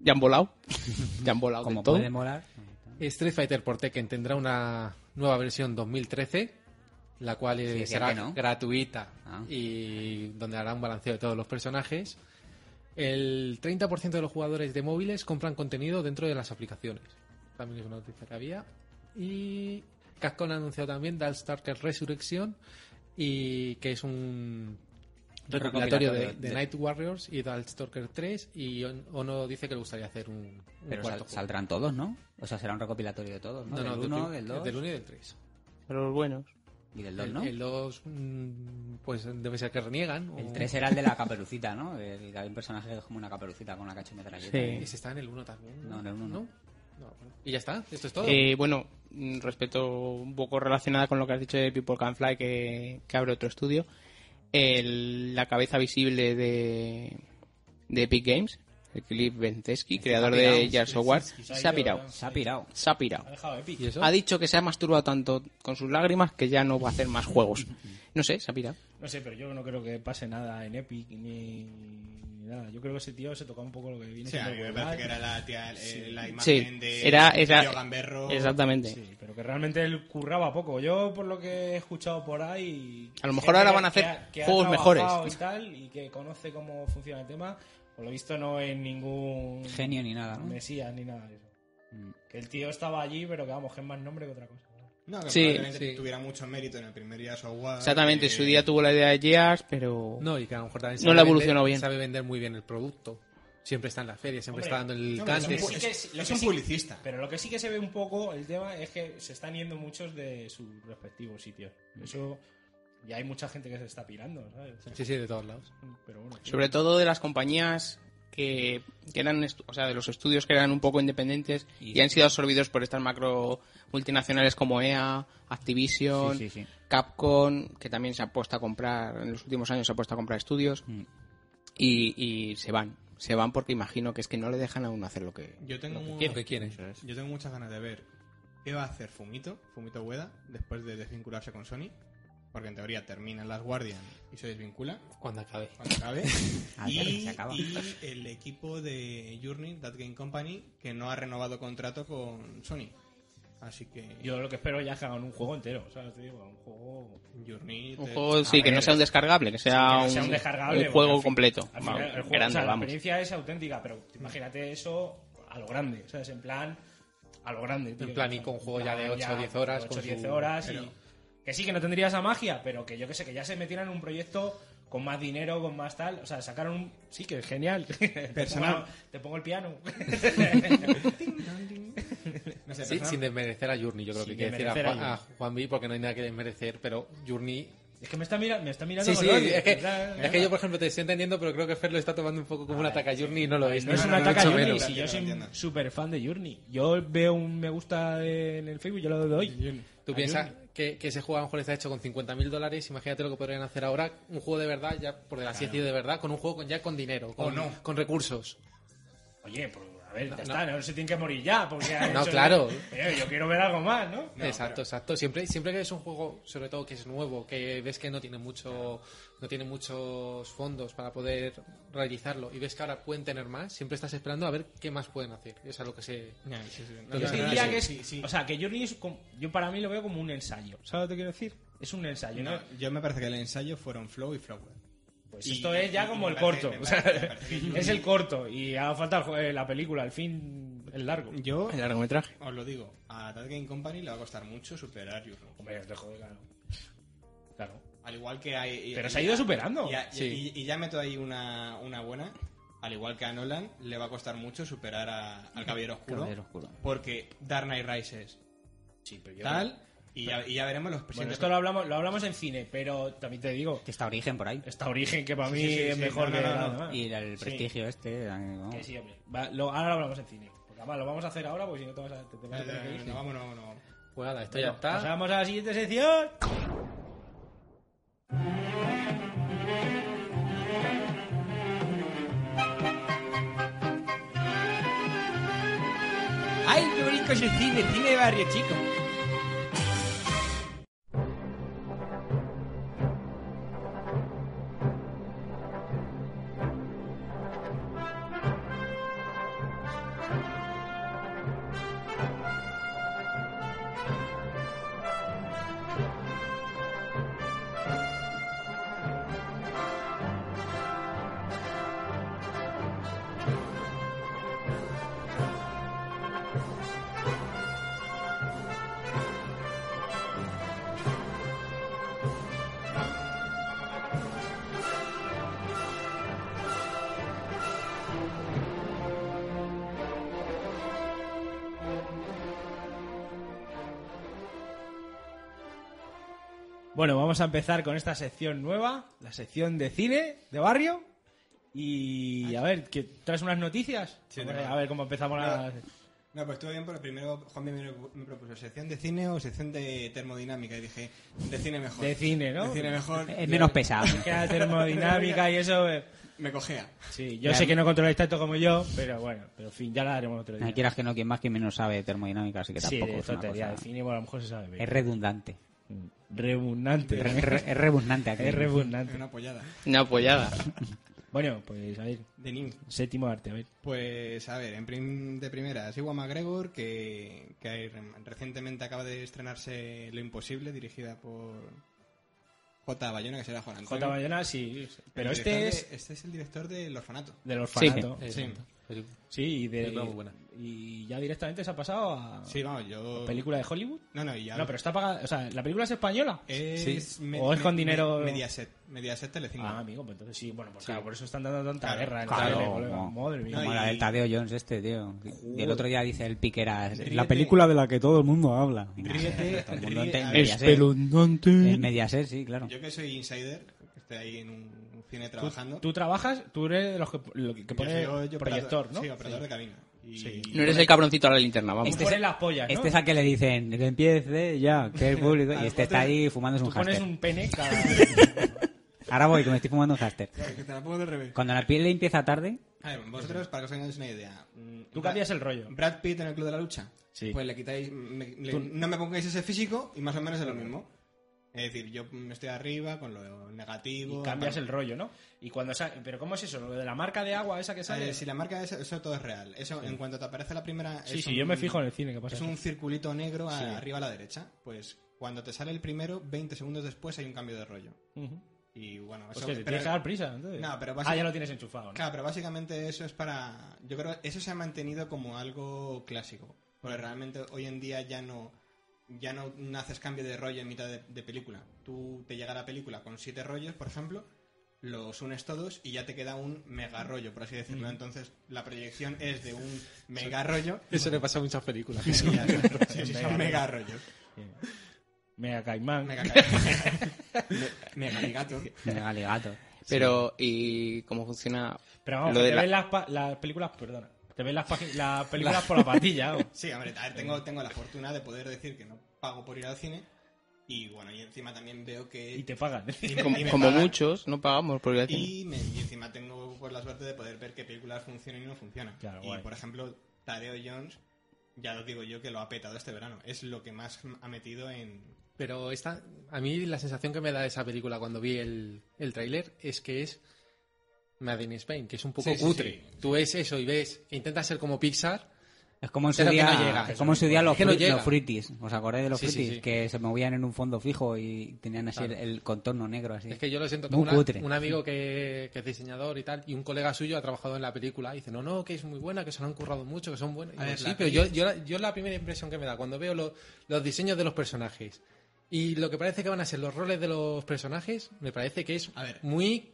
Speaker 9: Ya han volado. ya han volado
Speaker 2: Como
Speaker 9: de todo.
Speaker 2: puede molar.
Speaker 7: Street Fighter por Tekken tendrá una nueva versión 2013, la cual eh,
Speaker 2: decían
Speaker 7: será
Speaker 2: que no.
Speaker 7: gratuita
Speaker 2: Ah.
Speaker 7: y donde hará un balanceo de todos los personajes. El 30% de los jugadores de móviles compran contenido dentro de las aplicaciones. También es una noticia que había. Y Capcom ha anunciado también Darkstalker Resurrection, y que es un recopilatorio de,
Speaker 2: recopilatorio
Speaker 7: de
Speaker 2: de-
Speaker 7: Night Warriors y Darkstalker 3 y On- Ono dice que le gustaría hacer un, un
Speaker 2: Pero sal-
Speaker 7: cuarto juego.
Speaker 2: saldrán todos, ¿no? O sea, será un recopilatorio de todos, ¿no?
Speaker 7: Pues No, no,
Speaker 2: del
Speaker 7: del
Speaker 2: 1,
Speaker 7: prim-
Speaker 2: del 2
Speaker 7: Del 1 y del 3.
Speaker 9: Pero los buenos.
Speaker 2: y del 2,
Speaker 7: El-
Speaker 2: ¿no?
Speaker 7: El 2, mm, pues debe ser que reniegan. o-
Speaker 2: El 3 era el de la caperucita, ¿no? El, hay un personaje que es como una caperucita con una cachometralleta.
Speaker 7: Y se está en el 1 también.
Speaker 2: No, en el uno no.
Speaker 7: No, bueno. Y ya está, esto es todo.
Speaker 9: Eh, bueno, mm, respecto un poco relacionada con lo que has dicho de People Can Fly, que, que abre otro estudio, el- la cabeza visible de, de Epic Games, el Cliff Bentesky, creador de Jar Software, se ha pirado.
Speaker 2: Se ha pirado.
Speaker 9: Se ha pirado.
Speaker 7: ¿Y eso?
Speaker 9: Ha dicho que se ha masturbado tanto con sus lágrimas que ya no va a hacer más juegos. No sé, se ha pirado.
Speaker 6: No sé, pero yo no creo que pase nada en Epic ni ni nada. Yo creo que ese tío se toca un poco lo que viene
Speaker 5: O sea, a mí
Speaker 6: siendo
Speaker 5: me
Speaker 6: Goldar.
Speaker 5: parece que era la, tía, eh, la
Speaker 9: Sí,
Speaker 5: imagen de
Speaker 9: era, era-
Speaker 5: Tío Gamberro.
Speaker 9: exactamente.
Speaker 6: Sí, pero que realmente él curraba poco. Yo, por lo que he escuchado por ahí.
Speaker 9: A lo mejor ahora van a hacer juegos
Speaker 6: trabajado
Speaker 9: mejores.
Speaker 6: Y, tal, y que conoce cómo funciona el tema. Por lo visto, no es ningún.
Speaker 2: Genio ni nada, ¿no? Mm.
Speaker 6: Mesías ni nada de eso. Que el tío estaba allí, pero que vamos, que es más nombre que otra cosa.
Speaker 5: No, que
Speaker 9: Sí,
Speaker 5: probablemente
Speaker 7: sí.
Speaker 5: tuviera mucho mérito en el primer día Software.
Speaker 9: Exactamente,
Speaker 5: eh,
Speaker 9: su día tuvo la idea de Gears, pero...
Speaker 7: No, y que a lo mejor también
Speaker 9: No
Speaker 7: sabe
Speaker 9: la
Speaker 7: vender-
Speaker 9: evolucionó bien.
Speaker 7: Sabe vender muy bien el producto. Siempre está en la feria, siempre
Speaker 6: Hombre,
Speaker 7: está dando el
Speaker 5: hombre, es un
Speaker 7: cante.
Speaker 5: pu-
Speaker 6: sí que es-
Speaker 5: es, es
Speaker 6: que
Speaker 5: un
Speaker 6: sí.
Speaker 5: publicista.
Speaker 6: Pero lo que sí que se ve un poco el tema es que se están yendo muchos de sus respectivos sitios. Eso. Y hay mucha gente que se está pirando, ¿sabes?
Speaker 7: Sí, sí, de todos lados.
Speaker 6: Pero bueno. tío.
Speaker 9: sobre todo de las compañías que, que eran, estu- o sea, de los estudios que eran un poco independientes y, han sido absorbidos por estas macro multinacionales como EA, Activision,
Speaker 2: Sí, sí, sí.
Speaker 9: Capcom, que también se ha puesto a comprar, en los últimos años se ha puesto a comprar estudios y, y se van. Se van porque imagino que es que no le dejan a uno hacer lo que...
Speaker 5: Yo tengo, mu-
Speaker 7: Lo que quieren.
Speaker 5: yo tengo muchas ganas de ver qué va a hacer Fumito, Fumito Ueda, después de desvincularse con Sony. Porque en teoría termina en Las Guardian y se desvincula
Speaker 7: Cuando acabe.
Speaker 5: cuando acabe.
Speaker 2: Ah, ya,
Speaker 5: y,
Speaker 2: se acaba.
Speaker 5: y el equipo de Journey, That Game Company, que no ha renovado contrato con Sony. Así que
Speaker 6: Yo lo que espero ya es que hagan un juego entero, ¿sabes? Te digo, un juego.
Speaker 5: Journey...
Speaker 9: Un
Speaker 5: te-
Speaker 9: juego, sí,
Speaker 6: a
Speaker 9: que no
Speaker 6: ver.
Speaker 9: sea un descargable, que sea,
Speaker 6: que no sea
Speaker 9: un,
Speaker 6: un descargable,
Speaker 9: un
Speaker 6: porque al
Speaker 9: juego
Speaker 6: fin-
Speaker 9: completo.
Speaker 6: Al final,
Speaker 9: Vamos,
Speaker 6: el juego-
Speaker 9: grande,
Speaker 6: o sea, la
Speaker 9: vamos.
Speaker 6: experiencia es auténtica, pero imagínate eso a lo grande, ¿sabes? En plan, a lo grande. tío.
Speaker 7: plan, y
Speaker 6: O sea,
Speaker 7: con un juego
Speaker 6: en
Speaker 7: ya
Speaker 6: plan,
Speaker 7: de ocho o diez horas,
Speaker 6: ocho o
Speaker 7: con
Speaker 6: diez
Speaker 7: su-
Speaker 6: horas.
Speaker 5: Pero-
Speaker 6: Y... Que sí, que no tendría esa magia, pero que yo que sé, que ya se metieran en un proyecto con más dinero, con más tal. O sea, sacaron un. Sí, que es genial.
Speaker 5: Personal.
Speaker 6: Te pongo, te pongo el piano.
Speaker 5: no sé,
Speaker 7: Sí,
Speaker 5: persona-
Speaker 7: sin desmerecer a Journey, yo creo
Speaker 6: Sin
Speaker 7: que quiere decir a,
Speaker 6: desmerecer a
Speaker 7: Juan- a Juan B porque no hay nada que desmerecer, pero Journey...
Speaker 6: es que me está, mira... me está mirando.
Speaker 7: Sí,
Speaker 6: con
Speaker 7: sí,
Speaker 6: odio,
Speaker 7: es que,
Speaker 6: ¿verdad?
Speaker 7: es que yo, por ejemplo, te estoy entendiendo, pero creo que Fer lo está tomando un poco como un ataque a Journey y no lo es.
Speaker 6: No es
Speaker 7: ni
Speaker 6: un
Speaker 5: no, no,
Speaker 6: ataque a
Speaker 7: mucho
Speaker 5: no, no,
Speaker 6: Journey, si
Speaker 7: menos.
Speaker 5: no, no,
Speaker 6: yo
Speaker 5: no,
Speaker 6: soy
Speaker 5: entiendo.
Speaker 6: súper fan de Journey. Yo veo un me gusta en el Facebook, yo lo doy.
Speaker 7: Tú piensas que, que ese juego a lo mejor está hecho con 50.000 dólares, imagínate lo que podrían hacer ahora un juego de verdad, ya por desgracia decir de verdad, con un juego con, ya con dinero, con,
Speaker 1: no.
Speaker 7: con recursos.
Speaker 1: Oye, pues a ver, ya está, no se tienen que morir ya, porque han
Speaker 7: No,
Speaker 1: hecho-
Speaker 7: claro.
Speaker 1: Eh, yo quiero ver algo más, ¿no?
Speaker 7: exacto, exacto. Siempre, siempre que es un juego, sobre todo que es nuevo, que ves que no tiene mucho, no tiene muchos fondos para poder realizarlo y ves que ahora pueden tener más, siempre estás esperando a ver qué más pueden hacer. Eso es a lo que se.
Speaker 10: Ya, sí, sí. No,
Speaker 1: Yo
Speaker 10: no, no,
Speaker 1: diría
Speaker 10: sí,
Speaker 1: que es,
Speaker 10: sí, sí.
Speaker 1: o sea, que Journey es como- yo para mí lo veo como un ensayo, ¿sabes lo que quiero decir? Es un ensayo, ¿no?
Speaker 5: yo me parece que el ensayo fueron Flow y Flower.
Speaker 1: Pues
Speaker 5: Y-
Speaker 1: esto es ya
Speaker 5: y-
Speaker 1: como
Speaker 5: y
Speaker 1: el
Speaker 5: me
Speaker 1: corto,
Speaker 5: parece- me
Speaker 1: o sea,
Speaker 5: parece- me parece que
Speaker 1: es el corto y ha faltado el jue- la película, el fin, el largo.
Speaker 5: Yo
Speaker 9: El largometraje.
Speaker 5: os lo digo, a That Game Company le va a costar mucho superar Jurong.
Speaker 1: Hombre, os dejo, claro. Claro.
Speaker 5: Al igual que hay. y-
Speaker 1: Pero
Speaker 5: y-
Speaker 1: se ha ido superando.
Speaker 5: Y, a- y-
Speaker 7: Sí.
Speaker 5: y- y ya meto ahí una, una buena. Al igual que a Nolan, le va a costar mucho superar a- al Caballero Oscuro.
Speaker 2: Caballero Oscuro.
Speaker 5: Porque Dark Knight Rises
Speaker 1: Sí, pero yo
Speaker 5: tal. Y ya, y ya veremos los
Speaker 1: Bueno,
Speaker 5: presentes.
Speaker 1: pues esto lo hablamos, lo hablamos en cine, pero también te digo,
Speaker 2: Que está origen por ahí.
Speaker 1: está origen que para mí
Speaker 5: sí, sí,
Speaker 1: es
Speaker 5: sí,
Speaker 1: mejor
Speaker 5: no,
Speaker 1: que
Speaker 5: no, no,
Speaker 1: nada
Speaker 5: no.
Speaker 1: más.
Speaker 2: Y el
Speaker 1: Sí.
Speaker 2: prestigio este. eh, vamos.
Speaker 1: Que sí, hombre. Va, lo- ahora lo hablamos en cine. Porque además lo vamos a hacer ahora, porque si no te vas a, te- te vas a
Speaker 5: No,
Speaker 1: tener que ir.
Speaker 5: Eh, no, no, vámonos, vámonos, vámonos.
Speaker 7: Pues nada, esto ya está.
Speaker 1: Pasamos a la siguiente sección.
Speaker 3: ¡Ay, qué bonito es el cine! Cine de barrio, chico.
Speaker 6: Bueno, vamos a empezar con esta sección nueva, la sección de cine de barrio. Y a ver, ¿que ¿traes unas noticias? a, ver,
Speaker 5: Ah, tengo.
Speaker 6: a ver cómo empezamos la...
Speaker 5: No, pues estuvo bien porque primero Juan me, me propuso sección de cine o sección de termodinámica y dije, de cine mejor.
Speaker 6: de cine, ¿no?
Speaker 5: De cine mejor.
Speaker 2: Es menos pesado.
Speaker 6: Que la termodinámica y eso. eh,
Speaker 5: Me cogea.
Speaker 6: Sí, yo sé que no controláis tanto como yo, pero bueno, pero en fin, ya la haremos otro día.
Speaker 2: No quieras que no, quien más, quien menos sabe de termodinámica, así que
Speaker 6: sí,
Speaker 2: tampoco
Speaker 6: de
Speaker 2: es una
Speaker 6: tontería,
Speaker 2: cosa-
Speaker 6: de cine, bueno, a lo mejor se sabe.
Speaker 2: Es
Speaker 6: bien.
Speaker 2: redundante.
Speaker 6: Rebundante.
Speaker 2: Re- re- es redundante aquí.
Speaker 6: Es rebundante.
Speaker 5: Una apoyada.
Speaker 9: Una apoyada.
Speaker 6: Bueno, pues a ver,
Speaker 5: De Nim.
Speaker 6: séptimo arte, a ver.
Speaker 5: Pues a ver, en prim- de primera, Siwa McGregor, que, que hay- recientemente acaba de estrenarse Lo Imposible, dirigida por J. Bayona, que será Juan Antonio.
Speaker 6: J. Bayona, sí.
Speaker 5: El
Speaker 6: Pero
Speaker 5: director
Speaker 6: este
Speaker 5: de-
Speaker 6: es
Speaker 5: Este es el director del orfanato.
Speaker 6: del orfanato.
Speaker 5: Sí,
Speaker 6: Sí,
Speaker 5: sí.
Speaker 6: y de.
Speaker 7: Película muy buena.
Speaker 6: Y ya directamente se ha pasado a.
Speaker 5: vamos, yo...
Speaker 6: ¿Película de Hollywood?
Speaker 5: No, no, y ya...
Speaker 6: No, pero está pagada. O sea, ¿la película es española? Ah,
Speaker 5: Es
Speaker 6: Sí.
Speaker 5: me-
Speaker 6: ¿O es
Speaker 5: me-
Speaker 6: con
Speaker 5: me-
Speaker 6: dinero.?
Speaker 5: Mediaset. Mediaset Telecinco.
Speaker 6: Ah, amigo, pues entonces sí. Bueno, pues claro, por eso están dando tanta
Speaker 5: Claro,
Speaker 6: guerra. en la
Speaker 2: Claro,
Speaker 6: tele, colega.
Speaker 2: como-
Speaker 6: Madre mía.
Speaker 5: No,
Speaker 2: Como
Speaker 5: y-
Speaker 2: la del Tadeo Jones este, tío. Y el otro día dice el piqueras.
Speaker 5: Ríete.
Speaker 2: La película de la que todo el mundo habla. Venga,
Speaker 5: Ríete,
Speaker 2: todo el mundo
Speaker 5: ríete,
Speaker 2: en
Speaker 5: a ver.
Speaker 2: Mediaset. En Mediaset, sí, claro.
Speaker 5: Yo que soy insider, que estoy ahí en un cine trabajando.
Speaker 6: Tú trabajas, tú eres de los que, lo que
Speaker 5: yo
Speaker 6: pone
Speaker 5: soy operador-
Speaker 6: proyector, ¿no?
Speaker 5: Sí, operador de cabina. Y
Speaker 9: No eres el cabroncito a la linterna, vamos.
Speaker 6: Tú pones las pollas, ¿no?
Speaker 2: Este es al que le dicen, que empiece ya, que el público. Y
Speaker 5: Al
Speaker 2: este está
Speaker 5: bote-
Speaker 2: ahí fumándose
Speaker 6: Tú
Speaker 2: un
Speaker 6: pones
Speaker 2: haster.
Speaker 6: un pene cada...
Speaker 2: Ahora voy, que me estoy fumando un haster.
Speaker 5: Claro, Eh, que te la pongo del revés.
Speaker 2: Cuando la piel le empieza tarde,
Speaker 5: A ver, vosotros, para que os hagáis una idea. mm,
Speaker 6: Tú
Speaker 5: Brad-
Speaker 6: cambias el rollo.
Speaker 5: Brad Pitt en el Club de la Lucha.
Speaker 6: Sí.
Speaker 5: Pues le quitáis. me- le- no me pongáis ese físico y más o menos es lo mismo. Es decir, yo me estoy arriba con lo negativo.
Speaker 6: Y cambias el rollo, ¿no? Y cuando sa- Pero ¿cómo es eso? Lo de la marca de agua esa que
Speaker 5: Eh,
Speaker 6: sale...
Speaker 5: si la marca es, eso todo es real. Eso, en cuanto te aparece la primera.
Speaker 6: sí,
Speaker 5: es
Speaker 6: sí,
Speaker 5: un-
Speaker 6: yo me fijo en el cine, ¿qué pasa?
Speaker 5: Es un circulito negro a- arriba a la derecha. Pues cuando te sale el primero, 20 segundos después hay un cambio de rollo.
Speaker 6: Ujú.
Speaker 5: Y bueno, eso.
Speaker 6: Hostia, te
Speaker 5: pero-
Speaker 6: tienes que dar prisa, entonces.
Speaker 5: No, pero
Speaker 6: Ah,
Speaker 5: básicamente-
Speaker 6: ya lo tienes enchufado, ¿no?
Speaker 5: Claro, pero básicamente eso es para. Yo creo que eso se ha mantenido como algo clásico. Porque realmente hoy en día ya no. Ya no haces cambio de rollo en mitad de, de película. Tú te llega la película con siete rollos, por ejemplo, los unes todos y ya te queda un mega rollo, por así decirlo.
Speaker 6: Mm.
Speaker 5: Entonces la proyección es de un mega rollo.
Speaker 7: Eso le pasa a muchas películas.
Speaker 5: y ya está. Sí, sí, son mega rollos.
Speaker 6: Mega Caimán.
Speaker 5: Mega ca- mega gato.
Speaker 2: me da ligato.
Speaker 9: Pero, ¿y cómo funciona?
Speaker 6: Pero vamos,
Speaker 9: Lo
Speaker 6: que
Speaker 9: de
Speaker 6: te
Speaker 9: la-
Speaker 6: ves las, pa- las películas... Perdona. Te ves las, pagi- las películas por la patilla, o-
Speaker 5: Sí, hombre, a ver, tengo, tengo la fortuna de poder decir que no pago por ir al cine, Y bueno, y encima también veo que...
Speaker 6: Y te pagan.
Speaker 5: y me-
Speaker 9: Como,
Speaker 5: y me
Speaker 9: como
Speaker 5: pagan.
Speaker 9: muchos, no pagamos por ir al cine.
Speaker 5: Y, me- y encima tengo pues, la suerte de poder ver qué películas funcionan y no funcionan.
Speaker 6: Claro,
Speaker 5: y
Speaker 6: guay.
Speaker 5: por ejemplo, Tadeo Jones, ya lo digo yo que lo ha petado este verano. Es lo que más ha metido en.
Speaker 7: Pero esta, a mí la sensación que me da esa película cuando vi el, el tráiler es que es Made in Spain, que es un poco
Speaker 5: Sí, sí,
Speaker 7: cutre.
Speaker 5: sí.
Speaker 7: Tú ves eso y ves, e intentas ser como Pixar,
Speaker 2: Es como en su
Speaker 7: Pero que
Speaker 2: día,
Speaker 7: no llega.
Speaker 2: es como en su día los,
Speaker 7: que no
Speaker 2: fru-
Speaker 7: llega.
Speaker 2: los fruitis. ¿Os acordáis de los
Speaker 7: Sí, sí,
Speaker 2: fruitis?
Speaker 7: sí.
Speaker 2: Que se movían en un fondo fijo y tenían así
Speaker 7: Claro.
Speaker 2: el, el contorno negro así.
Speaker 7: es que yo lo siento
Speaker 2: Muy
Speaker 7: como una-
Speaker 2: cutre.
Speaker 7: un amigo que, que es diseñador y tal, y un colega suyo ha trabajado en la película y dice, no, no, que es muy buena, que se la han currado mucho, que son buenas. Y
Speaker 5: A
Speaker 7: yo,
Speaker 5: ver,
Speaker 7: sí,
Speaker 5: la
Speaker 7: pero yo,
Speaker 5: peli-
Speaker 7: yo, la- yo la primera impresión que me da cuando veo lo- los diseños de los personajes y lo que parece que van a ser los roles de los personajes, me parece que es
Speaker 5: A ver.
Speaker 7: muy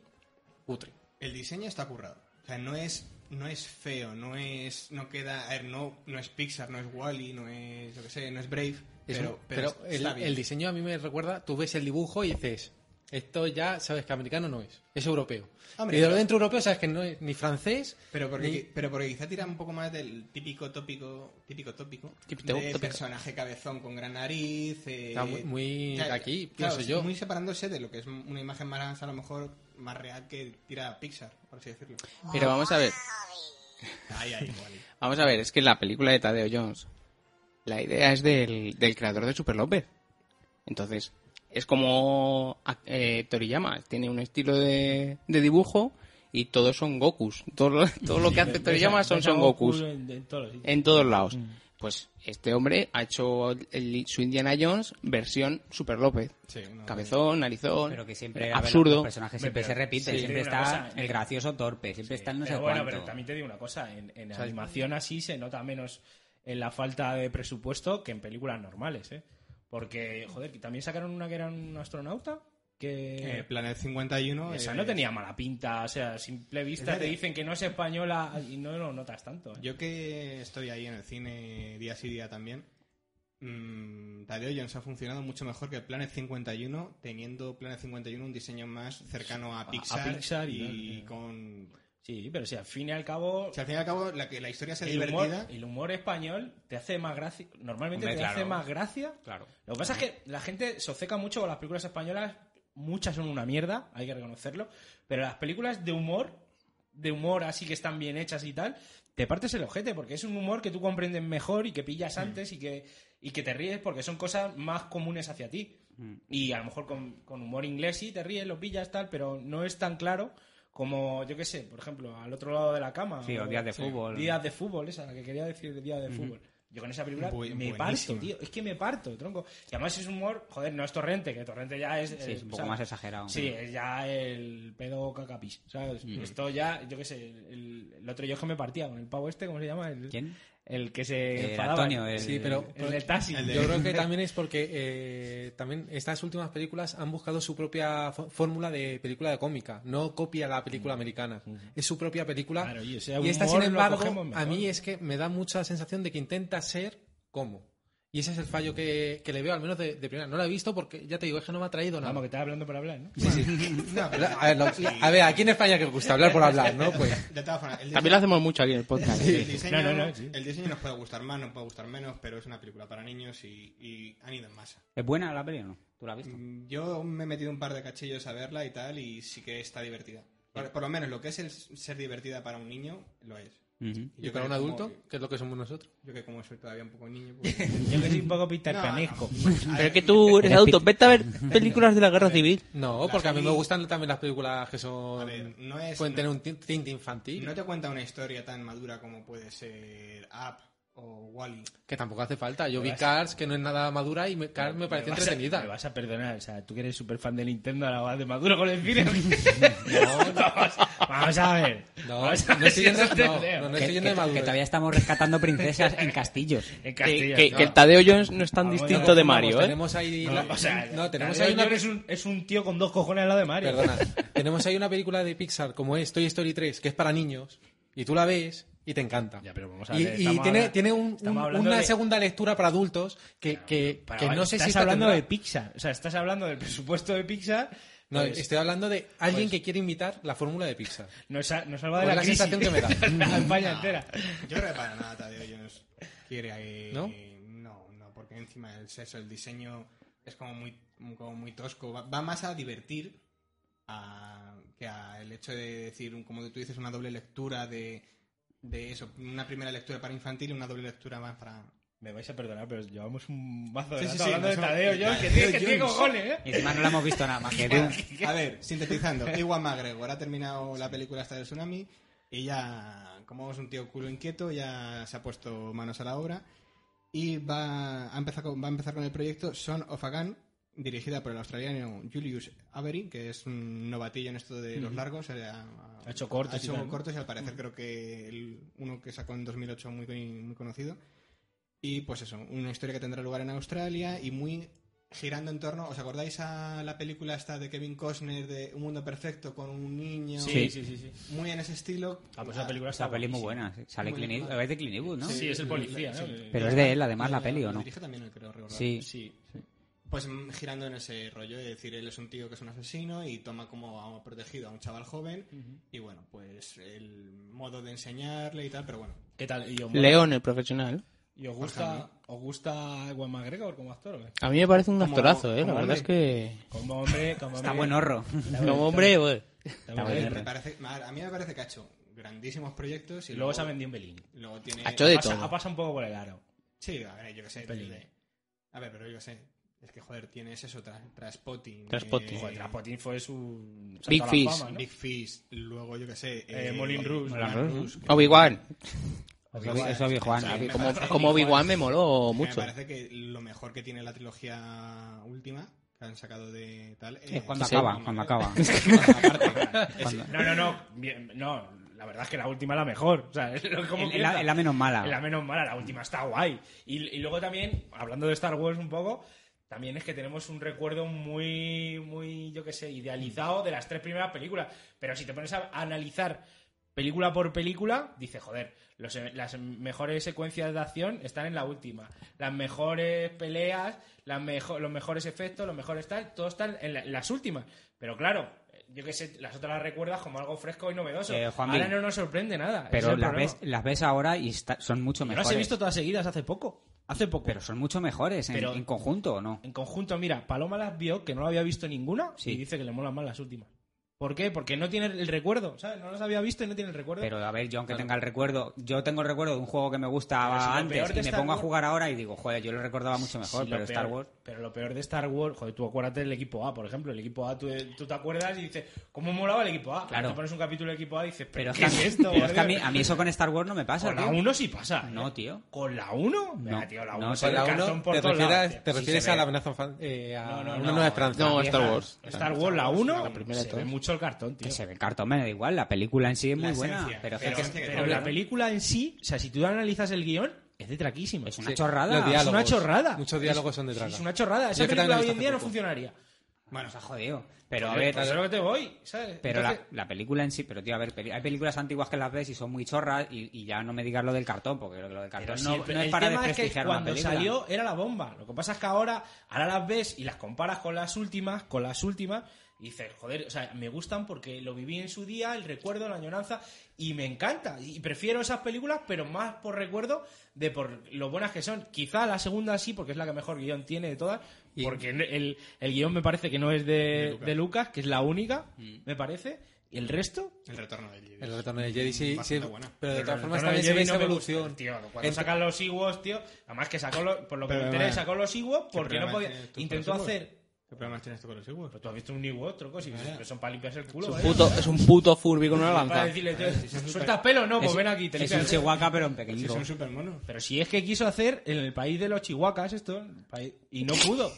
Speaker 7: cutre.
Speaker 5: El diseño está currado. O sea, no es, no es feo, no es. No queda. A ver, no, no es Pixar, no es Wally, no es. Yo qué sé, no es Brave.
Speaker 7: Es
Speaker 5: pero,
Speaker 7: un-
Speaker 5: pero,
Speaker 7: pero, el,
Speaker 5: está bien.
Speaker 7: el diseño a mí me recuerda, tú ves el dibujo y dices, esto ya sabes que americano no es, es europeo.
Speaker 5: Hombre,
Speaker 7: y de
Speaker 5: pero- Eh,
Speaker 7: dentro europeo sabes que no es ni francés.
Speaker 5: Pero porque,
Speaker 7: ni-
Speaker 5: pero porque quizá tira un poco más del típico tópico, típico tópico,
Speaker 9: Típico
Speaker 5: de
Speaker 9: tópico.
Speaker 5: personaje cabezón con gran nariz, eh,
Speaker 7: Está muy- muy de aquí, pienso
Speaker 5: sí,
Speaker 7: yo.
Speaker 5: muy separándose de lo que es una imagen más a lo mejor más real que tira a Pixar, por así decirlo.
Speaker 9: Pero vamos a ver,
Speaker 5: Ay, ay, Wall-E.
Speaker 9: vamos a ver, es que la película de Tadeo Jones, la idea es del, del creador de Super López. Entonces, es como eh, Toriyama, tiene un estilo de, de dibujo y todos son Gokus. Todo lo, todo lo que hace Toriyama son, son Gokus.
Speaker 6: En, en todos los sitios.
Speaker 9: en todos lados.
Speaker 2: Mm.
Speaker 9: Pues este hombre ha hecho el- su Indiana Jones versión Super López.
Speaker 5: Sí, no,
Speaker 9: Cabezón, narizón, eh,
Speaker 2: Pero que siempre los
Speaker 9: absurdo.
Speaker 2: personajes siempre
Speaker 6: Pero-
Speaker 2: se repiten,
Speaker 6: sí,
Speaker 2: siempre
Speaker 6: te digo una
Speaker 2: está
Speaker 6: cosa,
Speaker 2: el
Speaker 6: eh,
Speaker 2: gracioso torpe, siempre está el no sé
Speaker 6: pero bueno,
Speaker 2: cuánto.
Speaker 6: pero también te digo una cosa, en, en animación así se nota menos en la falta de presupuesto que en películas normales, ¿eh? Porque, joder, que también sacaron una que era un astronauta que...
Speaker 5: Eh, Planet 51
Speaker 6: esa
Speaker 5: eh,
Speaker 6: no tenía mala pinta, o sea, a simple vista
Speaker 5: Espérate.
Speaker 6: te dicen que no es española y no lo notas tanto. ¿eh?
Speaker 5: Yo que estoy ahí en el cine día sí día también, mm, Tadeo Jones ha funcionado mucho mejor que Planet 51, teniendo Planet 51 un diseño más cercano a Pixar,
Speaker 6: Pixar y
Speaker 5: y,
Speaker 6: tal,
Speaker 5: con...
Speaker 6: Sí, pero si al fin y al cabo...
Speaker 5: O sea, al fin y al cabo, la, que la historia sea
Speaker 6: el humor,
Speaker 5: divertida...
Speaker 6: el humor español te hace más gracia. Normalmente
Speaker 2: Hombre,
Speaker 6: te hace
Speaker 2: claro.
Speaker 6: más gracia. Lo que pasa es que la gente se obceca mucho con las películas españolas. Muchas son una mierda, hay que reconocerlo. Pero las películas de humor, de humor así que están bien hechas y tal, te partes el ojete porque es un humor que tú comprendes mejor y que
Speaker 2: Mm.
Speaker 6: pillas antes y, que, y que te ríes porque son cosas más comunes hacia ti.
Speaker 2: Mm.
Speaker 6: Y a lo mejor con, con humor inglés sí te ríes, lo pillas tal, pero no es tan claro como, yo qué sé, por ejemplo, al otro lado de la cama.
Speaker 2: Sí, o días de fútbol.
Speaker 6: Días de fútbol, esa, la que quería decir de día de fútbol. Yo con esa película
Speaker 5: Bu-
Speaker 6: me parto,
Speaker 5: buenísima.
Speaker 6: tío. Es que me parto, tronco. Y además es humor, joder, no es torrente, que torrente ya es. eh,
Speaker 2: Sí, es un poco
Speaker 6: ¿sabes?
Speaker 2: más exagerado.
Speaker 6: Sí, es ya el pedo cacapis, ¿sabes? Esto ya, yo qué sé, el, el otro yo es que me partía con el pavo este, ¿cómo se llama? El,
Speaker 2: ¿Quién?
Speaker 6: El que se
Speaker 2: El
Speaker 6: enfadaba. ¿eh?
Speaker 2: Antonio, el-
Speaker 7: Sí, pero
Speaker 6: El del taxi.
Speaker 5: El de-
Speaker 7: Yo creo que también es porque eh, también estas últimas películas han buscado su propia fó- fórmula de película de cómica. No copia la película americana. Es su propia película.
Speaker 6: Claro, y,
Speaker 7: y,
Speaker 6: o sea,
Speaker 7: esta,
Speaker 6: humor
Speaker 7: sin
Speaker 6: lo
Speaker 7: embargo,
Speaker 6: cogemos mejor.
Speaker 7: a mí es que me da mucha sensación de que intenta ser como. Y ese es el fallo que, que le veo, al menos de, de primera. No la he visto porque, ya te digo, es que no me ha traído nada.
Speaker 6: Vamos, que estás hablando por hablar, ¿no?
Speaker 5: No, pero-
Speaker 7: A ver, lo- a ver, aquí en España que gusta hablar por hablar, ¿no? Pues
Speaker 5: De todas formas, el
Speaker 9: También lo hacemos mucho aquí en el podcast.
Speaker 5: diseño, el, diseño,
Speaker 6: No, no, no, sí.
Speaker 5: el diseño nos puede gustar más, nos puede gustar menos, pero es una película para niños y, y han ido en masa.
Speaker 2: ¿Es buena la peli o no? ¿Tú la has visto?
Speaker 5: Mm, Yo me he metido un par de cachillos a verla y tal, y sí que está divertida. Por, por lo menos lo que es el ser divertida para un niño, lo es.
Speaker 2: Ujú.
Speaker 7: ¿Y para
Speaker 5: que
Speaker 7: un
Speaker 5: como-
Speaker 7: adulto, que es lo que somos nosotros.
Speaker 5: yo que como soy todavía un poco niño, pues...
Speaker 6: Yo que soy un poco
Speaker 5: No,
Speaker 6: pitarcanesco.
Speaker 5: no. A
Speaker 9: Pero
Speaker 5: ver,
Speaker 9: es que tú eres
Speaker 2: Eres
Speaker 9: adulto,
Speaker 2: pit-
Speaker 9: vete a ver películas de la guerra civil.
Speaker 7: No,
Speaker 5: Las
Speaker 7: porque a mí me
Speaker 5: vi-
Speaker 7: gustan también las películas que
Speaker 5: a
Speaker 7: son...
Speaker 5: ver, no es...
Speaker 7: pueden tener
Speaker 5: no-
Speaker 7: un tint- tinte infantil.
Speaker 5: no te cuenta una historia tan madura como puede ser Up o Wally.
Speaker 7: Que tampoco hace falta. Yo vi
Speaker 6: vas-
Speaker 7: Cars, que no es nada madura, y me- Cars me pareció
Speaker 6: vas a-
Speaker 7: entretenida.
Speaker 6: me vas a perdonar, o sea, tú que eres súper fan de Nintendo, ahora vas de maduro con el cine. vamos, vamos a ver.
Speaker 7: No,
Speaker 6: Vamos a
Speaker 7: no
Speaker 6: ver
Speaker 7: estoy
Speaker 6: si
Speaker 7: yendo-
Speaker 6: os entendemos.
Speaker 7: no, no, no.
Speaker 2: Que,
Speaker 7: estoy yendo de
Speaker 2: que-
Speaker 7: maduro.
Speaker 2: que todavía estamos rescatando princesas en castillos.
Speaker 6: En
Speaker 9: Que,
Speaker 6: Castilla.
Speaker 9: que- que el Tadeo Jones no es tan
Speaker 6: Ah, bueno,
Speaker 9: distinto de
Speaker 7: Vamos,
Speaker 9: Mario, ¿eh?
Speaker 7: Tenemos ahí...
Speaker 6: No,
Speaker 7: la-
Speaker 6: o sea,
Speaker 7: no, tenemos
Speaker 6: Daniel
Speaker 7: ahí una...
Speaker 6: John es un, es un tío con dos cojones al lado de Mario.
Speaker 7: Perdona. tenemos ahí una película de Pixar, como es Toy Story 3, que es para niños, y tú la ves... Y te encanta.
Speaker 6: Ya, pero vamos a
Speaker 7: Y-
Speaker 6: ver,
Speaker 7: y
Speaker 6: estamos
Speaker 7: tiene,
Speaker 6: habla-
Speaker 7: tiene un-
Speaker 6: estamos
Speaker 7: un-
Speaker 6: hablando
Speaker 7: una
Speaker 6: de-
Speaker 7: segunda lectura para adultos que, que,
Speaker 6: Para-
Speaker 7: que no sé
Speaker 6: estás
Speaker 7: si esta
Speaker 6: hablando
Speaker 7: tendrá-
Speaker 6: de Pixar, o sea, estás hablando del presupuesto de Pixar.
Speaker 7: No,
Speaker 6: pues,
Speaker 7: estoy hablando de alguien que quiere imitar la fórmula de Pixar.
Speaker 6: nos, sa- nos salva de
Speaker 7: Pues
Speaker 6: la,
Speaker 7: la
Speaker 6: crisis.
Speaker 7: sensación que me da.
Speaker 6: La España entera.
Speaker 5: Yo creo que para nada Tadeo Jones quiere... eh,
Speaker 7: ¿No?
Speaker 5: No, no, porque encima el sexo, el diseño... es como muy, como muy tosco. Va, va más a divertir a- que a el hecho de decir, como tú dices, una doble lectura de, de eso. Una primera lectura para infantil y una doble lectura más para...
Speaker 6: Me vais a perdonar, pero llevamos un mazo de
Speaker 5: Sí, sí,
Speaker 6: rato
Speaker 5: sí,
Speaker 6: hablando de
Speaker 5: nos hemos-
Speaker 6: Tadeo
Speaker 5: de
Speaker 6: Jones, que
Speaker 5: Tadeo
Speaker 6: tiene que tiene
Speaker 5: Jones.
Speaker 6: cojones, ¿eh?
Speaker 2: Y encima no la hemos visto nada más que tú.
Speaker 5: A ver, sintetizando, Iwan McGregor ha terminado la película esta del tsunami y ya, como es un tío culo inquieto, ya se ha puesto manos a la obra y va a empezar con, va a empezar con el proyecto Son of a Gun, dirigida por el australiano Julius Avery, que es un novatillo en esto de los largos. eh, Ha,
Speaker 6: Ha hecho cortos
Speaker 5: ha
Speaker 6: y tal,
Speaker 5: hecho
Speaker 6: ¿no?
Speaker 5: cortos y al parecer creo que el, uno que sacó en 2008 muy, con- muy conocido. Y pues eso, una historia que tendrá lugar en Australia y muy girando en torno. ¿Os acordáis a la película esta de Kevin Costner de Un Mundo Perfecto con un niño?
Speaker 1: Sí, sí, sí. sí.
Speaker 5: Muy en ese estilo.
Speaker 1: Ah, pues esa
Speaker 5: Ah,
Speaker 1: película está
Speaker 2: Esa peli es muy
Speaker 1: buenísima.
Speaker 2: buena. Sale
Speaker 5: Muy
Speaker 2: Clint
Speaker 5: buena.
Speaker 2: Eastwood- es de Clint Eastwood, ¿no?
Speaker 1: Sí, es el policía, ¿no?
Speaker 5: Sí.
Speaker 1: Que-
Speaker 2: Pero es de él, además, la peli, ¿o no?
Speaker 5: Dirige también, creo recordar.
Speaker 2: Sí.
Speaker 5: sí. Pues mm, girando en ese rollo, es decir, él es un tío que es un asesino y toma como a- protegido a un chaval joven y bueno, pues el modo de enseñarle y tal, pero bueno.
Speaker 6: ¿Qué tal? ¿Y os, mola?
Speaker 9: León, el profesional.
Speaker 6: ¿Y os gusta, os gusta Juan McGregor como actor? o qué?
Speaker 9: A mí me parece un
Speaker 5: Como-
Speaker 9: actorazo, ¿eh? La
Speaker 5: como
Speaker 9: verdad es que...
Speaker 6: Como hombre, como
Speaker 2: Está
Speaker 6: hombre-
Speaker 2: buen horro.
Speaker 9: Como hombre, güey.
Speaker 6: está
Speaker 5: A,
Speaker 6: buen
Speaker 5: ver,
Speaker 6: hombre.
Speaker 5: me parece, a mí me parece que ha hecho grandísimos proyectos y
Speaker 6: Y luego
Speaker 5: luego,
Speaker 6: se ha vendido un pelín.
Speaker 5: luego tiene...
Speaker 9: Ha hecho de
Speaker 6: Pasa- Ha
Speaker 9: todo.
Speaker 6: pasado un poco por el aro.
Speaker 5: Sí, a ver, yo qué sé.
Speaker 6: pelín.
Speaker 5: desde- a ver, pero yo qué sé. Es que, joder, tienes eso, tra Traspotting.
Speaker 9: Trainspotting.
Speaker 5: eh,
Speaker 6: Joder, Trapotín fue su... saltó
Speaker 9: Big
Speaker 6: a la
Speaker 9: Fish.
Speaker 6: fama, ¿no?
Speaker 5: Big Fish, luego yo qué sé.
Speaker 6: Eh, Moulin Rouge.
Speaker 5: Moulin Rouge. que-
Speaker 9: Obi-Wan.
Speaker 2: Eso es Juan.
Speaker 5: Sí, me
Speaker 9: Como,
Speaker 5: parece-
Speaker 9: como Obi-Wan me moló
Speaker 5: Me
Speaker 9: mucho.
Speaker 5: parece que lo mejor que tiene la trilogía última que han sacado de tal.
Speaker 2: Es cuando acaba, cuando acaba.
Speaker 5: Aparte, es-
Speaker 6: No, no, no. bien, no, la verdad es que la última es la mejor. O sea, es lo- como
Speaker 2: Es
Speaker 6: que
Speaker 2: la, es la menos mala.
Speaker 6: Es la menos mala, la última está guay. Y, y luego también, hablando de Star Wars un poco, también es que tenemos un recuerdo muy, muy, yo qué sé, idealizado de las tres primeras películas. Pero si te pones a analizar película por película, dices, joder, los- e, las mejores secuencias de acción están en la última. Las mejores peleas, las mejo- los mejores efectos, los mejores tal, todo están en, la- en las últimas. Pero claro, eh, yo qué sé, las otras las recuerdas como algo fresco y novedoso.
Speaker 2: Eh, Juanmi,
Speaker 6: Ahora no nos sorprende nada. ese es
Speaker 2: Pero
Speaker 6: el
Speaker 2: las
Speaker 6: problema.
Speaker 2: ves, las ves ahora y está- son mucho
Speaker 6: Yo
Speaker 2: mejores.
Speaker 6: las he visto todas seguidas hace poco. Hace poco.
Speaker 2: Pero son mucho mejores en,
Speaker 6: Pero-
Speaker 2: en conjunto, ¿o no?
Speaker 6: En conjunto, mira, Paloma las vio, que no la había visto ninguna,
Speaker 2: Sí.
Speaker 6: y dice que le molan más las últimas. ¿Por qué? Porque no tiene el recuerdo, ¿sabes? No las había visto y no tiene el recuerdo.
Speaker 2: Pero a ver, yo aunque tenga el recuerdo, yo tengo el recuerdo de un juego que me gustaba
Speaker 6: Pero si lo peor
Speaker 2: antes
Speaker 6: de
Speaker 2: y me
Speaker 6: Star
Speaker 2: pongo a
Speaker 6: Wars-
Speaker 2: jugar ahora y digo, joder, yo lo recordaba mucho
Speaker 6: Sí,
Speaker 2: mejor,
Speaker 6: lo
Speaker 2: pero Star
Speaker 6: peor-
Speaker 2: Wars.
Speaker 6: Pero lo peor de Star Wars, joder, tú acuérdate del equipo A, por ejemplo. El equipo A, tú, tú te acuerdas y dices, ¿cómo molaba el equipo A?
Speaker 2: Claro.
Speaker 6: Te pones un capítulo del equipo A y dices, ¿pero,
Speaker 2: Pero es
Speaker 6: qué
Speaker 2: que,
Speaker 6: es
Speaker 2: a mí-
Speaker 6: esto?
Speaker 2: pero es que a, mí,
Speaker 6: joder?
Speaker 2: a mí eso con Star Wars no me pasa,
Speaker 6: Con la
Speaker 2: tío.
Speaker 6: 1 sí pasa. ¿eh?
Speaker 2: No, tío.
Speaker 6: ¿Con la 1?
Speaker 2: No.
Speaker 6: tío, la
Speaker 2: No,
Speaker 6: 1
Speaker 2: con
Speaker 6: sale
Speaker 4: la
Speaker 6: el
Speaker 4: uno
Speaker 6: calzón por
Speaker 4: te
Speaker 6: todos
Speaker 4: refieres,
Speaker 6: lados.
Speaker 4: te
Speaker 6: Sí,
Speaker 4: refieres
Speaker 6: se
Speaker 4: a
Speaker 6: ve.
Speaker 4: la amenaza fan- eh, a
Speaker 6: No, no,
Speaker 4: una
Speaker 6: no.
Speaker 4: nueva esperanza.
Speaker 9: No,
Speaker 6: vieja.
Speaker 9: Star Wars.
Speaker 6: Star Wars, la 1,
Speaker 9: La primera de
Speaker 6: se ve
Speaker 9: todas.
Speaker 6: mucho el cartón, tío.
Speaker 2: Que se ve el cartón, me da igual. La película en sí es muy
Speaker 5: La
Speaker 2: buena.
Speaker 5: esencia,
Speaker 2: pero es
Speaker 5: pero
Speaker 2: que-
Speaker 5: es que-
Speaker 6: Pero la película en sí, o sea, si tú analizas el guión, es de traquísima.
Speaker 2: es una
Speaker 4: Sí,
Speaker 2: chorrada.
Speaker 4: los
Speaker 2: O sea,
Speaker 6: Es una
Speaker 4: diálogos.
Speaker 6: chorrada.
Speaker 4: Muchos diálogos son de traga.
Speaker 6: Es una chorrada. Esa
Speaker 4: Yo creo que
Speaker 6: película
Speaker 4: también
Speaker 6: hoy en
Speaker 4: está
Speaker 6: día no
Speaker 4: hace poco.
Speaker 6: funcionadio.
Speaker 5: bueno,
Speaker 2: está jodido. Pero a
Speaker 6: Pues
Speaker 2: ver,
Speaker 6: es lo que te voy, ¿sabes?
Speaker 2: pero la,
Speaker 6: Entonces,
Speaker 2: la película en sí, pero tío, a ver, peli- hay películas antiguas que las ves y son muy chorras y, y ya no me digas lo del cartón, porque lo del
Speaker 6: pero
Speaker 2: cartón
Speaker 6: sí,
Speaker 2: no,
Speaker 6: pero
Speaker 2: no es
Speaker 6: el
Speaker 2: para
Speaker 6: tema es que
Speaker 2: desprestigiar una
Speaker 6: cuando
Speaker 2: película.
Speaker 6: salió era la bomba. Lo que pasa es que ahora, ahora las ves y las comparas con las últimas, con las últimas, y dices, joder, o sea, me gustan porque lo viví en su día, el recuerdo, la añoranza, y me encanta. Y prefiero esas películas, pero más por recuerdo de por lo buenas que son. Quizá la segunda sí, porque es la que mejor guión tiene de todas, porque el, el guión me parece que no es de, de Lucas. que es la única,
Speaker 2: Mm.
Speaker 6: me parece. Y el resto,
Speaker 5: el retorno del Jedi.
Speaker 4: El retorno de Jedi, sí, sí,
Speaker 5: Bastante buena.
Speaker 4: pero de
Speaker 6: Pero
Speaker 4: todas
Speaker 6: el
Speaker 4: formas también
Speaker 6: retorno de
Speaker 4: se ve
Speaker 6: Jedi
Speaker 4: esa
Speaker 6: no me
Speaker 4: evolución.
Speaker 6: gusta, tío, cuando
Speaker 4: Entre-
Speaker 6: sacan los Ewoks, tío. Además que sacó, los- por lo que
Speaker 5: Pero
Speaker 6: me enteré,
Speaker 5: además-
Speaker 6: sacó los Ewoks porque no
Speaker 5: problema
Speaker 6: podía.
Speaker 5: tienes tú con
Speaker 6: Intentó
Speaker 5: los Ewoks?
Speaker 6: hacer.
Speaker 5: ¿Qué problemas tienes tú con los Ewoks?
Speaker 6: Pero tú has visto un Ewok, troco, si
Speaker 5: Ah.
Speaker 6: son para limpiarse el culo.
Speaker 9: Es un
Speaker 6: ¿eh?
Speaker 9: puto, es un puto Furby con una
Speaker 6: Para
Speaker 9: lanza.
Speaker 6: decirle, tío, ¿sueltas pelo? No, pues
Speaker 2: Es-
Speaker 6: ven aquí, te
Speaker 2: es
Speaker 6: limpias
Speaker 2: un
Speaker 6: el culo.
Speaker 2: chihuahua, pero en Ah,
Speaker 5: Sí,
Speaker 2: pequeñito.
Speaker 5: son súper monos.
Speaker 6: Pero si es que quiso hacer en el país de los chihuahuas esto, el país- y no pudo.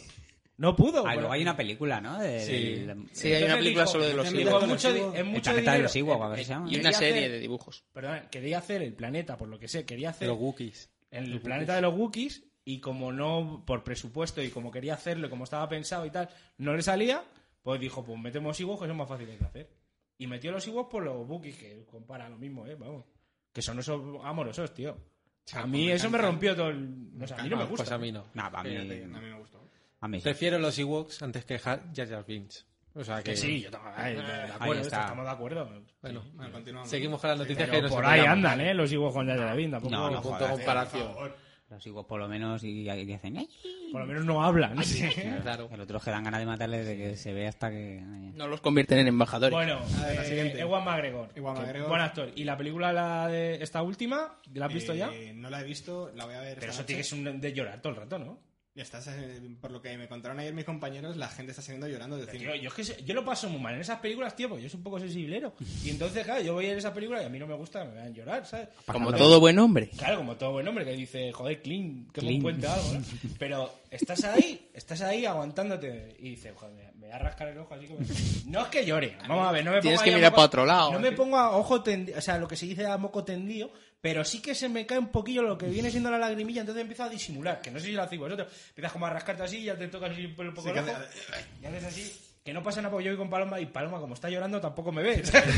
Speaker 6: No pudo.
Speaker 2: Ah,
Speaker 6: bueno.
Speaker 2: luego hay una película, ¿no? De-
Speaker 4: Sí.
Speaker 2: del-
Speaker 9: Sí, hay una
Speaker 6: Entonces
Speaker 9: película
Speaker 6: dijo-
Speaker 9: solo de los
Speaker 6: dijo,
Speaker 9: Ewoks.
Speaker 6: es mucho, di- es
Speaker 2: El
Speaker 6: mucho
Speaker 2: planeta de los
Speaker 6: dinero. Eh,
Speaker 2: Ewoks, a ver si se llama.
Speaker 9: Y
Speaker 6: Quería
Speaker 9: una serie
Speaker 6: hacer-
Speaker 9: de dibujos.
Speaker 6: Perdón, quería hacer el planeta, por lo que sé, quería hacer
Speaker 4: Los Wookiees.
Speaker 6: en el planeta de los Wookiees y como no, por presupuesto y como quería hacerlo y como estaba pensado y tal, no le salía, pues dijo, pues metemos Ewoks que son más fáciles de hacer. Y metió los Ewoks por los Wookiees, que compara lo mismo, ¿eh? Vamos. Que son esos amorosos, tío. A mí eso me rompió todo el... No sé, a mí no
Speaker 7: Ah,
Speaker 6: me gusta.
Speaker 4: Pues a mí no.
Speaker 2: Nah, a mí,
Speaker 5: Fíjate, Eh, a mí me gustó.
Speaker 2: a mí sí.
Speaker 4: Prefiero los Ewoks antes que Ha- Jar Jar Binks. O sea que...
Speaker 6: Que sí, yo también. ay, de acuerdo,
Speaker 2: está.
Speaker 6: estamos de acuerdo.
Speaker 4: Bueno,
Speaker 5: Bueno, continuamos.
Speaker 4: seguimos con las noticias que
Speaker 6: Pero
Speaker 4: nos
Speaker 6: por ahí
Speaker 4: enteramos.
Speaker 6: andan, ¿eh? Los Ewoks con la de la Vinda.
Speaker 2: No, no
Speaker 4: Punto
Speaker 2: jodas.
Speaker 4: comparación.
Speaker 5: Por favor.
Speaker 2: Los hijos por lo menos y, y hacen... "Ay".
Speaker 6: Por lo menos no hablan. sí.
Speaker 9: Claro.
Speaker 2: El otro que dan ganas de matarles de que se ve hasta que...
Speaker 9: No los convierten en embajadores.
Speaker 6: Bueno,
Speaker 5: ver, la
Speaker 6: eh,
Speaker 5: siguiente.
Speaker 6: Ewan McGregor.
Speaker 5: Ewan
Speaker 6: que
Speaker 5: McGregor.
Speaker 6: Buen actor. ¿Y la película, la de esta última? ¿La has visto
Speaker 5: Eh,
Speaker 6: ya?
Speaker 5: No la he visto, la voy a ver.
Speaker 6: Pero
Speaker 5: esta
Speaker 6: eso tiene que
Speaker 5: noche.
Speaker 6: ser un- de llorar todo el rato, ¿no?
Speaker 5: Ya estás, eh, por lo que me contaron ayer mis compañeros, la gente está saliendo llorando del
Speaker 6: Tío,
Speaker 5: cine.
Speaker 6: yo, es que se- yo lo paso muy mal en esas películas, tío, porque yo soy un poco sensiblero. Y entonces, claro, yo voy en esas películas y a mí no me gusta, me van a llorar, ¿sabes?
Speaker 9: Como todo buen hombre.
Speaker 6: Claro, como todo buen hombre que dice, joder, clean, que me
Speaker 2: Clean.
Speaker 6: cuenta algo, ¿no? Pero estás ahí, estás ahí aguantándote y dices, joder, me voy a rascar el ojo así como... No es que llore, vamos a ver, no me
Speaker 9: Tienes
Speaker 6: pongo
Speaker 9: que
Speaker 6: ahí a
Speaker 9: mirar
Speaker 6: moco-
Speaker 9: pa' otro lado, eh.
Speaker 6: No me
Speaker 9: ¿sí?
Speaker 6: pongo a ojo tendido, o sea, lo que se dice a moco tendido, pero sí que se me cae un poquillo lo que viene siendo la lagrimilla, entonces empiezo a disimular, que no sé si lo hacéis vosotros. Empiezas como a rascarte así, ya te tocas así un poco el ojo,
Speaker 5: Sí, que hace-
Speaker 6: y haces así... Que no pasa nada porque yo voy con Paloma y Paloma, como está llorando, tampoco me ve. ¿sabes?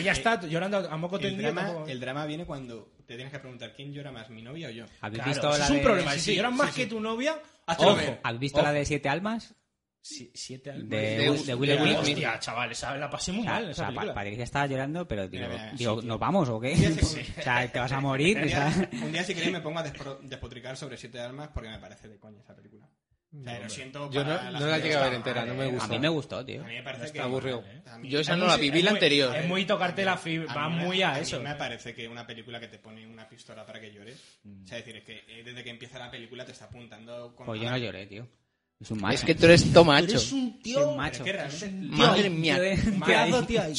Speaker 6: Ella está llorando a moco
Speaker 5: El
Speaker 6: tendido.
Speaker 5: drama,
Speaker 6: tampoco-
Speaker 5: pues el drama viene cuando te tienes que preguntar quién llora más, mi novia o yo.
Speaker 2: ¿Habéis
Speaker 6: Claro,
Speaker 2: visto
Speaker 6: eso
Speaker 2: la
Speaker 6: es un
Speaker 2: de-
Speaker 6: problema.
Speaker 2: sí,
Speaker 6: si lloras más que tu novia,
Speaker 5: Hazte
Speaker 6: ojo.
Speaker 5: ver.
Speaker 2: ¿Habéis visto la de Siete Almas?
Speaker 6: Si- siete al-
Speaker 2: De,
Speaker 9: De-
Speaker 2: Will- de Will
Speaker 9: de-
Speaker 2: Smith.
Speaker 6: Hostia, chaval, esa- la pasé muy
Speaker 2: O sea,
Speaker 6: mal.
Speaker 2: o
Speaker 6: esa
Speaker 2: sea,
Speaker 6: película.
Speaker 2: Pa- Patricia estaba llorando, pero digo,
Speaker 5: Mira, mira, sí,
Speaker 2: digo,
Speaker 5: tío.
Speaker 2: ¿nos vamos o qué? o sea, te vas a morir.
Speaker 5: Un
Speaker 2: o sea.
Speaker 5: día, un día, si queréis me pongo a despro- despotricar sobre Siete Almas porque me parece de coña esa película. O sea, lo siento
Speaker 7: Yo
Speaker 5: para
Speaker 7: no-
Speaker 5: la
Speaker 7: no la
Speaker 5: gente
Speaker 7: llegué
Speaker 5: que
Speaker 7: a ver
Speaker 5: está-
Speaker 7: entera, no me
Speaker 5: eh,
Speaker 2: A
Speaker 7: gustó.
Speaker 2: mí me gustó, tío.
Speaker 5: A mí me parece que...
Speaker 7: aburrido.
Speaker 5: A mí-
Speaker 9: Yo esa
Speaker 6: Es
Speaker 9: no
Speaker 6: muy-
Speaker 9: la viví
Speaker 6: es
Speaker 9: la
Speaker 6: muy-
Speaker 9: anterior. eh.
Speaker 6: Es muy tocarte la fibra, va
Speaker 5: mí me-
Speaker 6: muy a
Speaker 5: mí
Speaker 6: eso.
Speaker 5: me parece que una película que te pone una pistola para que llores.
Speaker 6: Mm.
Speaker 5: O sea, es decir, es que eh, desde que empieza la película te está apuntando con.
Speaker 2: Pues yo no lloré, tío. Es un macho.
Speaker 9: Es que tú eres tomacho.
Speaker 6: Eres un
Speaker 2: Soy un
Speaker 6: tío.
Speaker 2: macho.
Speaker 5: Que realmente-
Speaker 9: Madre mía.
Speaker 2: Un
Speaker 6: mazo, tío, ahí.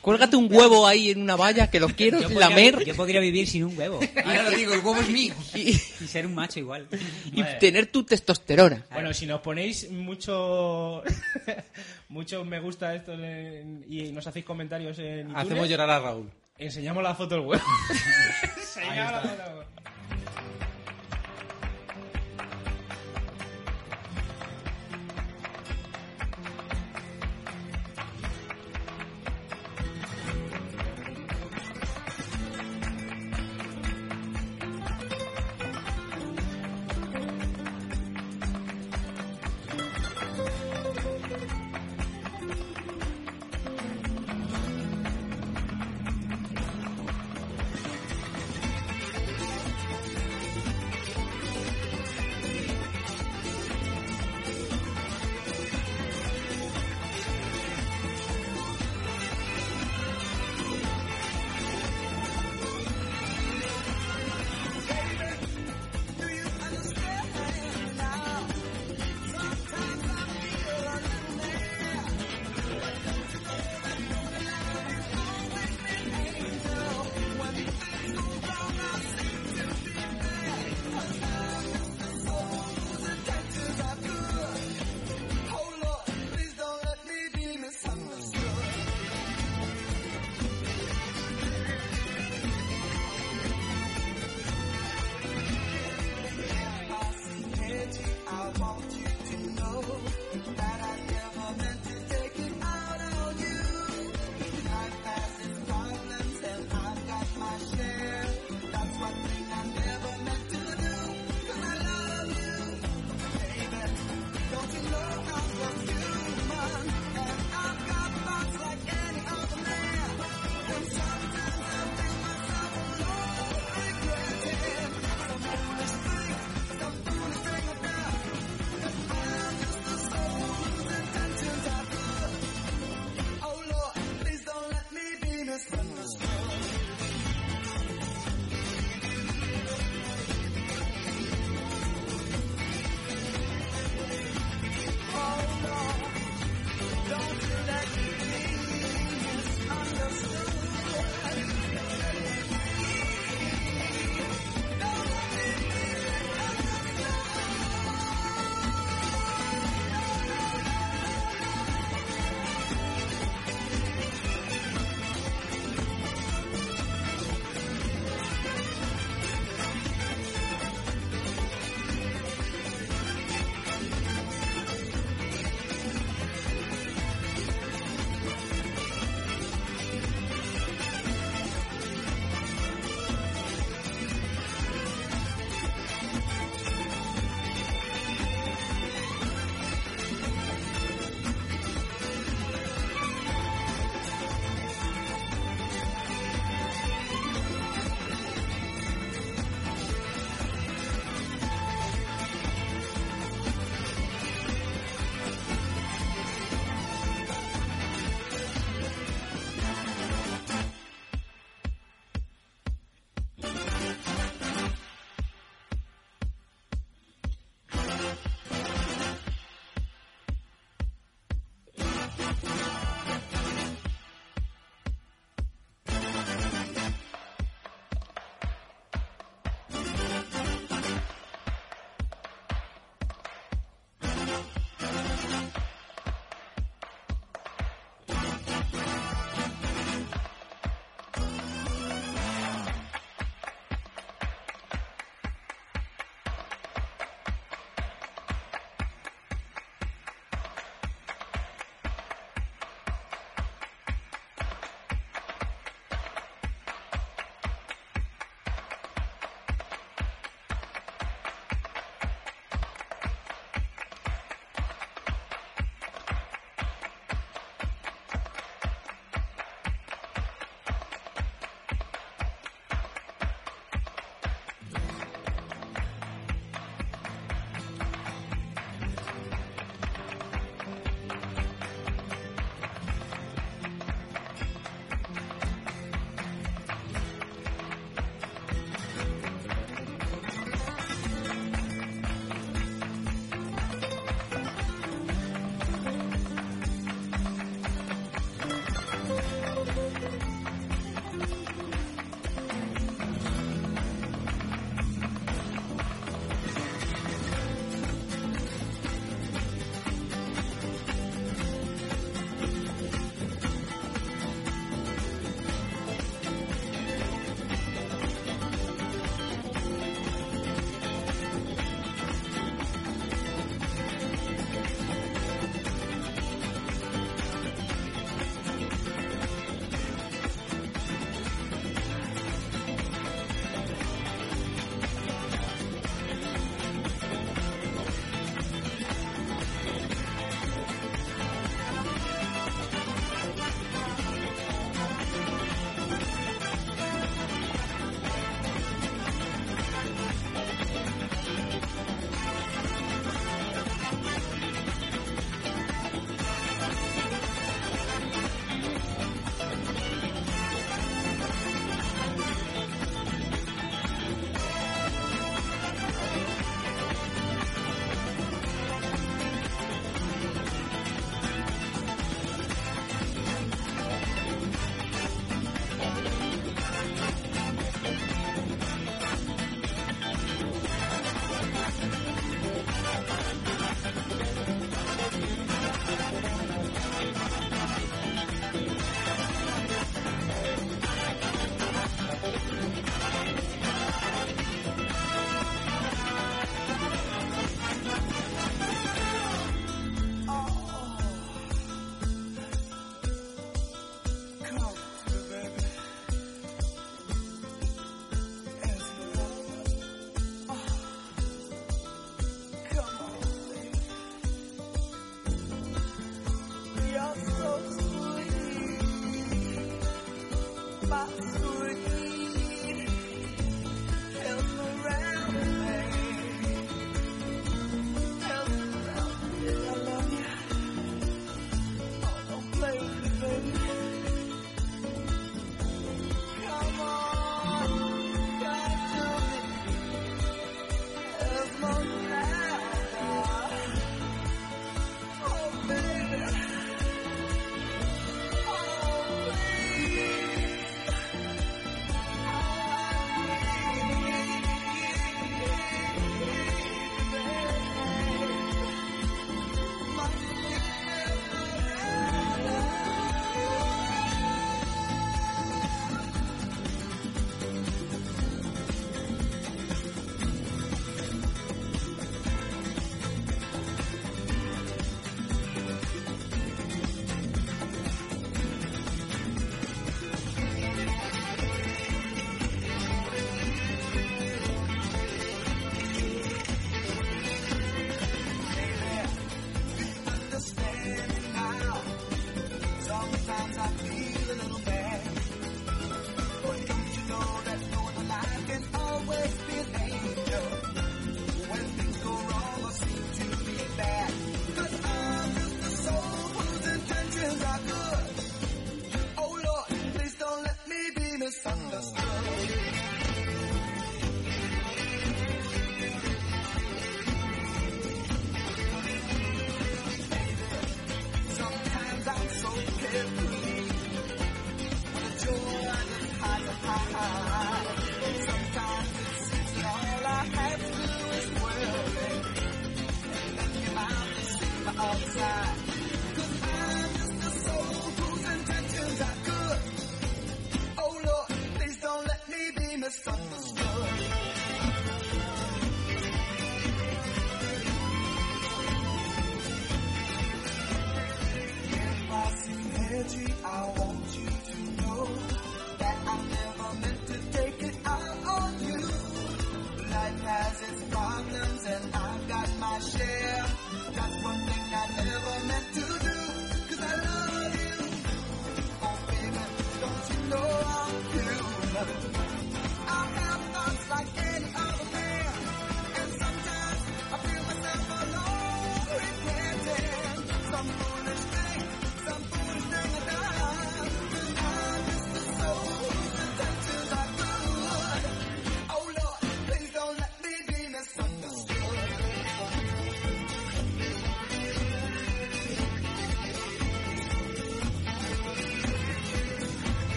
Speaker 9: Cuélgate un huevo ahí en una valla que lo quiero
Speaker 2: Yo podría,
Speaker 9: lamer
Speaker 2: yo podría vivir sin un huevo
Speaker 9: Ahora lo digo, el huevo es mío. y,
Speaker 2: y ser un macho igual.
Speaker 9: y tener tu testosterona.
Speaker 6: Bueno, si nos ponéis mucho muchos me gusta a esto en- y nos hacéis comentarios en iTunes,
Speaker 7: Hacemos llorar a Raúl.
Speaker 6: enseñamos la foto del huevo. Enseñamos la foto del huevo.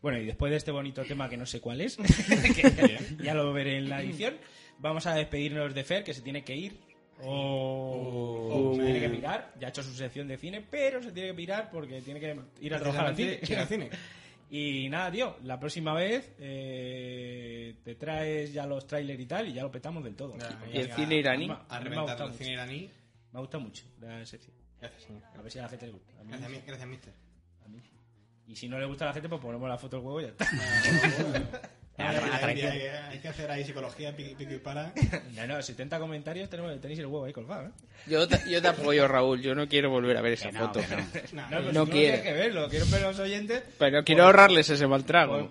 Speaker 6: Bueno, y después de este bonito tema que no sé cuál es, ya lo veré en la edición, vamos a despedirnos de Fer, que se tiene que ir.
Speaker 5: Oh.
Speaker 6: O, o se tiene que pirar. Ya ha hecho su sección de cine, pero se tiene que pirar porque tiene que ir a trabajar al cine.
Speaker 5: Ir al cine.
Speaker 6: Y nada, tío, la próxima vez eh, te traes ya los trailers y tal y ya lo petamos del todo.
Speaker 5: Ya,
Speaker 6: Porque
Speaker 9: Y el
Speaker 6: ya-
Speaker 9: cine iraní.
Speaker 6: Me
Speaker 5: A
Speaker 6: ha- me ha
Speaker 5: reventar
Speaker 6: gustado
Speaker 5: el cine
Speaker 6: mucho.
Speaker 5: iraní.
Speaker 6: Me gusta mucho la sección.
Speaker 5: Gracias, señor.
Speaker 6: A ver si a la gente le gusta. A mí-
Speaker 5: Gracias, mi- gracias, mister.
Speaker 6: a mí sí. Y si no le gusta a la gente, pues ponemos la foto del huevo y ya está.
Speaker 7: Ah,
Speaker 5: Hay,
Speaker 2: a
Speaker 5: hay-
Speaker 2: traición.
Speaker 5: hay- hay que hacer ahí psicología, pico, pico y para.
Speaker 6: No, no, 70 comentarios tenemos, tenéis el huevo ahí colgado, ¿eh?
Speaker 9: Yo te, yo te apoyo, Raúl. Yo no quiero volver a ver esa
Speaker 2: Que no,
Speaker 9: foto.
Speaker 2: que no.
Speaker 5: Nah,
Speaker 6: No, pero si
Speaker 9: No
Speaker 6: no
Speaker 9: quiere.
Speaker 6: tiene que verlo, quiero ver los oyentes. Pues,
Speaker 9: Pero quiero ahorrarles ese mal trago.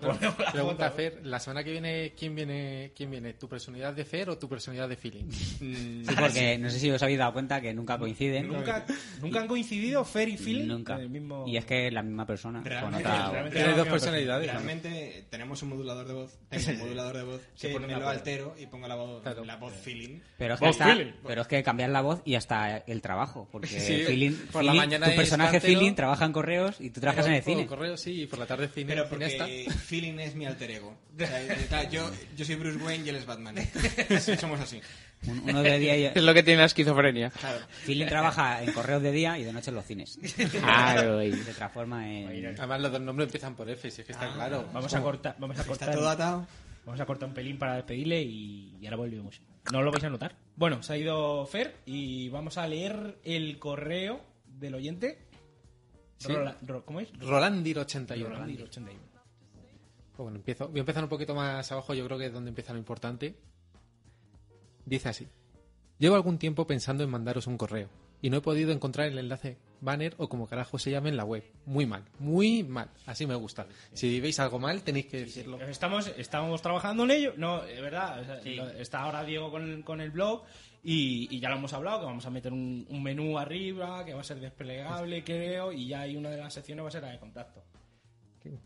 Speaker 7: Pregunta Fer, la semana que viene, ¿quién viene? ¿Quién viene? ¿Tu personalidad de Fer o tu personalidad de feeling?
Speaker 2: Sí, porque no sé si os habéis dado cuenta que nunca coinciden.
Speaker 6: Nunca, nunca han coincidido Fer y Phil
Speaker 2: Nunca.
Speaker 6: en el mismo...
Speaker 2: Y es que es la misma persona. Con
Speaker 5: Realmente,
Speaker 2: otra...
Speaker 6: realmente-
Speaker 4: Tienes dos personalidades.
Speaker 5: Realmente tenemos un modulador de voz. Tengo un modulador de voz.
Speaker 6: Se
Speaker 5: que
Speaker 6: ponen
Speaker 5: me
Speaker 6: de
Speaker 5: lo
Speaker 6: acuerdo.
Speaker 5: altero y pongo la voz, la voz feeling.
Speaker 2: Pero es, que
Speaker 1: Bob
Speaker 2: hasta-
Speaker 1: Dylan.
Speaker 2: pero es que cambiar la voz y hasta el trabajo. Porque
Speaker 7: Sí,
Speaker 2: Feeling-
Speaker 7: por la
Speaker 2: Feeling-
Speaker 7: mañana
Speaker 2: tu
Speaker 7: es
Speaker 2: personaje
Speaker 7: cartero.
Speaker 2: Feeling trabaja en correos y tú trabajas en el
Speaker 7: Por
Speaker 2: cine.
Speaker 7: correo sí, y por la tarde cine.
Speaker 5: Pero
Speaker 7: cineasta.
Speaker 5: porque feeling es mi alter ego. O sea, eh, claro, yo, yo soy Bruce Wayne y él es Batman. Somos así.
Speaker 2: Un- Uno de día y-
Speaker 9: Es lo que tiene la esquizofrenia.
Speaker 5: Claro.
Speaker 2: Feeling trabaja en correos de día y de noche en los cines.
Speaker 9: Claro, y-
Speaker 2: Se transforma en...
Speaker 7: Además los dos nombres empiezan por F, si es que está claro.
Speaker 6: Vamos a cortar, vamos a
Speaker 5: Está
Speaker 6: cortar,
Speaker 5: todo atado.
Speaker 6: vamos a cortar un pelín para despedirle y, y ahora volvemos. No lo vais a notar. Bueno, se ha ido Fer y vamos a leer el correo del oyente. Rola- Ro- ¿Cómo es?
Speaker 7: Rolandir 81.
Speaker 6: Rolandir, 81.
Speaker 7: Pues Bueno, empiezo. Voy a empezar un poquito más abajo, yo creo que es donde empieza lo importante. Dice así. Llevo algún tiempo pensando en mandaros un correo y no he podido encontrar el enlace banner o como carajo se llame en la web. Muy mal, muy mal. Así me gusta. Si veis algo mal, tenéis que decirlo.
Speaker 6: Estamos, estamos trabajando en ello. No, es verdad. o sea, lo- Está ahora Diego con, con el blog y, y ya lo hemos hablado, que vamos a meter un, un menú arriba, que va a ser desplegable, creo, y ya hay una de las secciones va a ser la de contacto.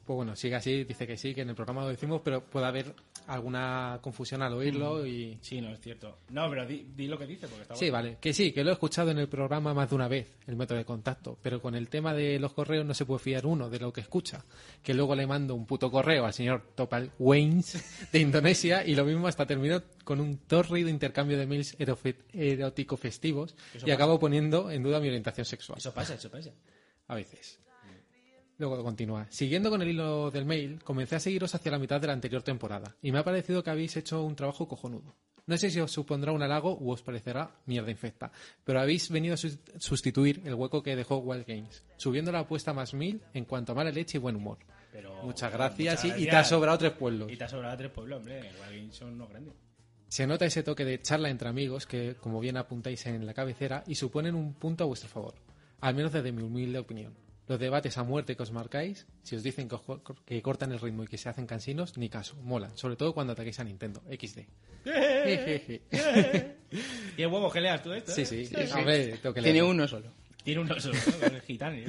Speaker 7: Pues bueno, sigue así, dice que sí, que en el programa lo decimos, pero puede haber alguna confusión al oírlo y
Speaker 6: Sí, no, es cierto. No, pero di, di lo que dice, porque está
Speaker 7: Sí,
Speaker 6: bueno.
Speaker 7: vale. Que sí, que lo he escuchado en el programa más de una vez, el método de contacto. Pero con el tema de los correos no se puede fiar uno de lo que escucha. Que luego le mando un puto correo al señor Topal Waynes de Indonesia y lo mismo hasta terminó con un torrido intercambio de mails erofe- erótico-festivos y acabo poniendo en duda mi orientación sexual
Speaker 6: Eso pasa, eso pasa.
Speaker 7: a veces. Luego continúa. Siguiendo con el hilo del mail, comencé a seguiros hacia la mitad de la anterior temporada y me ha parecido que habéis hecho un trabajo cojonudo. No sé si os supondrá un halago u os parecerá mierda infecta, pero habéis venido a sus- sustituir el hueco que dejó Wild Games, subiendo la apuesta más mil en cuanto a mala leche y buen humor.
Speaker 6: Pero,
Speaker 7: Muchas gracias,
Speaker 6: muchas
Speaker 7: y- y te ha
Speaker 6: gracias.
Speaker 7: sobrado tres pueblos.
Speaker 6: Y te ha sobrado tres pueblos, hombre. Igual son no grandes.
Speaker 7: Se nota ese toque de charla entre amigos que, como bien apuntáis en la cabecera, y suponen un punto a vuestro favor, al menos desde mi humilde opinión. Los debates a muerte que os marcáis, si os dicen que, os co- que cortan el ritmo y que se hacen cansinos, ni caso, molan, sobre todo cuando ataquéis a Nintendo, XD. Jejeje.
Speaker 6: ¿Qué huevos que leas tú esto?
Speaker 7: sí,
Speaker 6: eh?
Speaker 7: sí, a ver, tengo que
Speaker 9: Tiene
Speaker 7: leerlo.
Speaker 9: uno solo.
Speaker 6: Tiene un oso, ¿no? El gitano. ¿eh?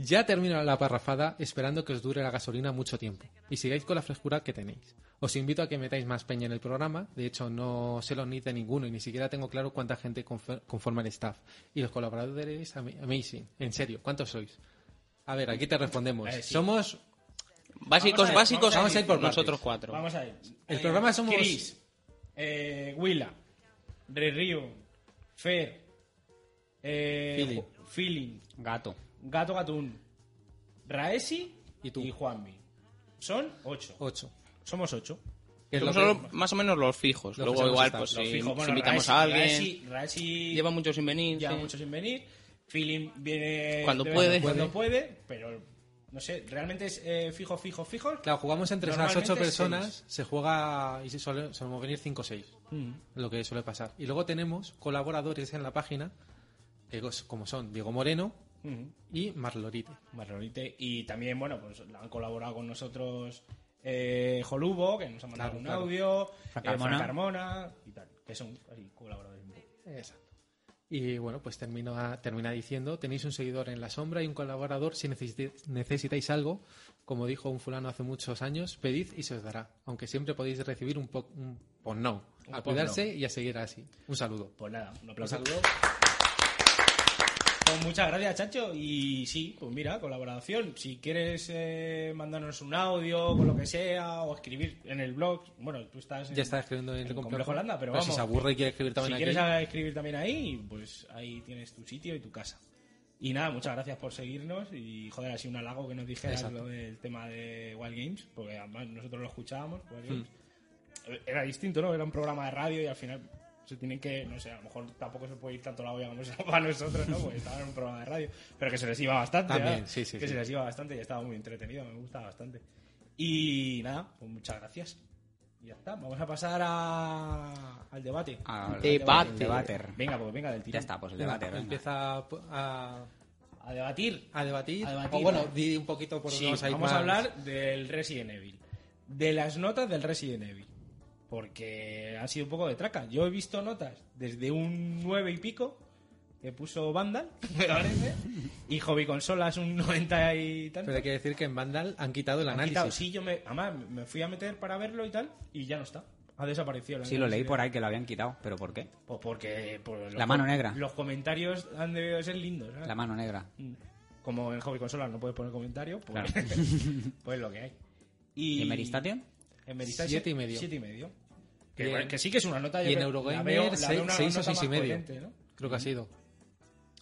Speaker 7: Ya termino la parrafada esperando que os dure la gasolina mucho tiempo y sigáis con la frescura que tenéis. Os invito a que metáis más peña en el programa, de hecho no se los de ninguno y ni siquiera tengo claro cuánta gente confer- conforma el staff. Y los colaboradores, ama- amazing, en serio, ¿cuántos sois? A ver, aquí te respondemos.
Speaker 6: Eh, sí.
Speaker 7: Somos...
Speaker 9: Básicos,
Speaker 6: Vamos a ver,
Speaker 9: básicos.
Speaker 7: vamos a ir por partes.
Speaker 9: nosotros cuatro.
Speaker 6: Vamos a ver.
Speaker 7: El programa somos-
Speaker 6: Chris, eh, Willa, Rerío, Fer, eh,
Speaker 7: Feeling.
Speaker 6: Ju- Feeling,
Speaker 2: Gato.
Speaker 6: Gato Gatún, Raesi
Speaker 7: Y tú.
Speaker 6: Juanmi. Son ocho.
Speaker 7: Ocho.
Speaker 6: Somos ocho.
Speaker 7: que es lo
Speaker 9: Somos
Speaker 7: que-
Speaker 9: solo más o menos los fijos.
Speaker 7: Los
Speaker 9: Luego
Speaker 7: fijos
Speaker 9: igual,
Speaker 7: están,
Speaker 9: pues
Speaker 7: los
Speaker 9: si,
Speaker 6: Fijo,
Speaker 9: si
Speaker 6: bueno,
Speaker 9: invitamos
Speaker 6: Raesi-
Speaker 9: a alguien...
Speaker 6: Raesi- Raesi-
Speaker 9: Lleva muchos sin venir.
Speaker 6: lleva
Speaker 9: sí.
Speaker 6: mucho sin venir. Feeling viene
Speaker 9: Cuando
Speaker 6: de vez en
Speaker 9: puede.
Speaker 6: cuando puede, pero no sé, realmente es eh, fijo, fijo, fijo.
Speaker 7: Claro, jugamos entre las
Speaker 6: Normalmente
Speaker 7: ocho
Speaker 6: es
Speaker 7: personas,
Speaker 6: seis.
Speaker 7: se juega y se suele, solemos venir cinco o seis,
Speaker 6: Mm,
Speaker 7: lo que suele pasar. Y luego tenemos colaboradores en la página, que cos- como son Diego Moreno
Speaker 6: mm.
Speaker 7: y Marlorite.
Speaker 6: Marrorite. Y también, bueno, pues han colaborado con nosotros eh, Jolubo, que nos ha mandado
Speaker 7: Claro,
Speaker 6: un
Speaker 7: claro.
Speaker 6: audio,
Speaker 2: Fran
Speaker 6: eh, Fran
Speaker 2: Carmona.
Speaker 6: Carmona y tal, que son así, colaboradores.
Speaker 7: Exacto. Y bueno, pues termina, termina diciendo, tenéis un seguidor en la sombra y un colaborador si necesite- necesitáis algo, como dijo un fulano hace muchos años, pedid y se os dará, aunque siempre podéis recibir un, po un por no.
Speaker 6: Un
Speaker 7: A
Speaker 6: por
Speaker 7: cuidarse y a seguir así. Un saludo.
Speaker 6: Pues nada, un
Speaker 7: Un
Speaker 6: aplauso.
Speaker 7: saludo.
Speaker 6: Pues muchas gracias, Chacho. Y sí, pues mira, colaboración. Si quieres eh, mandarnos un audio, con lo que sea, o escribir en el blog. Bueno, tú estás en,
Speaker 7: Ya está escribiendo en,
Speaker 6: en
Speaker 7: el
Speaker 6: Complejo Holanda, pero,
Speaker 7: si
Speaker 6: vamos.
Speaker 7: se aburre y quiere escribir
Speaker 6: si
Speaker 7: también aquí.
Speaker 6: quieres a- escribir también ahí, pues ahí tienes tu sitio y tu casa. Y nada, muchas gracias por seguirnos y joder, así un halago que nos dijeras
Speaker 7: Exacto.
Speaker 6: lo del tema de Wild Games, porque además nosotros lo escuchábamos. Wild
Speaker 7: Hmm.
Speaker 6: Games. Era distinto, ¿no? Era un programa de radio y al final se tienen que, no sé, a lo mejor tampoco se puede ir tanto la olla como se va a nosotros, ¿no? Porque estaban en un programa de radio, pero que se les iba bastante.
Speaker 7: También,
Speaker 6: ¿verdad?
Speaker 7: sí, sí,
Speaker 6: Que
Speaker 7: sí.
Speaker 6: se les iba bastante y estaba muy entretenido, me gustaba bastante. Y nada, pues muchas gracias. Y ya está, vamos a pasar a- al debate.
Speaker 2: Al
Speaker 9: Debate.
Speaker 2: debater.
Speaker 6: Venga, pues venga, del tiro.
Speaker 2: Ya está, pues el
Speaker 7: Venga,
Speaker 2: debate. venga.
Speaker 7: Empieza a, a-
Speaker 6: A debatir.
Speaker 7: a debatir.
Speaker 6: A debatir.
Speaker 7: O bueno, di un poquito por
Speaker 6: Sí,
Speaker 7: dónde
Speaker 6: vamos
Speaker 7: ir
Speaker 6: a
Speaker 7: más.
Speaker 6: hablar del Resident Evil. De las notas del Resident Evil. Porque ha sido un poco de traca. Yo he visto notas desde un 9 y pico que puso Vandal, me parece. Y Hobby Consolas un 90 y tanto.
Speaker 7: Pero hay que decir que en Vandal han quitado el
Speaker 6: Han
Speaker 7: análisis.
Speaker 6: quitado. Sí, yo me, además, me fui a meter para verlo y tal, y ya no está. Ha desaparecido. el
Speaker 2: Sí, lo leí
Speaker 6: análisis.
Speaker 2: por ahí que lo habían quitado. ¿Pero por qué?
Speaker 6: Pues porque... por los
Speaker 2: La mano
Speaker 6: com-
Speaker 2: negra.
Speaker 6: Los comentarios han debido de ser lindos. ¿sabes?
Speaker 2: La mano negra.
Speaker 6: como en hobby consola no puedes poner comentario, pues, pues lo que hay.
Speaker 2: ¿Y en Meristation?
Speaker 6: En Meristation,
Speaker 7: Siete y medio.
Speaker 6: siete y medio. Que,
Speaker 7: Y
Speaker 6: bueno,
Speaker 7: en-
Speaker 6: que sí que es una nota. yo
Speaker 7: y en
Speaker 6: creo- la
Speaker 7: Eurogamer,
Speaker 6: veo- la
Speaker 7: seis-
Speaker 6: veo una
Speaker 7: seis o
Speaker 6: nota
Speaker 7: seis y
Speaker 6: más
Speaker 7: medio.
Speaker 6: coherente, ¿no?
Speaker 7: Creo que ha sido.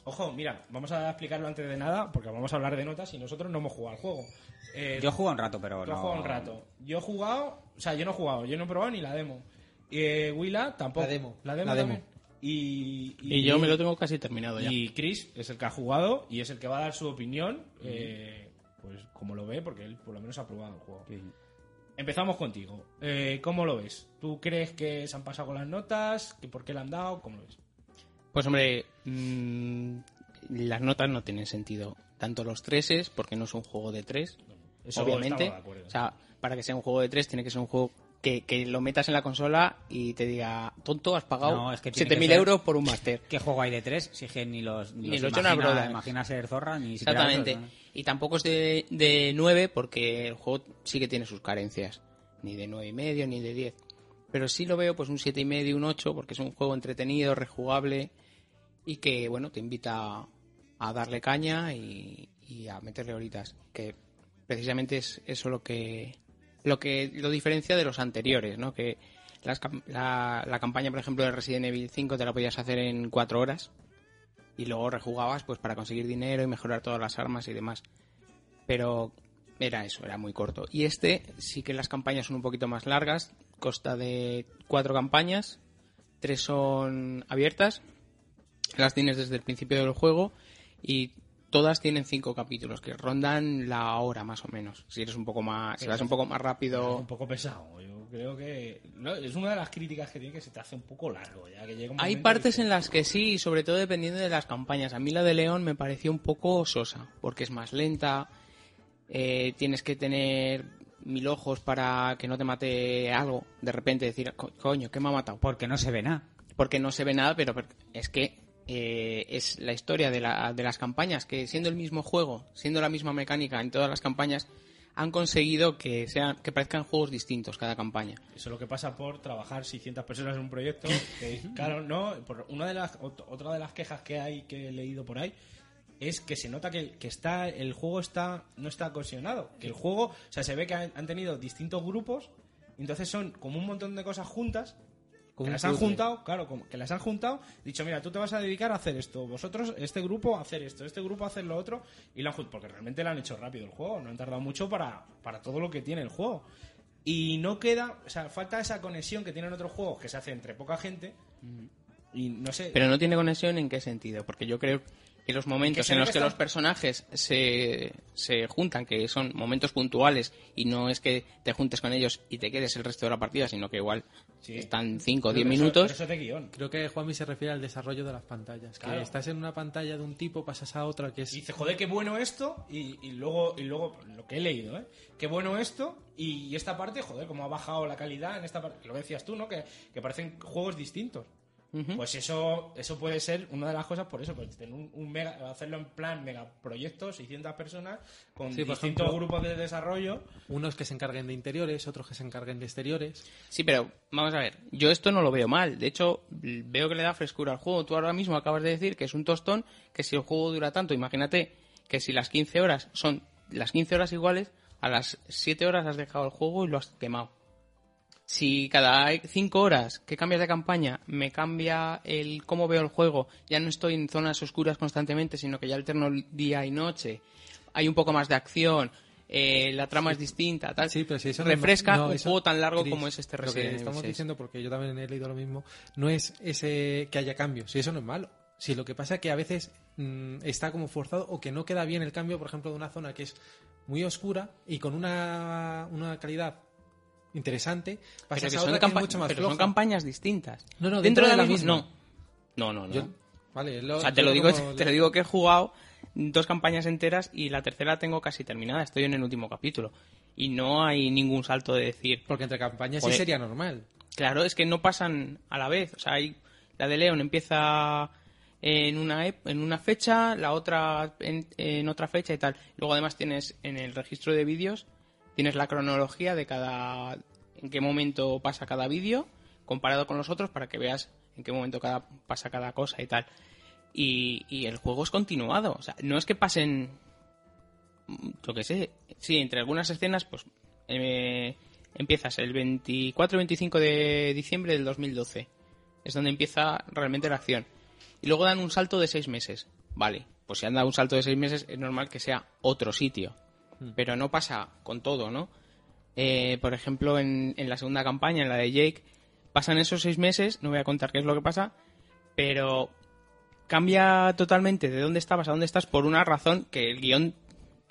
Speaker 6: Ojo, mira, vamos a explicarlo antes de nada, porque vamos a hablar de notas y nosotros no hemos jugado al juego. Eh,
Speaker 2: Yo he jugado un rato, pero
Speaker 6: tú
Speaker 2: no.
Speaker 6: has jugado un rato. Yo he jugado, o sea, yo no he jugado, yo no he probado ni la demo. Eh, Willa tampoco.
Speaker 7: La demo.
Speaker 6: La demo.
Speaker 7: La demo.
Speaker 6: también. Y,
Speaker 9: Y yo me lo tengo casi terminado ya.
Speaker 6: y Chris es el que ha jugado y es el que va a dar su opinión, eh, pues como lo ve, porque él por lo menos ha probado el juego.
Speaker 2: Sí.
Speaker 6: Empezamos contigo. Eh, ¿Cómo lo ves? ¿Tú crees que se han pasado con las notas? ¿Que ¿Por qué le han dado? ¿Cómo lo ves?
Speaker 9: Pues hombre, mm, las notas no tienen sentido. Tanto los treses, porque no es un juego de tres,
Speaker 6: Eso
Speaker 9: obviamente.
Speaker 6: estamos de acuerdo.
Speaker 9: o sea, para que sea un juego de tres tiene que ser un juego que, que lo metas en la consola y te diga, tonto, has pagado
Speaker 2: No, es que tiene que
Speaker 9: 7.000
Speaker 2: ser-
Speaker 9: euros por un máster.
Speaker 2: ¿Qué juego hay de tres? Si es que ni los.
Speaker 9: Ni
Speaker 2: los
Speaker 9: los Jonas
Speaker 2: imagina-
Speaker 9: Brothers.
Speaker 2: Imagina ser zorra ni siquiera
Speaker 9: Exactamente.
Speaker 2: esos, ¿no?
Speaker 9: Y tampoco es de, de 9 porque el juego sí que tiene sus carencias. Ni de nueve y medio, ni de 10. Pero sí lo veo pues un siete y medio, un 8, porque es un juego entretenido, rejugable y que, bueno, te invita a darle caña y, y a meterle horitas. Que precisamente es eso lo que lo que lo diferencia de los anteriores, ¿no? Que las cam- la, la campaña, por ejemplo, de Resident Evil 5 te la podías hacer en 4 horas y luego rejugabas pues para conseguir dinero y mejorar todas las armas y demás. Pero era eso, era muy corto. Y este sí que las campañas son un poquito más largas, consta de cuatro campañas, tres son abiertas, las tienes desde el principio del juego y todas tienen cinco capítulos que rondan la hora más o menos. Si eres un poco más, si vas un poco más rápido,
Speaker 6: Un poco pesado. Yo creo que no, es una de las críticas que tiene que se te hace un poco largo. Ya que llega un
Speaker 9: Hay
Speaker 6: momento
Speaker 9: partes
Speaker 6: que-
Speaker 9: en las que sí, y sobre todo dependiendo de las campañas. A mí la de León me pareció un poco sosa, porque es más lenta, eh, tienes que tener mil ojos para que no te mate algo. De repente decir, "Co- coño, ¿qué me ha matado?
Speaker 2: Porque no se ve nada.
Speaker 9: Porque no se ve nada, pero pero es que eh, es la historia de, la- de las campañas, que siendo el mismo juego, siendo la misma mecánica en todas las campañas, han conseguido que, sean, que parezcan juegos distintos cada campaña.
Speaker 6: Eso es lo que pasa por trabajar 600 personas en un proyecto. que, claro, no. por una de las, ot- otra de las quejas que hay que he leído por ahí es que se nota que, que está el juego está no está cohesionado. Que el juego, o sea, se ve que han, han tenido distintos grupos. y Entonces son como un montón de cosas juntas.
Speaker 7: Como
Speaker 6: que
Speaker 7: un
Speaker 6: las han
Speaker 7: puzzle.
Speaker 6: juntado, claro, como que las han juntado. Dicho, mira, tú te vas a dedicar a hacer esto. Vosotros, este grupo, a hacer esto. Este grupo, a hacer lo otro. Y lo han juntado. Porque realmente lo han hecho rápido el juego. No han tardado mucho para, para todo lo que tiene el juego. y no queda, o sea, falta esa conexión que tienen otros juegos que se hace entre poca gente y no sé.
Speaker 9: Pero no tiene conexión en qué sentido, porque yo creo que los momentos
Speaker 6: se
Speaker 9: en los
Speaker 6: nota
Speaker 9: que
Speaker 6: esta-
Speaker 9: los personajes se, se juntan, que son momentos puntuales y no es que te juntes con ellos y te quedes el resto de la partida, sino que igual
Speaker 6: Sí.
Speaker 9: están 5 o 10
Speaker 6: Pero eso-
Speaker 9: minutos.
Speaker 6: pero eso es de guión.
Speaker 7: Creo que Juanmi se refiere al desarrollo de las pantallas.
Speaker 6: Claro.
Speaker 7: Que estás en una pantalla de un tipo, pasas a otra que es...
Speaker 6: Y dice, joder, qué bueno esto, y, y luego, y luego lo que he leído, ¿eh? Qué bueno esto, y, y esta parte, joder, cómo ha bajado la calidad en esta parte. Lo que decías tú, ¿no? Que, que parecen juegos distintos. Pues eso, eso puede ser una de las cosas por eso, pues tener un, un mega, hacerlo en plan megaproyecto, 600 personas, con
Speaker 7: Sí, por
Speaker 6: distintos
Speaker 7: ejemplo.
Speaker 6: grupos de desarrollo.
Speaker 7: Unos que se encarguen de interiores, otros que se encarguen de exteriores.
Speaker 9: Sí, pero vamos a ver, yo esto no lo veo mal. De hecho, l- veo que le da frescura al juego. Tú ahora mismo acabas de decir que es un tostón, que si el juego dura tanto, imagínate que si las 15 horas son las 15 horas iguales, a las 7 horas has dejado el juego y lo has quemado. Si cada 5 horas que cambias de campaña me cambia el cómo veo el juego, ya no estoy en zonas oscuras constantemente, sino que ya alterno día y noche, hay un poco más de acción, eh, la trama es distinta, tal.
Speaker 7: Sí, pero si eso no-
Speaker 9: Ah, refresca
Speaker 7: no,
Speaker 9: un
Speaker 7: eso-
Speaker 9: juego tan largo
Speaker 7: Chris,
Speaker 9: como es este
Speaker 7: lo que
Speaker 9: Resident Evil
Speaker 7: estamos
Speaker 9: 6.
Speaker 7: diciendo, porque yo también he leído lo mismo, no es ese que haya cambios, si eso no es malo. Si lo que pasa es que a veces mm, está como forzado o que no queda bien el cambio, por ejemplo, de una zona que es muy oscura y con una, una calidad interesante,
Speaker 9: Pero,
Speaker 7: pasas
Speaker 9: que
Speaker 7: a
Speaker 9: son,
Speaker 7: otra que es
Speaker 9: campa-
Speaker 7: mucho más
Speaker 9: pero son
Speaker 7: floja.
Speaker 9: campañas distintas.
Speaker 7: No, no, dentro de la misma.
Speaker 9: No, no, no. no.
Speaker 7: Yo- vale, es lo-
Speaker 9: o sea, te
Speaker 7: yo
Speaker 9: lo, digo,
Speaker 7: como-
Speaker 9: te lo digo que he jugado dos campañas enteras y la tercera la tengo casi terminada. Estoy en el último capítulo. Y no hay ningún salto de decir.
Speaker 7: Porque entre campañas
Speaker 9: Joder.
Speaker 7: sí sería normal.
Speaker 9: Claro, es que no pasan a la vez. O sea, hay- la de Leon empieza en una, ep- en una fecha, la otra en, en otra fecha y tal. Luego además tienes en el registro de vídeos, tienes la cronología de cada... en qué momento pasa cada vídeo, comparado con los otros para que veas en qué momento cada, pasa cada cosa y tal. Y, y el juego es continuado. O sea, no es que pasen mm, yo qué sé, sí, entre algunas escenas, pues eh, empiezas el 24 25 de diciembre del 2012. Es donde empieza realmente la acción. Y luego dan un salto de seis meses. Vale, pues si han dado un salto de seis meses, es normal que sea otro sitio.
Speaker 7: Hmm.
Speaker 9: Pero no pasa con todo, ¿no? Eh, por ejemplo, en, en la segunda campaña, en la de Jake, pasan esos seis meses, no voy a contar qué es lo que pasa, pero cambia totalmente de dónde estabas a dónde estás por una razón que el guión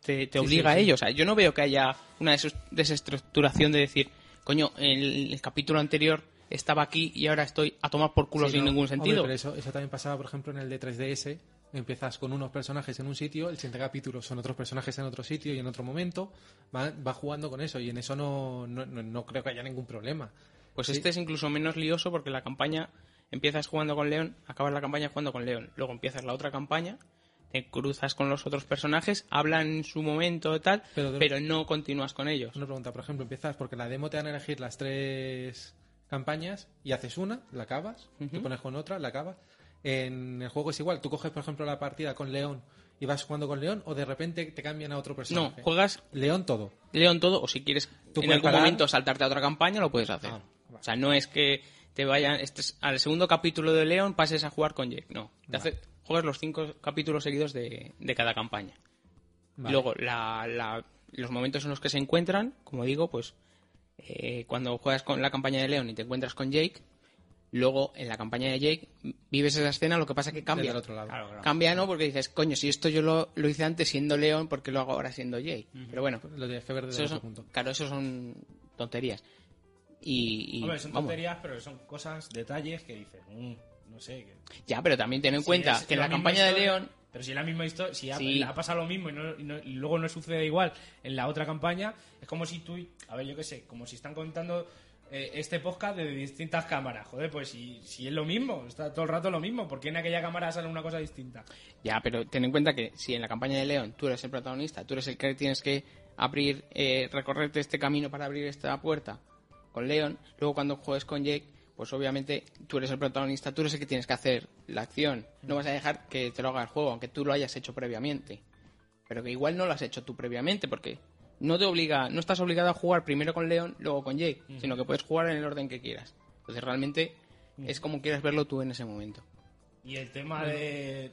Speaker 9: te, te obliga a ello. O sea, yo no veo que haya una desus- desestructuración de decir, coño, el, el capítulo anterior estaba aquí y ahora estoy a tomar por culo
Speaker 7: Sí,
Speaker 9: sin
Speaker 7: no,
Speaker 9: ningún
Speaker 7: hombre,
Speaker 9: sentido.
Speaker 7: pero eso, eso también pasaba, por ejemplo, en el de 3DS. Empiezas con unos personajes en un sitio, el siguiente capítulo son otros personajes en otro sitio y en otro momento. Va, va jugando con eso y en eso no, no, no- no creo que haya ningún problema.
Speaker 9: Pues este es incluso menos lioso porque la campaña empiezas jugando con León, acabas la campaña jugando con León, luego empiezas la otra campaña, te cruzas con los otros personajes, hablan en su momento y tal,
Speaker 7: Pero de-
Speaker 9: pero no continúas con ellos.
Speaker 7: Una pregunta, por ejemplo, empiezas porque en la demo te van a elegir las tres campañas y haces una, la acabas, te pones con otra, la acabas. En el juego es igual, tú coges, por ejemplo, la partida con León y vas jugando con León o de repente te cambian a otro
Speaker 9: No,
Speaker 7: personaje.
Speaker 9: juegas
Speaker 7: León todo.
Speaker 9: León todo, o si quieres
Speaker 7: Tú
Speaker 9: en
Speaker 7: puedes
Speaker 9: algún
Speaker 7: parar.
Speaker 9: momento saltarte a otra campaña, lo puedes hacer.
Speaker 7: Ah, vale.
Speaker 9: O sea, no es que te vayan este es- al segundo capítulo de León pases a jugar con Jake, no. Te hace- juegas los cinco capítulos seguidos de, de cada campaña.
Speaker 7: Vale.
Speaker 9: Luego, la- la- los momentos en los que se encuentran, como digo, pues eh, cuando juegas con la campaña de León y te encuentras con Jake, luego en la campaña de Jake vives esa escena, lo que pasa es que cambia.
Speaker 7: Desde el otro lado. Claro, claro.
Speaker 9: Cambia, ¿no? Porque dices, coño, si esto yo lo, lo hice antes siendo León, ¿por qué lo hago ahora siendo Jake? Pero bueno,
Speaker 7: Lo tienes que ver desde
Speaker 9: eso
Speaker 7: otro
Speaker 9: son-
Speaker 7: punto.
Speaker 9: claro, eso son tonterías. Y, y,
Speaker 6: Hombre, son
Speaker 9: vamos.
Speaker 6: tonterías, pero son cosas, detalles que dices, "Mm, no sé. Que...
Speaker 9: Ya, pero también ten en
Speaker 6: Si
Speaker 9: cuenta
Speaker 6: es
Speaker 9: que en la
Speaker 6: misma
Speaker 9: campaña de
Speaker 6: historia-
Speaker 9: León
Speaker 6: Pero si es la misma historia, si ha,
Speaker 9: Sí.
Speaker 6: ha pasado lo mismo y, no- y no- y luego no sucede igual en la otra campaña, es como si tú. A ver, yo qué sé, como si están contando eh, este podcast de distintas cámaras. Joder, pues si, si es lo mismo, está todo el rato lo mismo, porque en aquella cámara sale una cosa distinta?
Speaker 9: Ya, pero ten en cuenta que si en la campaña de León tú eres el protagonista, tú eres el que tienes que abrir, eh, recorrerte este camino para abrir esta puerta con León, luego cuando juegues con Jake, pues obviamente tú eres el protagonista, tú eres el que tienes que hacer la acción. No vas a dejar que te lo haga el juego, aunque tú lo hayas hecho previamente. Pero que igual no lo has hecho tú previamente, porque no te obliga, no estás obligado a jugar primero con León, luego con Jake, sino que puedes jugar en el orden que quieras. Entonces realmente es como quieras verlo tú en ese momento.
Speaker 6: Y el tema de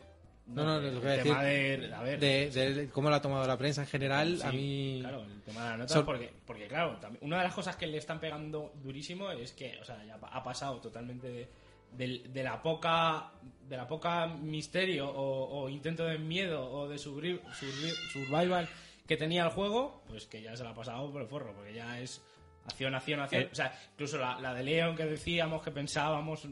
Speaker 4: No, no, lo que voy a
Speaker 6: el
Speaker 4: decir.
Speaker 6: tema de, a ver,
Speaker 4: de, de cómo lo ha tomado la prensa en general, a
Speaker 6: Sí,
Speaker 4: mí.
Speaker 6: Claro, el tema de la nota,
Speaker 4: Sor-
Speaker 6: porque, porque claro, también- una de las cosas que le están pegando durísimo es que, o sea, ya ha pasado totalmente de, del- de la poca de la poca misterio o, o intento de miedo o de survi- survi- survival que tenía el juego, pues que ya se la ha pasado por el forro, porque ya es acción, acción, acción.
Speaker 2: Eh.
Speaker 6: o sea, incluso la, la de Leon que decíamos, que pensábamos eh,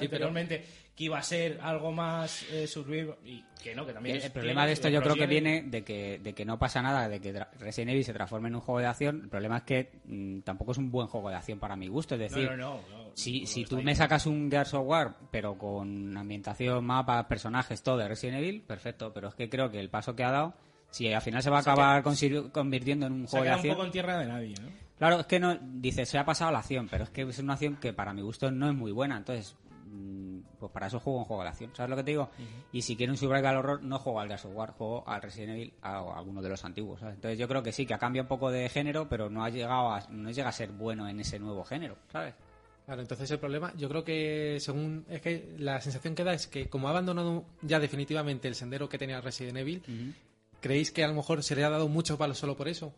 Speaker 6: anteriormente que iba a ser algo más eh, survival, y que no, que también
Speaker 2: El,
Speaker 6: es-
Speaker 2: el problema de esto
Speaker 6: tiene-
Speaker 2: yo creo que
Speaker 6: prosigue-
Speaker 2: viene de que, de que no pasa nada, de que tra- Resident Evil se transforme en un juego de acción. El problema es que mm, tampoco es un buen juego de acción para mi gusto. Es
Speaker 6: No,
Speaker 2: decir,
Speaker 6: no, no, no,
Speaker 2: si,
Speaker 6: no
Speaker 2: si
Speaker 6: está
Speaker 2: tú
Speaker 6: ahí.
Speaker 2: me sacas un Gears of War, pero con ambientación, mapas, personajes, todo de Resident Evil, perfecto. Pero es que creo que el paso que ha dado, si al final se va a acabar consi- convirtiendo en un
Speaker 6: Se ha
Speaker 2: juego de
Speaker 6: quedado un
Speaker 2: acción...
Speaker 6: poco en tierra de nadie, ¿no?
Speaker 2: Claro, es que no, dice, se ha pasado la acción, pero es que es una acción que para mi gusto no es muy buena, entonces, mm, pues para eso juego un juego de acción, ¿sabes lo que te digo? Y si quiero un survival horror, no juego al Gears of War, juego al Resident Evil a- o a alguno de los antiguos, ¿sabes? Entonces yo creo que sí, que ha cambiado un poco de género, pero no ha llegado a, no llega a ser bueno en ese nuevo género, ¿sabes?
Speaker 4: Claro, entonces el problema, yo creo que según es que la sensación que da es que como ha abandonado ya definitivamente el sendero que tenía Resident Evil, ¿creéis que a lo mejor se le ha dado mucho palo solo por eso?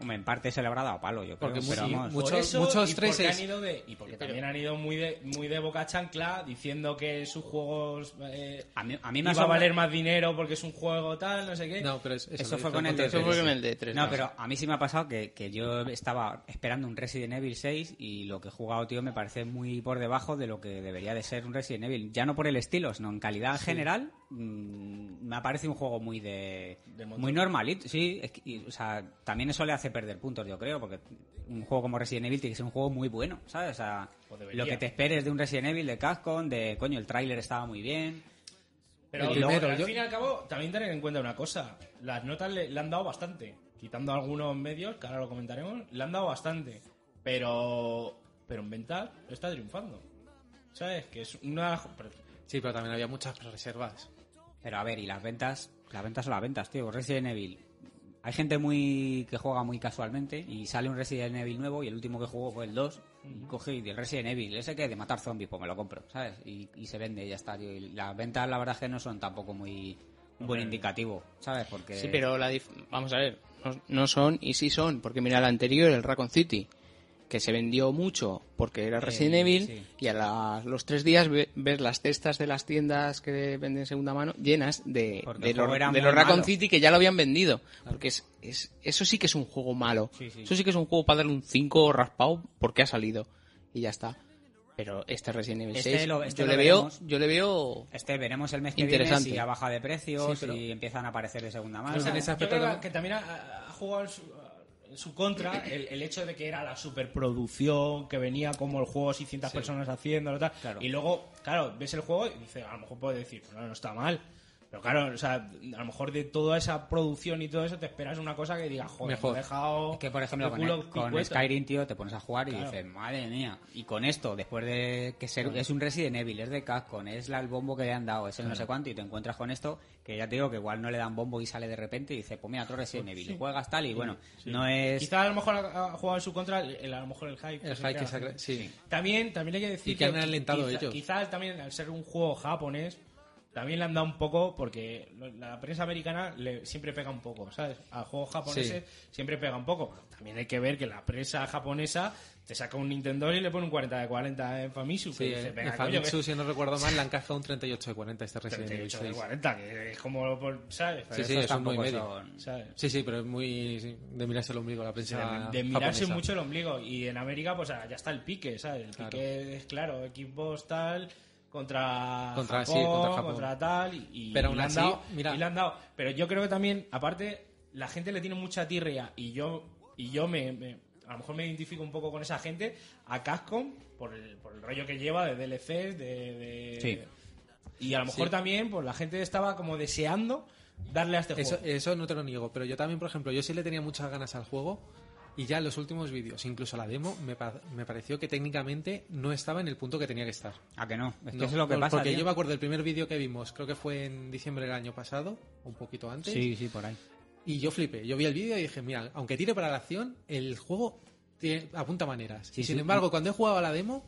Speaker 2: Hombre, en parte se le habrá dado palo, yo creo,
Speaker 4: Porque
Speaker 2: pero
Speaker 4: sí,
Speaker 2: vamos,
Speaker 4: mucho-
Speaker 6: Por eso,
Speaker 4: muchos
Speaker 6: y porque
Speaker 4: treses.
Speaker 6: han ido de- y porque también han ido muy de, muy de boca chancla diciendo que sus juegos eh,
Speaker 2: a mí, a mí
Speaker 6: iba
Speaker 2: me asombra-
Speaker 6: a valer más dinero porque es un juego tal, no sé qué.
Speaker 4: No, pero es- eso,
Speaker 2: Eso
Speaker 4: lo
Speaker 2: fue
Speaker 4: dijo
Speaker 2: con el
Speaker 4: propio-
Speaker 9: Eso
Speaker 2: D3.
Speaker 9: fue con el D3.
Speaker 2: No,
Speaker 9: ¿no?
Speaker 2: pero a mí sí me ha pasado que, que yo estaba esperando un Resident Evil 6 y lo que he jugado, tío, me parece muy por debajo de lo que debería de ser un Resident Evil. Ya no por el estilo, sino en calidad general, mm, me parece un juego muy de... muy normalito, sí. es que- y, o sea, también eso le hace perder puntos, yo creo, porque un juego como Resident Evil tiene que ser un juego muy bueno, ¿sabes? O sea,
Speaker 6: O debería.
Speaker 2: lo que te esperes de un Resident Evil, de Capcom, de, coño, el tráiler estaba muy bien...
Speaker 6: Pero
Speaker 4: El primero,
Speaker 6: al
Speaker 4: yo-
Speaker 6: fin y al cabo, también tener en cuenta una cosa. Las notas le, le han dado bastante. Quitando algunos medios, que ahora lo comentaremos, le han dado bastante. Pero, pero en ventas está triunfando. ¿Sabes? Que es una... pero-
Speaker 4: Sí, pero también había muchas reservas.
Speaker 2: Pero a ver, y las ventas, las ventas son las ventas, tío. Resident Evil. Hay gente muy que juega muy casualmente y sale un Resident Evil nuevo y el último que jugó fue el 2. Y coge y el Resident Evil, ese que es de matar zombies, pues me lo compro, ¿sabes? Y, y se vende, y ya está, tío. Y las ventas, la verdad es que no son tampoco muy un buen indicativo, ¿sabes? Porque
Speaker 9: Sí, pero la dif- vamos a ver, no, no son y sí son, porque mira el anterior, el Raccoon City, que se vendió mucho porque era Resident Evil,
Speaker 2: Eh, sí.
Speaker 9: y a la- los tres días ve- ves las cestas de las tiendas que venden segunda mano llenas de,
Speaker 2: Porque
Speaker 9: de,
Speaker 2: el juego
Speaker 9: los-
Speaker 2: era
Speaker 9: de
Speaker 2: muy
Speaker 9: los Raccoon
Speaker 2: malo.
Speaker 9: City que ya lo habían vendido. Porque es, es- eso sí que es un juego malo.
Speaker 2: Sí, sí.
Speaker 9: Eso sí que es un juego para darle un 5 raspado porque ha salido. Y ya está. Pero este Resident Evil
Speaker 2: Este
Speaker 9: 6,
Speaker 2: lo- este
Speaker 9: yo,
Speaker 2: lo
Speaker 9: le veo,
Speaker 2: veremos.
Speaker 9: yo le veo...
Speaker 2: este veremos el mes que
Speaker 9: Interesante.
Speaker 2: viene si ya baja de precios
Speaker 4: Sí, pero-
Speaker 2: y empiezan a aparecer de segunda mano.
Speaker 4: Pero en ese
Speaker 6: Yo
Speaker 4: aspecto
Speaker 6: creo
Speaker 4: también-
Speaker 6: que también ha, ha jugado en su, en su contra el, el hecho de que era la superproducción, que venía como el juego 600 personas haciéndolo tal.
Speaker 2: Claro.
Speaker 6: Y luego, claro, ves el juego y dices, a lo mejor puedes decir, no, no está mal. Pero claro, o sea, a lo mejor de toda esa producción y todo eso te esperas una cosa que digas, joder,
Speaker 4: Mejor.
Speaker 6: me he dejado
Speaker 2: Es que, por ejemplo,
Speaker 6: el culo
Speaker 2: con, con
Speaker 6: picueto.
Speaker 2: Skyrim, tío, te pones a jugar y
Speaker 6: Claro.
Speaker 2: dices, madre mía. Y con esto, después de que ser- es un Resident Evil, es de Capcom, es la- el bombo que le han dado, es el no sé cuánto, y te encuentras con esto, que ya te digo que igual no le dan bombo y sale de repente y dices, pues mira, otro Resident Evil, y juegas tal, y bueno, no es...
Speaker 6: Quizá a lo mejor ha ha jugado en su contra el, el- a lo mejor el hype.
Speaker 4: El hype
Speaker 6: se
Speaker 4: que
Speaker 6: crea.
Speaker 4: se ha cre- sí.
Speaker 6: También, también hay que decir
Speaker 4: Y que han alentado
Speaker 6: quizá-
Speaker 4: ellos.
Speaker 6: Quizás también al ser un juego japonés, también le han dado un poco, porque lo- la prensa americana le, siempre pega un poco, ¿sabes? A juegos japoneses siempre pega un poco. Pero también hay que ver que la prensa japonesa te saca un Nintendo y le pone un 40 de 40 en Famitsu.
Speaker 4: Sí,
Speaker 6: que dice,
Speaker 4: en
Speaker 6: "Venga,
Speaker 4: en
Speaker 6: coño,
Speaker 4: Famitsu,
Speaker 6: que-
Speaker 4: si no recuerdo mal, le han cascado un 38 de 40 este Resident Evil
Speaker 6: 38 de
Speaker 4: 6.
Speaker 6: 40, que es como, por- ¿sabes?
Speaker 4: Sí, sí,
Speaker 2: Esos
Speaker 4: es un muy
Speaker 2: tampoco
Speaker 4: medio.
Speaker 2: son-
Speaker 6: ¿Sabes?
Speaker 4: Sí, sí, pero es muy sí, de mirarse el ombligo la prensa.
Speaker 6: pues, de, de mirarse
Speaker 4: japonesa.
Speaker 6: mucho el ombligo. Y en América, pues ah, ya está el pique, ¿sabes? El pique
Speaker 4: Claro.
Speaker 6: es, claro, equipos tal, contra,
Speaker 4: Contra- sí,
Speaker 6: Japón,
Speaker 4: contra Japón.
Speaker 6: tal, y, y-
Speaker 4: Pero
Speaker 6: y
Speaker 4: aún
Speaker 6: le han
Speaker 4: así,
Speaker 6: dado,
Speaker 4: mira.
Speaker 6: y le han dado. Pero yo creo que también, aparte, la gente le tiene mucha tirria y yo, y yo me... me- a lo mejor me identifico un poco con esa gente a Capcom por el, por el rollo que lleva de DLCs, de, de-
Speaker 2: Sí.
Speaker 6: y a lo mejor
Speaker 4: Sí.
Speaker 6: también pues la gente estaba como deseando darle a este
Speaker 4: Eso,
Speaker 6: juego.
Speaker 4: eso no te lo niego, pero yo también, por ejemplo, yo sí le tenía muchas ganas al juego y ya en los últimos vídeos, incluso la demo, me, pa- me pareció que técnicamente no estaba en el punto que tenía que estar.
Speaker 2: ¿A que no? Es que
Speaker 4: No,
Speaker 2: eso es lo que
Speaker 4: por-
Speaker 2: pasa,
Speaker 4: Porque
Speaker 2: tío.
Speaker 4: yo me acuerdo del primer vídeo que vimos, creo que fue en diciembre del año pasado, un poquito antes,
Speaker 2: Sí, sí, por ahí.
Speaker 4: y yo flipé. Yo vi el vídeo y dije, mira, aunque tire para la acción, el juego tiene- apunta maneras.
Speaker 2: Sí,
Speaker 4: y sin
Speaker 2: sí.
Speaker 4: embargo, cuando he jugado a la demo,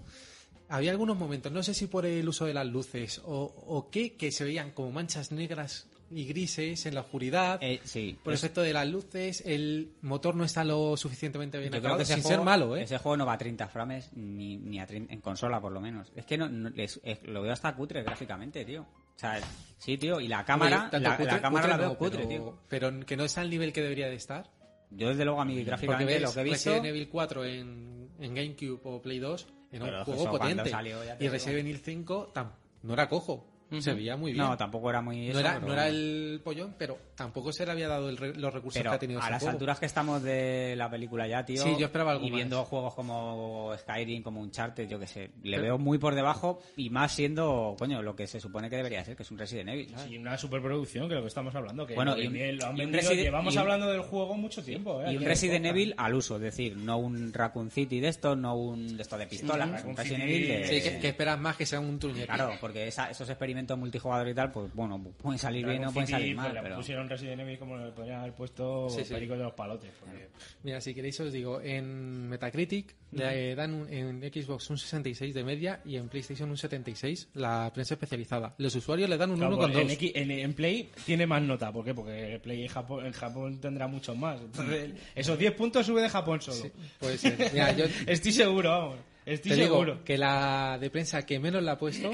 Speaker 7: había algunos momentos, no sé si por el uso de las luces o, o qué, que se veían como manchas negras y grises en la oscuridad.
Speaker 2: Eh, sí.
Speaker 7: por
Speaker 2: Es-
Speaker 7: efecto de las luces, el motor no está lo suficientemente bien
Speaker 2: yo creo
Speaker 7: acabado,
Speaker 2: que ese
Speaker 7: sin
Speaker 2: juego,
Speaker 7: ser malo, ¿eh?
Speaker 2: Ese juego no va a 30 frames ni, ni a 30 en consola, por lo menos. Es que no, no- es- es- lo veo hasta cutre gráficamente, tío. O sea, es- sí, tío. Y la cámara,
Speaker 7: Oye, tanto
Speaker 2: la, la
Speaker 7: cutre-
Speaker 2: cámara
Speaker 7: cutre
Speaker 2: la veo
Speaker 7: no,
Speaker 2: cutre,
Speaker 7: pero,
Speaker 2: tío.
Speaker 7: Pero que no está al nivel que debería de estar.
Speaker 2: Yo, desde luego, a mí
Speaker 7: Porque
Speaker 2: gráficamente
Speaker 7: ves pues
Speaker 2: lo que he visto.
Speaker 7: Resident Evil 4 en, en GameCube o Play 2 era un
Speaker 2: Pero
Speaker 7: juego
Speaker 2: eso cuando
Speaker 7: potente.
Speaker 2: salió, ya te
Speaker 7: y
Speaker 2: digo.
Speaker 7: Resident Evil 5 tam- no era cojo. Se veía muy bien.
Speaker 2: No, tampoco era muy.
Speaker 7: No
Speaker 2: eso,
Speaker 7: era,
Speaker 2: pero
Speaker 7: no era
Speaker 2: bueno.
Speaker 7: el pollón, pero tampoco se le había dado el re- los recursos
Speaker 2: Pero
Speaker 7: que ha tenido
Speaker 2: a
Speaker 7: ese
Speaker 2: las
Speaker 7: juego.
Speaker 2: alturas que estamos de la película ya, tío.
Speaker 7: Sí, yo esperaba algo
Speaker 2: Y
Speaker 7: más.
Speaker 2: viendo juegos como Skyrim, como Uncharted, yo qué sé. Le veo muy por debajo y más siendo, coño, lo que se supone que debería ser, que es un Resident Evil. ¿sabes?
Speaker 6: Y una superproducción, que es lo que estamos hablando. Que
Speaker 2: Ah. Bueno,
Speaker 6: lo
Speaker 2: y un-
Speaker 6: bien lo han
Speaker 2: y un
Speaker 6: vendido.
Speaker 2: Resident-
Speaker 6: Llevamos
Speaker 2: y un-
Speaker 6: hablando del juego mucho tiempo. ¿eh?
Speaker 2: Y
Speaker 6: Aquí en
Speaker 2: un
Speaker 6: el
Speaker 2: Resident
Speaker 6: podcast.
Speaker 2: Evil al uso, es decir, no un Raccoon City de esto, no un de esto de pistola,
Speaker 6: Raccoon
Speaker 2: un Resident
Speaker 6: City,
Speaker 2: Evil de...
Speaker 7: Sí, que, que esperas más que sea un truñete.
Speaker 2: Claro, porque esa- esos experimentos multijugador y tal, pues bueno, pueden salir bien o
Speaker 6: Dragon
Speaker 2: pueden salir
Speaker 6: City,
Speaker 2: mal,
Speaker 6: pues, le
Speaker 2: pero...
Speaker 6: pusieron Resident Evil como le podrían haber puesto
Speaker 7: Sí, sí.
Speaker 6: Perico de los Palotes. porque-
Speaker 7: Mira, si queréis os digo, en Metacritic le dan un- en Xbox un 66 de media y en PlayStation un 76, la prensa especializada. Los usuarios le dan un
Speaker 6: Claro,
Speaker 7: 1,2.
Speaker 6: porque en, X- en- en Play tiene más nota. ¿Por qué? Porque Play en Japón, en Japón tendrá muchos más. Entonces, esos 10 puntos sube de Japón solo.
Speaker 7: Puede ser. Mira, yo
Speaker 6: Estoy seguro, vamos. Estoy
Speaker 7: te
Speaker 6: seguro.
Speaker 7: digo que la de prensa que menos la ha puesto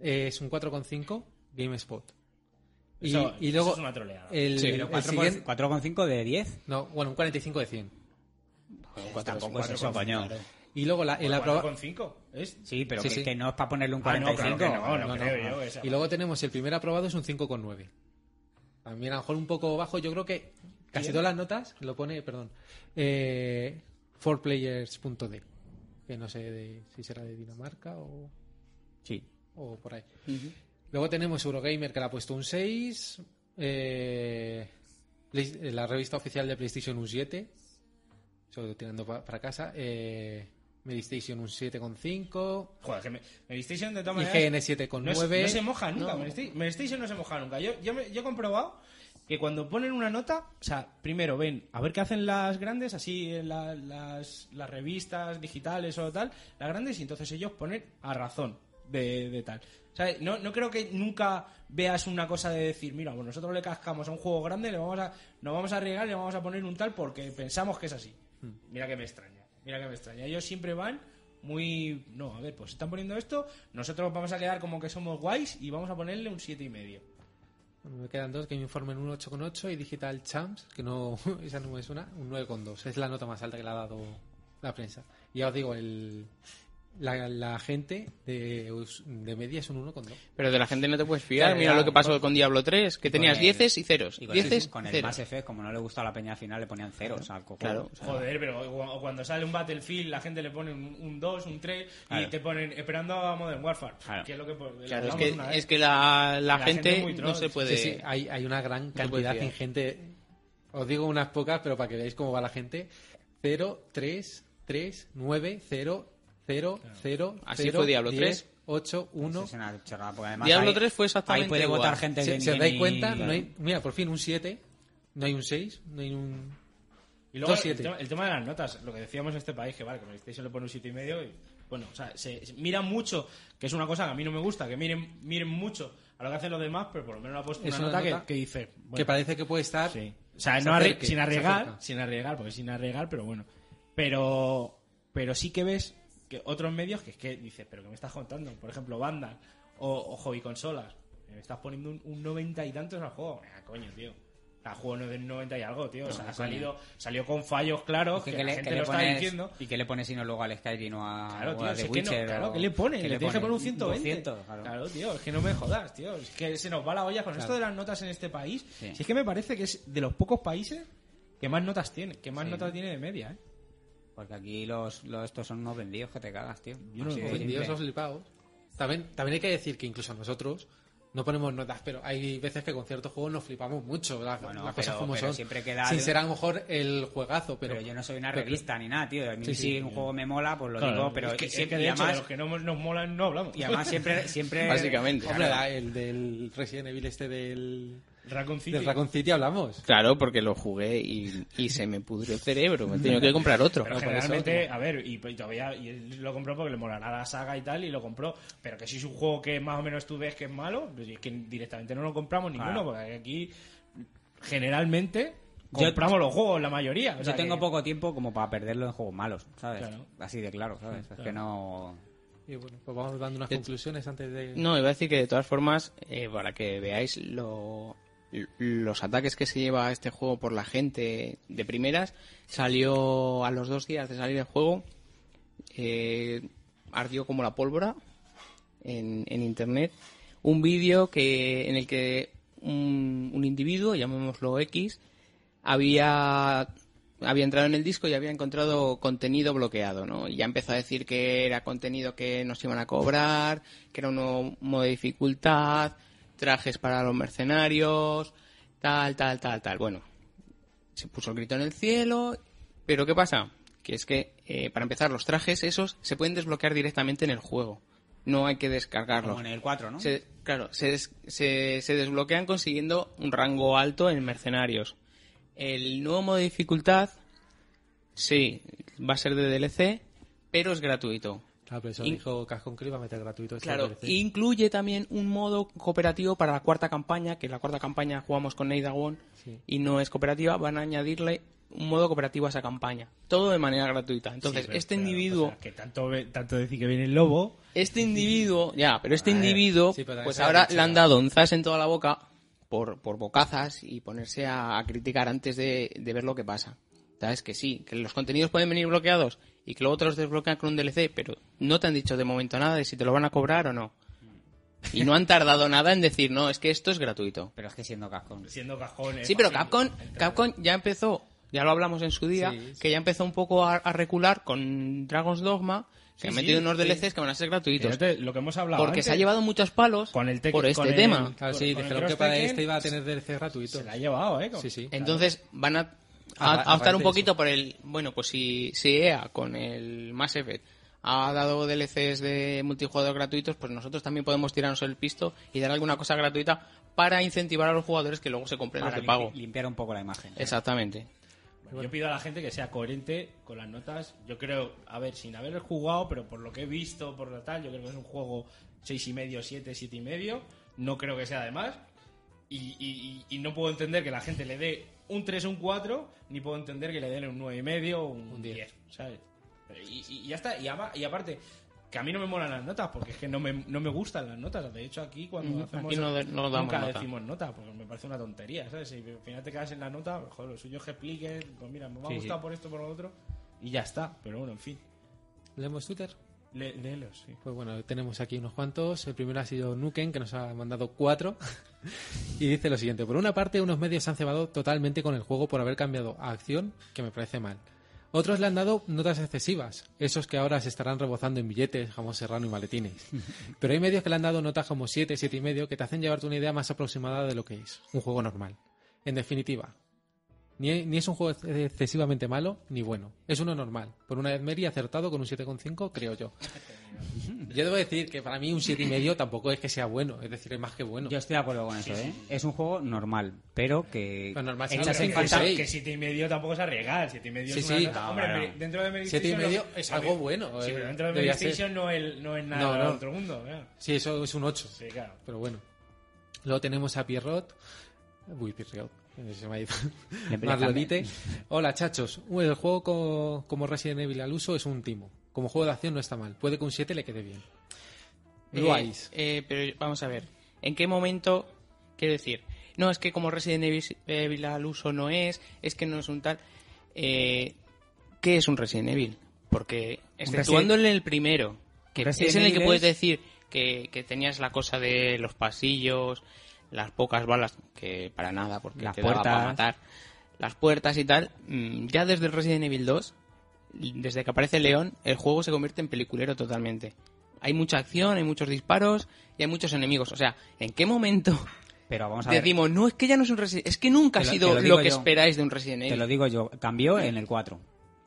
Speaker 7: es un 4,5 GameSpot. Y,
Speaker 6: Eso-
Speaker 7: y
Speaker 6: eso
Speaker 7: luego
Speaker 6: es una troleada.
Speaker 7: el,
Speaker 2: Sí,
Speaker 7: el
Speaker 2: pero cuatro por-
Speaker 7: siguiente...
Speaker 2: 4,5 de 10.
Speaker 7: No, bueno, un 45 de 100.
Speaker 2: Tampoco es eso, coño.
Speaker 7: Y luego la,
Speaker 6: Pues
Speaker 7: el aprobado...
Speaker 6: 4,5 ¿es?
Speaker 2: Sí, pero
Speaker 7: Sí,
Speaker 2: que,
Speaker 7: sí.
Speaker 2: que no es para ponerle un
Speaker 6: Ah, no,
Speaker 2: 45.
Speaker 6: claro que no, no,
Speaker 7: No, no,
Speaker 6: creo
Speaker 7: ah.
Speaker 6: yo. esa-
Speaker 7: Y luego tenemos el primer aprobado es un 5,9. También a lo mejor un poco bajo. Yo creo que casi todas las notas lo pone, perdón, eh, 4players.d. Que no sé de- si será de Dinamarca o,
Speaker 2: Sí.
Speaker 7: o por ahí. Luego tenemos Eurogamer que le ha puesto un 6. eh, Play- eh, la revista oficial de PlayStation un 7. Sobre tirando pa- para casa. eh, PlayStation un 7,5.
Speaker 6: Joder, que me, PlayStation de todas
Speaker 7: Y
Speaker 6: maneras-
Speaker 7: GN 7,9.
Speaker 6: No, es- no se moja nunca, Medista- Medistation no se moja nunca. Yo, yo, me- yo he comprobado que cuando ponen una nota, o sea, primero ven a ver qué hacen las grandes, así en la- las, las revistas digitales o tal, las grandes, y entonces ellos ponen a razón de, de tal. O sea, no, no creo que nunca veas una cosa de decir, mira, pues nosotros le cascamos a un juego grande, le vamos a, nos vamos a arriesgar, le vamos a poner un tal porque pensamos que es así. Mira que me extraña, mira que me extraña. Ellos siempre van muy... No, a ver, pues están poniendo esto, nosotros vamos a quedar como que somos guays y vamos a ponerle un siete y medio.
Speaker 7: Bueno, me quedan dos, que me informen un 8,8 y Digital Champs, que no, esa no me suena, un 9,2. Es la nota más alta que le ha dado la prensa. Y ya os digo, el, la, la gente de, us- de media es un 1,2.
Speaker 9: Pero de la gente no te puedes fiar.
Speaker 7: Claro,
Speaker 9: Mira
Speaker 7: ya,
Speaker 9: lo que pasó con Diablo 3, que tenías
Speaker 2: el-
Speaker 9: dieces y ceros.
Speaker 2: Y con,
Speaker 9: Dieces
Speaker 2: el, con el
Speaker 9: ceros.
Speaker 2: Mass Effect, como no le gustaba la peña al final, le ponían ceros al cojudo.
Speaker 9: Claro, o sea,
Speaker 6: Joder, pero cu- cuando sale un Battlefield la gente le pone un- un 2, un 3 y
Speaker 2: Claro.
Speaker 6: te ponen esperando a Modern Warfare.
Speaker 2: Claro.
Speaker 6: Que es lo que... po- lo
Speaker 9: claro, es
Speaker 6: hablamos
Speaker 9: que,
Speaker 6: una vez.
Speaker 9: es que la, la
Speaker 6: La gente
Speaker 9: gente,
Speaker 6: es muy troll.
Speaker 9: no se puede.
Speaker 7: Sí, sí, hay, hay una gran
Speaker 9: te puedes
Speaker 7: cantidad de
Speaker 9: fiar.
Speaker 7: gente. Os digo unas pocas, pero para que veáis cómo va la gente. 0, 3, 3, 9, 0, 0, 0,
Speaker 9: Así fue Diablo 3.
Speaker 7: 8, 1,
Speaker 2: Es una chorrada, porque además
Speaker 9: Diablo
Speaker 2: ahí-
Speaker 9: 3 fue exactamente
Speaker 2: Ahí puede
Speaker 9: igual.
Speaker 2: votar gente
Speaker 7: Si,
Speaker 2: que
Speaker 7: si os
Speaker 2: ni-
Speaker 7: dais
Speaker 2: ni-
Speaker 7: cuenta, no hay, mira, por fin un 7, no hay un 6, no hay un...
Speaker 6: Y luego
Speaker 7: Dos
Speaker 6: el
Speaker 7: siete.
Speaker 6: tema, el tema de las notas, lo que decíamos en este país, que vale, que PlayStation le pone un siete y medio y bueno, o sea, se, se mira mucho, que es una cosa que a mí no me gusta, que miren, miren mucho a lo que hacen los demás, pero por lo menos ha puesto
Speaker 7: Es
Speaker 6: una,
Speaker 7: una
Speaker 6: nota,
Speaker 7: nota
Speaker 6: que, que dice bueno,
Speaker 7: que parece que puede estar...
Speaker 6: Sí. O sea,
Speaker 7: Se
Speaker 6: no arri-
Speaker 7: acerque,
Speaker 6: sin
Speaker 7: se
Speaker 6: arriesgar,
Speaker 7: acerca.
Speaker 6: sin arriesgar, porque sin arriesgar, pero bueno. Pero pero sí que ves que otros medios que es que dices, pero que me estás contando, por ejemplo, bandas o, o hobby consolas, me estás poniendo un, un 90 y tantos al juego. Ah, coño, tío. El juego no es del 90 y algo, tío. O sea, ha salido, salió con fallos claros, que,
Speaker 2: que
Speaker 6: la
Speaker 2: le-
Speaker 6: gente
Speaker 2: que le
Speaker 6: lo está
Speaker 2: pones-
Speaker 6: diciendo.
Speaker 2: ¿Y qué le pones sino luego al Skyrim o a,
Speaker 6: Claro,
Speaker 2: o
Speaker 6: tío,
Speaker 2: a
Speaker 6: es
Speaker 2: The
Speaker 6: que no,
Speaker 2: Witcher?
Speaker 6: claro,
Speaker 2: o-
Speaker 6: que le pones,
Speaker 2: ¿qué
Speaker 6: le tienes que poner un
Speaker 2: pones?
Speaker 6: 120.
Speaker 2: 200,
Speaker 6: claro.
Speaker 2: claro.
Speaker 6: tío, es que no me jodas, tío, es que se nos va la olla con esto de las notas en este país.
Speaker 2: Sí.
Speaker 6: Si es que me parece que es de los pocos países que más notas tiene, que más
Speaker 2: Sí.
Speaker 6: notas tiene de media, ¿eh?
Speaker 2: Porque aquí los, los- estos son unos vendidos que te cagas, tío.
Speaker 6: Yo no
Speaker 2: Así
Speaker 6: lo
Speaker 2: de
Speaker 6: veo.
Speaker 2: simple.
Speaker 7: Vendidos o flipados. También, también hay que decir que incluso nosotros no ponemos notas, pero hay veces que con ciertos juegos nos flipamos mucho, las,
Speaker 2: Bueno,
Speaker 7: las
Speaker 2: pero-
Speaker 7: cosas como
Speaker 2: pero
Speaker 7: son.
Speaker 2: siempre queda
Speaker 7: Sin
Speaker 2: de-
Speaker 7: ser a lo mejor el juegazo, pero...
Speaker 2: Pero yo no soy una
Speaker 7: pero-
Speaker 2: revista ni nada, tío. A mí
Speaker 7: Sí,
Speaker 2: si
Speaker 7: sí,
Speaker 2: un juego me mola, pues lo digo, pero
Speaker 6: es que,
Speaker 2: y
Speaker 6: es
Speaker 2: siempre-
Speaker 6: que de
Speaker 2: y
Speaker 6: hecho, de
Speaker 2: además,
Speaker 6: los que no mo- nos molan no hablamos.
Speaker 2: y además siempre... siempre
Speaker 9: Básicamente.
Speaker 7: Hombre, la- el del Resident Evil este del...
Speaker 6: Raccoon City.
Speaker 7: Del Raccoon City hablamos.
Speaker 9: Claro, porque lo jugué y, y se me pudrió el cerebro. Me he tenido que comprar otro.
Speaker 13: Pero generalmente, a ver, y, y todavía y él lo compró porque le molará la saga y tal, y lo compró. Pero que si es un juego que más o menos tú ves que es malo, pues es que directamente no lo compramos ninguno, porque aquí generalmente
Speaker 2: Yo-
Speaker 13: compramos los juegos, la mayoría. O sea
Speaker 2: Yo tengo
Speaker 13: que-
Speaker 2: poco tiempo como para perderlo en juegos malos, ¿sabes?
Speaker 13: Claro.
Speaker 2: Así de claro, ¿sabes? Es que no...
Speaker 7: Y bueno, pues vamos dando unas conclusiones antes de...
Speaker 9: No, iba a decir que de todas formas, eh, para que veáis lo- los ataques que se lleva este juego por la gente de primeras, salió a los dos días de salir el juego, eh, ardió como la pólvora en, en internet, un vídeo que en el que un, un individuo, llamémoslo X, había había entrado en el disco y había encontrado contenido bloqueado, ¿no? Y ya empezó a decir que era contenido que nos iban a cobrar, que era un nuevo modo de dificultad, trajes para los mercenarios, tal, tal, tal, tal. Bueno, se puso el grito en el cielo, pero ¿qué pasa? Que es que, eh, para empezar, los trajes esos se pueden desbloquear directamente en el juego. No hay que descargarlos.
Speaker 2: Como en el 4, ¿no?
Speaker 9: Se- claro, se, des- se- se desbloquean consiguiendo un rango alto en mercenarios. El nuevo modo de dificultad, sí, va a ser de DLC, pero es gratuito.
Speaker 7: Claro, Ah, pero eso
Speaker 9: In-
Speaker 7: dijo Cascon que lo iba a meter gratuito. este
Speaker 9: Claro,
Speaker 7: DLC.
Speaker 9: incluye también un modo cooperativo para la cuarta campaña, que la cuarta campaña jugamos con Neida Won
Speaker 7: Sí.
Speaker 9: y no es cooperativa, van a añadirle un modo cooperativo a esa campaña. Todo de manera gratuita. Entonces,
Speaker 6: Sí, pero-
Speaker 9: este
Speaker 6: pero,
Speaker 9: individuo...
Speaker 6: o sea, que tanto, ve- tanto decir que viene el lobo.
Speaker 9: Este individuo, ya, pero este individuo,
Speaker 7: sí, pero también
Speaker 9: pues
Speaker 7: se lo
Speaker 9: ahora
Speaker 7: han dicho,
Speaker 9: le han
Speaker 7: ¿no?
Speaker 9: dado un zas en toda la boca por, por bocazas y ponerse a, a criticar antes de, de ver lo que pasa. Sabes que sí, que los contenidos pueden venir bloqueados y que luego te los desbloquean con un DLC, pero no te han dicho de momento nada de si te lo van a cobrar o no. Y no han tardado nada en decir, no, es que esto es gratuito.
Speaker 2: Pero es que siendo cascón.
Speaker 6: Siendo cajón. es
Speaker 9: Sí, pero
Speaker 6: fácil.
Speaker 9: Capcom, Capcom ya empezó, ya lo haamos en su día, que ya empezó un poco a, a recular con Dragon's Dogma, que
Speaker 6: Sí,
Speaker 9: han
Speaker 6: sí,
Speaker 9: metido unos
Speaker 6: sí.
Speaker 9: DLCs que van a ser gratuitos.
Speaker 6: Fíjate, lo que hemos hablado.
Speaker 9: Porque se ha
Speaker 6: antes,
Speaker 9: llevado muchos palos
Speaker 6: Con el tec-
Speaker 9: por este
Speaker 6: con el-
Speaker 9: tema.
Speaker 7: Claro, sí,
Speaker 6: con el
Speaker 7: dijeron que
Speaker 6: Cross
Speaker 7: para
Speaker 6: Tekken
Speaker 7: este iba a tener DLC gratuito.
Speaker 6: Se la ha llevado, ¿eh? Con-
Speaker 7: Sí, sí.
Speaker 9: Entonces van a,
Speaker 7: A-
Speaker 9: a- a optar
Speaker 7: aparte
Speaker 9: un
Speaker 7: de
Speaker 9: poquito por el... Bueno, pues si, si EA con el Mass Effect ha dado DLCs de multijugador gratuitos, pues nosotros también podemos tirarnos el pisto y dar alguna cosa gratuita para incentivar a los jugadores que luego se compren
Speaker 2: Para
Speaker 9: los de
Speaker 2: limpi-
Speaker 9: pago.
Speaker 2: limpiar un poco la imagen.
Speaker 9: Exactamente.
Speaker 6: Bueno, Yo pido a la gente que sea coherente con las notas. Yo creo, a ver, sin haber jugado, pero por lo que he visto, por lo tal, yo creo que es un juego seis y medio, siete, siete y medio. No creo que sea de más. Y, y- y- y no puedo entender que la gente le dé un 3 o un 4, ni puedo entender que le den un 9 y medio o un, 10. ¿sabes? Pero Y, y- y ya está. Y, ama- y aparte, que a mí no me molan las notas, porque es que no me, no me gustan las notas. De hecho, aquí cuando
Speaker 9: Ujú,
Speaker 6: hacemos...
Speaker 9: aquí no de- no damos
Speaker 6: nunca
Speaker 9: nota.
Speaker 6: decimos decimos nota, porque me parece una tontería, ¿sabes? Si al final te quedas en la nota, pues, joder, lo suyo es que expliques, pues mira, me ha gustado por esto, por lo otro, y ya está. Pero bueno, en fin,
Speaker 7: ¿Leemos Twitter?
Speaker 6: Le- léelos, sí.
Speaker 7: Pues bueno, tenemos aquí unos cuantos. El primero ha sido Nuken, que nos ha mandado cuatro. y dice lo siguiente. Por una parte, unos medios se han cebado totalmente con el juego por haber cambiado a acción, que me parece mal. Otros le han dado notas excesivas, esos que ahora se estarán rebozando en billetes, jamón serrano y maletines. Pero hay medios que le han dado notas como 7, 7 y medio, que te hacen llevarte una idea más aproximada de lo que es un juego normal. En definitiva, ni, ni es un juego ex- excesivamente malo ni bueno. Es uno normal. Por una vez Mary acertado con un 7,5, creo yo. Yo debo decir que para mí un 7,5 tampoco es que sea bueno. Es decir, es más que bueno.
Speaker 2: Yo estoy de acuerdo con eso, ¿eh? Es un juego normal, pero que
Speaker 7: Pero normal,
Speaker 2: echas
Speaker 7: sí,
Speaker 2: en
Speaker 7: sí,
Speaker 2: falta...
Speaker 7: sí.
Speaker 6: Que siete y medio tampoco es arriesgar, siete y medio
Speaker 7: Sí,
Speaker 6: es una
Speaker 7: sí.
Speaker 6: nota.
Speaker 7: No,
Speaker 6: Hombre,
Speaker 2: bueno.
Speaker 6: Medi- dentro de Meditation...
Speaker 7: Siete y medio
Speaker 6: no-
Speaker 7: es
Speaker 6: a ver,
Speaker 7: algo bueno,
Speaker 6: Sí,
Speaker 7: eh,
Speaker 6: pero dentro de
Speaker 7: debería ser.
Speaker 6: Meditation no es, no es nada
Speaker 7: No,
Speaker 6: del
Speaker 7: no.
Speaker 6: otro mundo, ¿verdad?
Speaker 7: Sí, eso es un 8.
Speaker 6: Sí, claro.
Speaker 7: Pero bueno. Luego tenemos a Pierrot. Uy, Pierrot. Se me ha ido.
Speaker 2: Le pilla
Speaker 7: Marlonite. Hola, chachos. El juego co- como Resident Evil al uso es un timo. Como juego de acción no está mal. Puede que un 7 le quede bien.
Speaker 9: Eh,
Speaker 7: Luis.
Speaker 9: eh, pero vamos a ver, ¿en qué momento quiero decir? No, es que como Resident Evil, Evil al uso no es, es que no es un tal... Eh, ¿Qué es un Resident Evil? Porque exceptuándole el primero, que
Speaker 2: Resident
Speaker 9: es en el que
Speaker 2: Evil
Speaker 9: puedes
Speaker 2: es-
Speaker 9: decir que, que tenías la cosa de los pasillos, las pocas balas, que para nada, porque
Speaker 2: Las
Speaker 9: te daba para
Speaker 2: puertas.
Speaker 9: matar, las puertas y tal, mm, ya desde el Resident Evil 2 desde que aparece León, el juego se convierte en peliculero totalmente. Hay mucha acción, hay muchos disparos y hay muchos enemigos. O sea, ¿en qué momento
Speaker 2: Pero vamos a ver,
Speaker 9: decimos, no, es que ya no es un Resident Es que nunca ha
Speaker 2: Te lo-
Speaker 9: sido
Speaker 2: te lo
Speaker 9: lo,
Speaker 2: digo
Speaker 9: que
Speaker 2: yo.
Speaker 9: esperáis de un Resident
Speaker 2: te lo
Speaker 9: Evil.
Speaker 2: digo yo, cambió en el 4.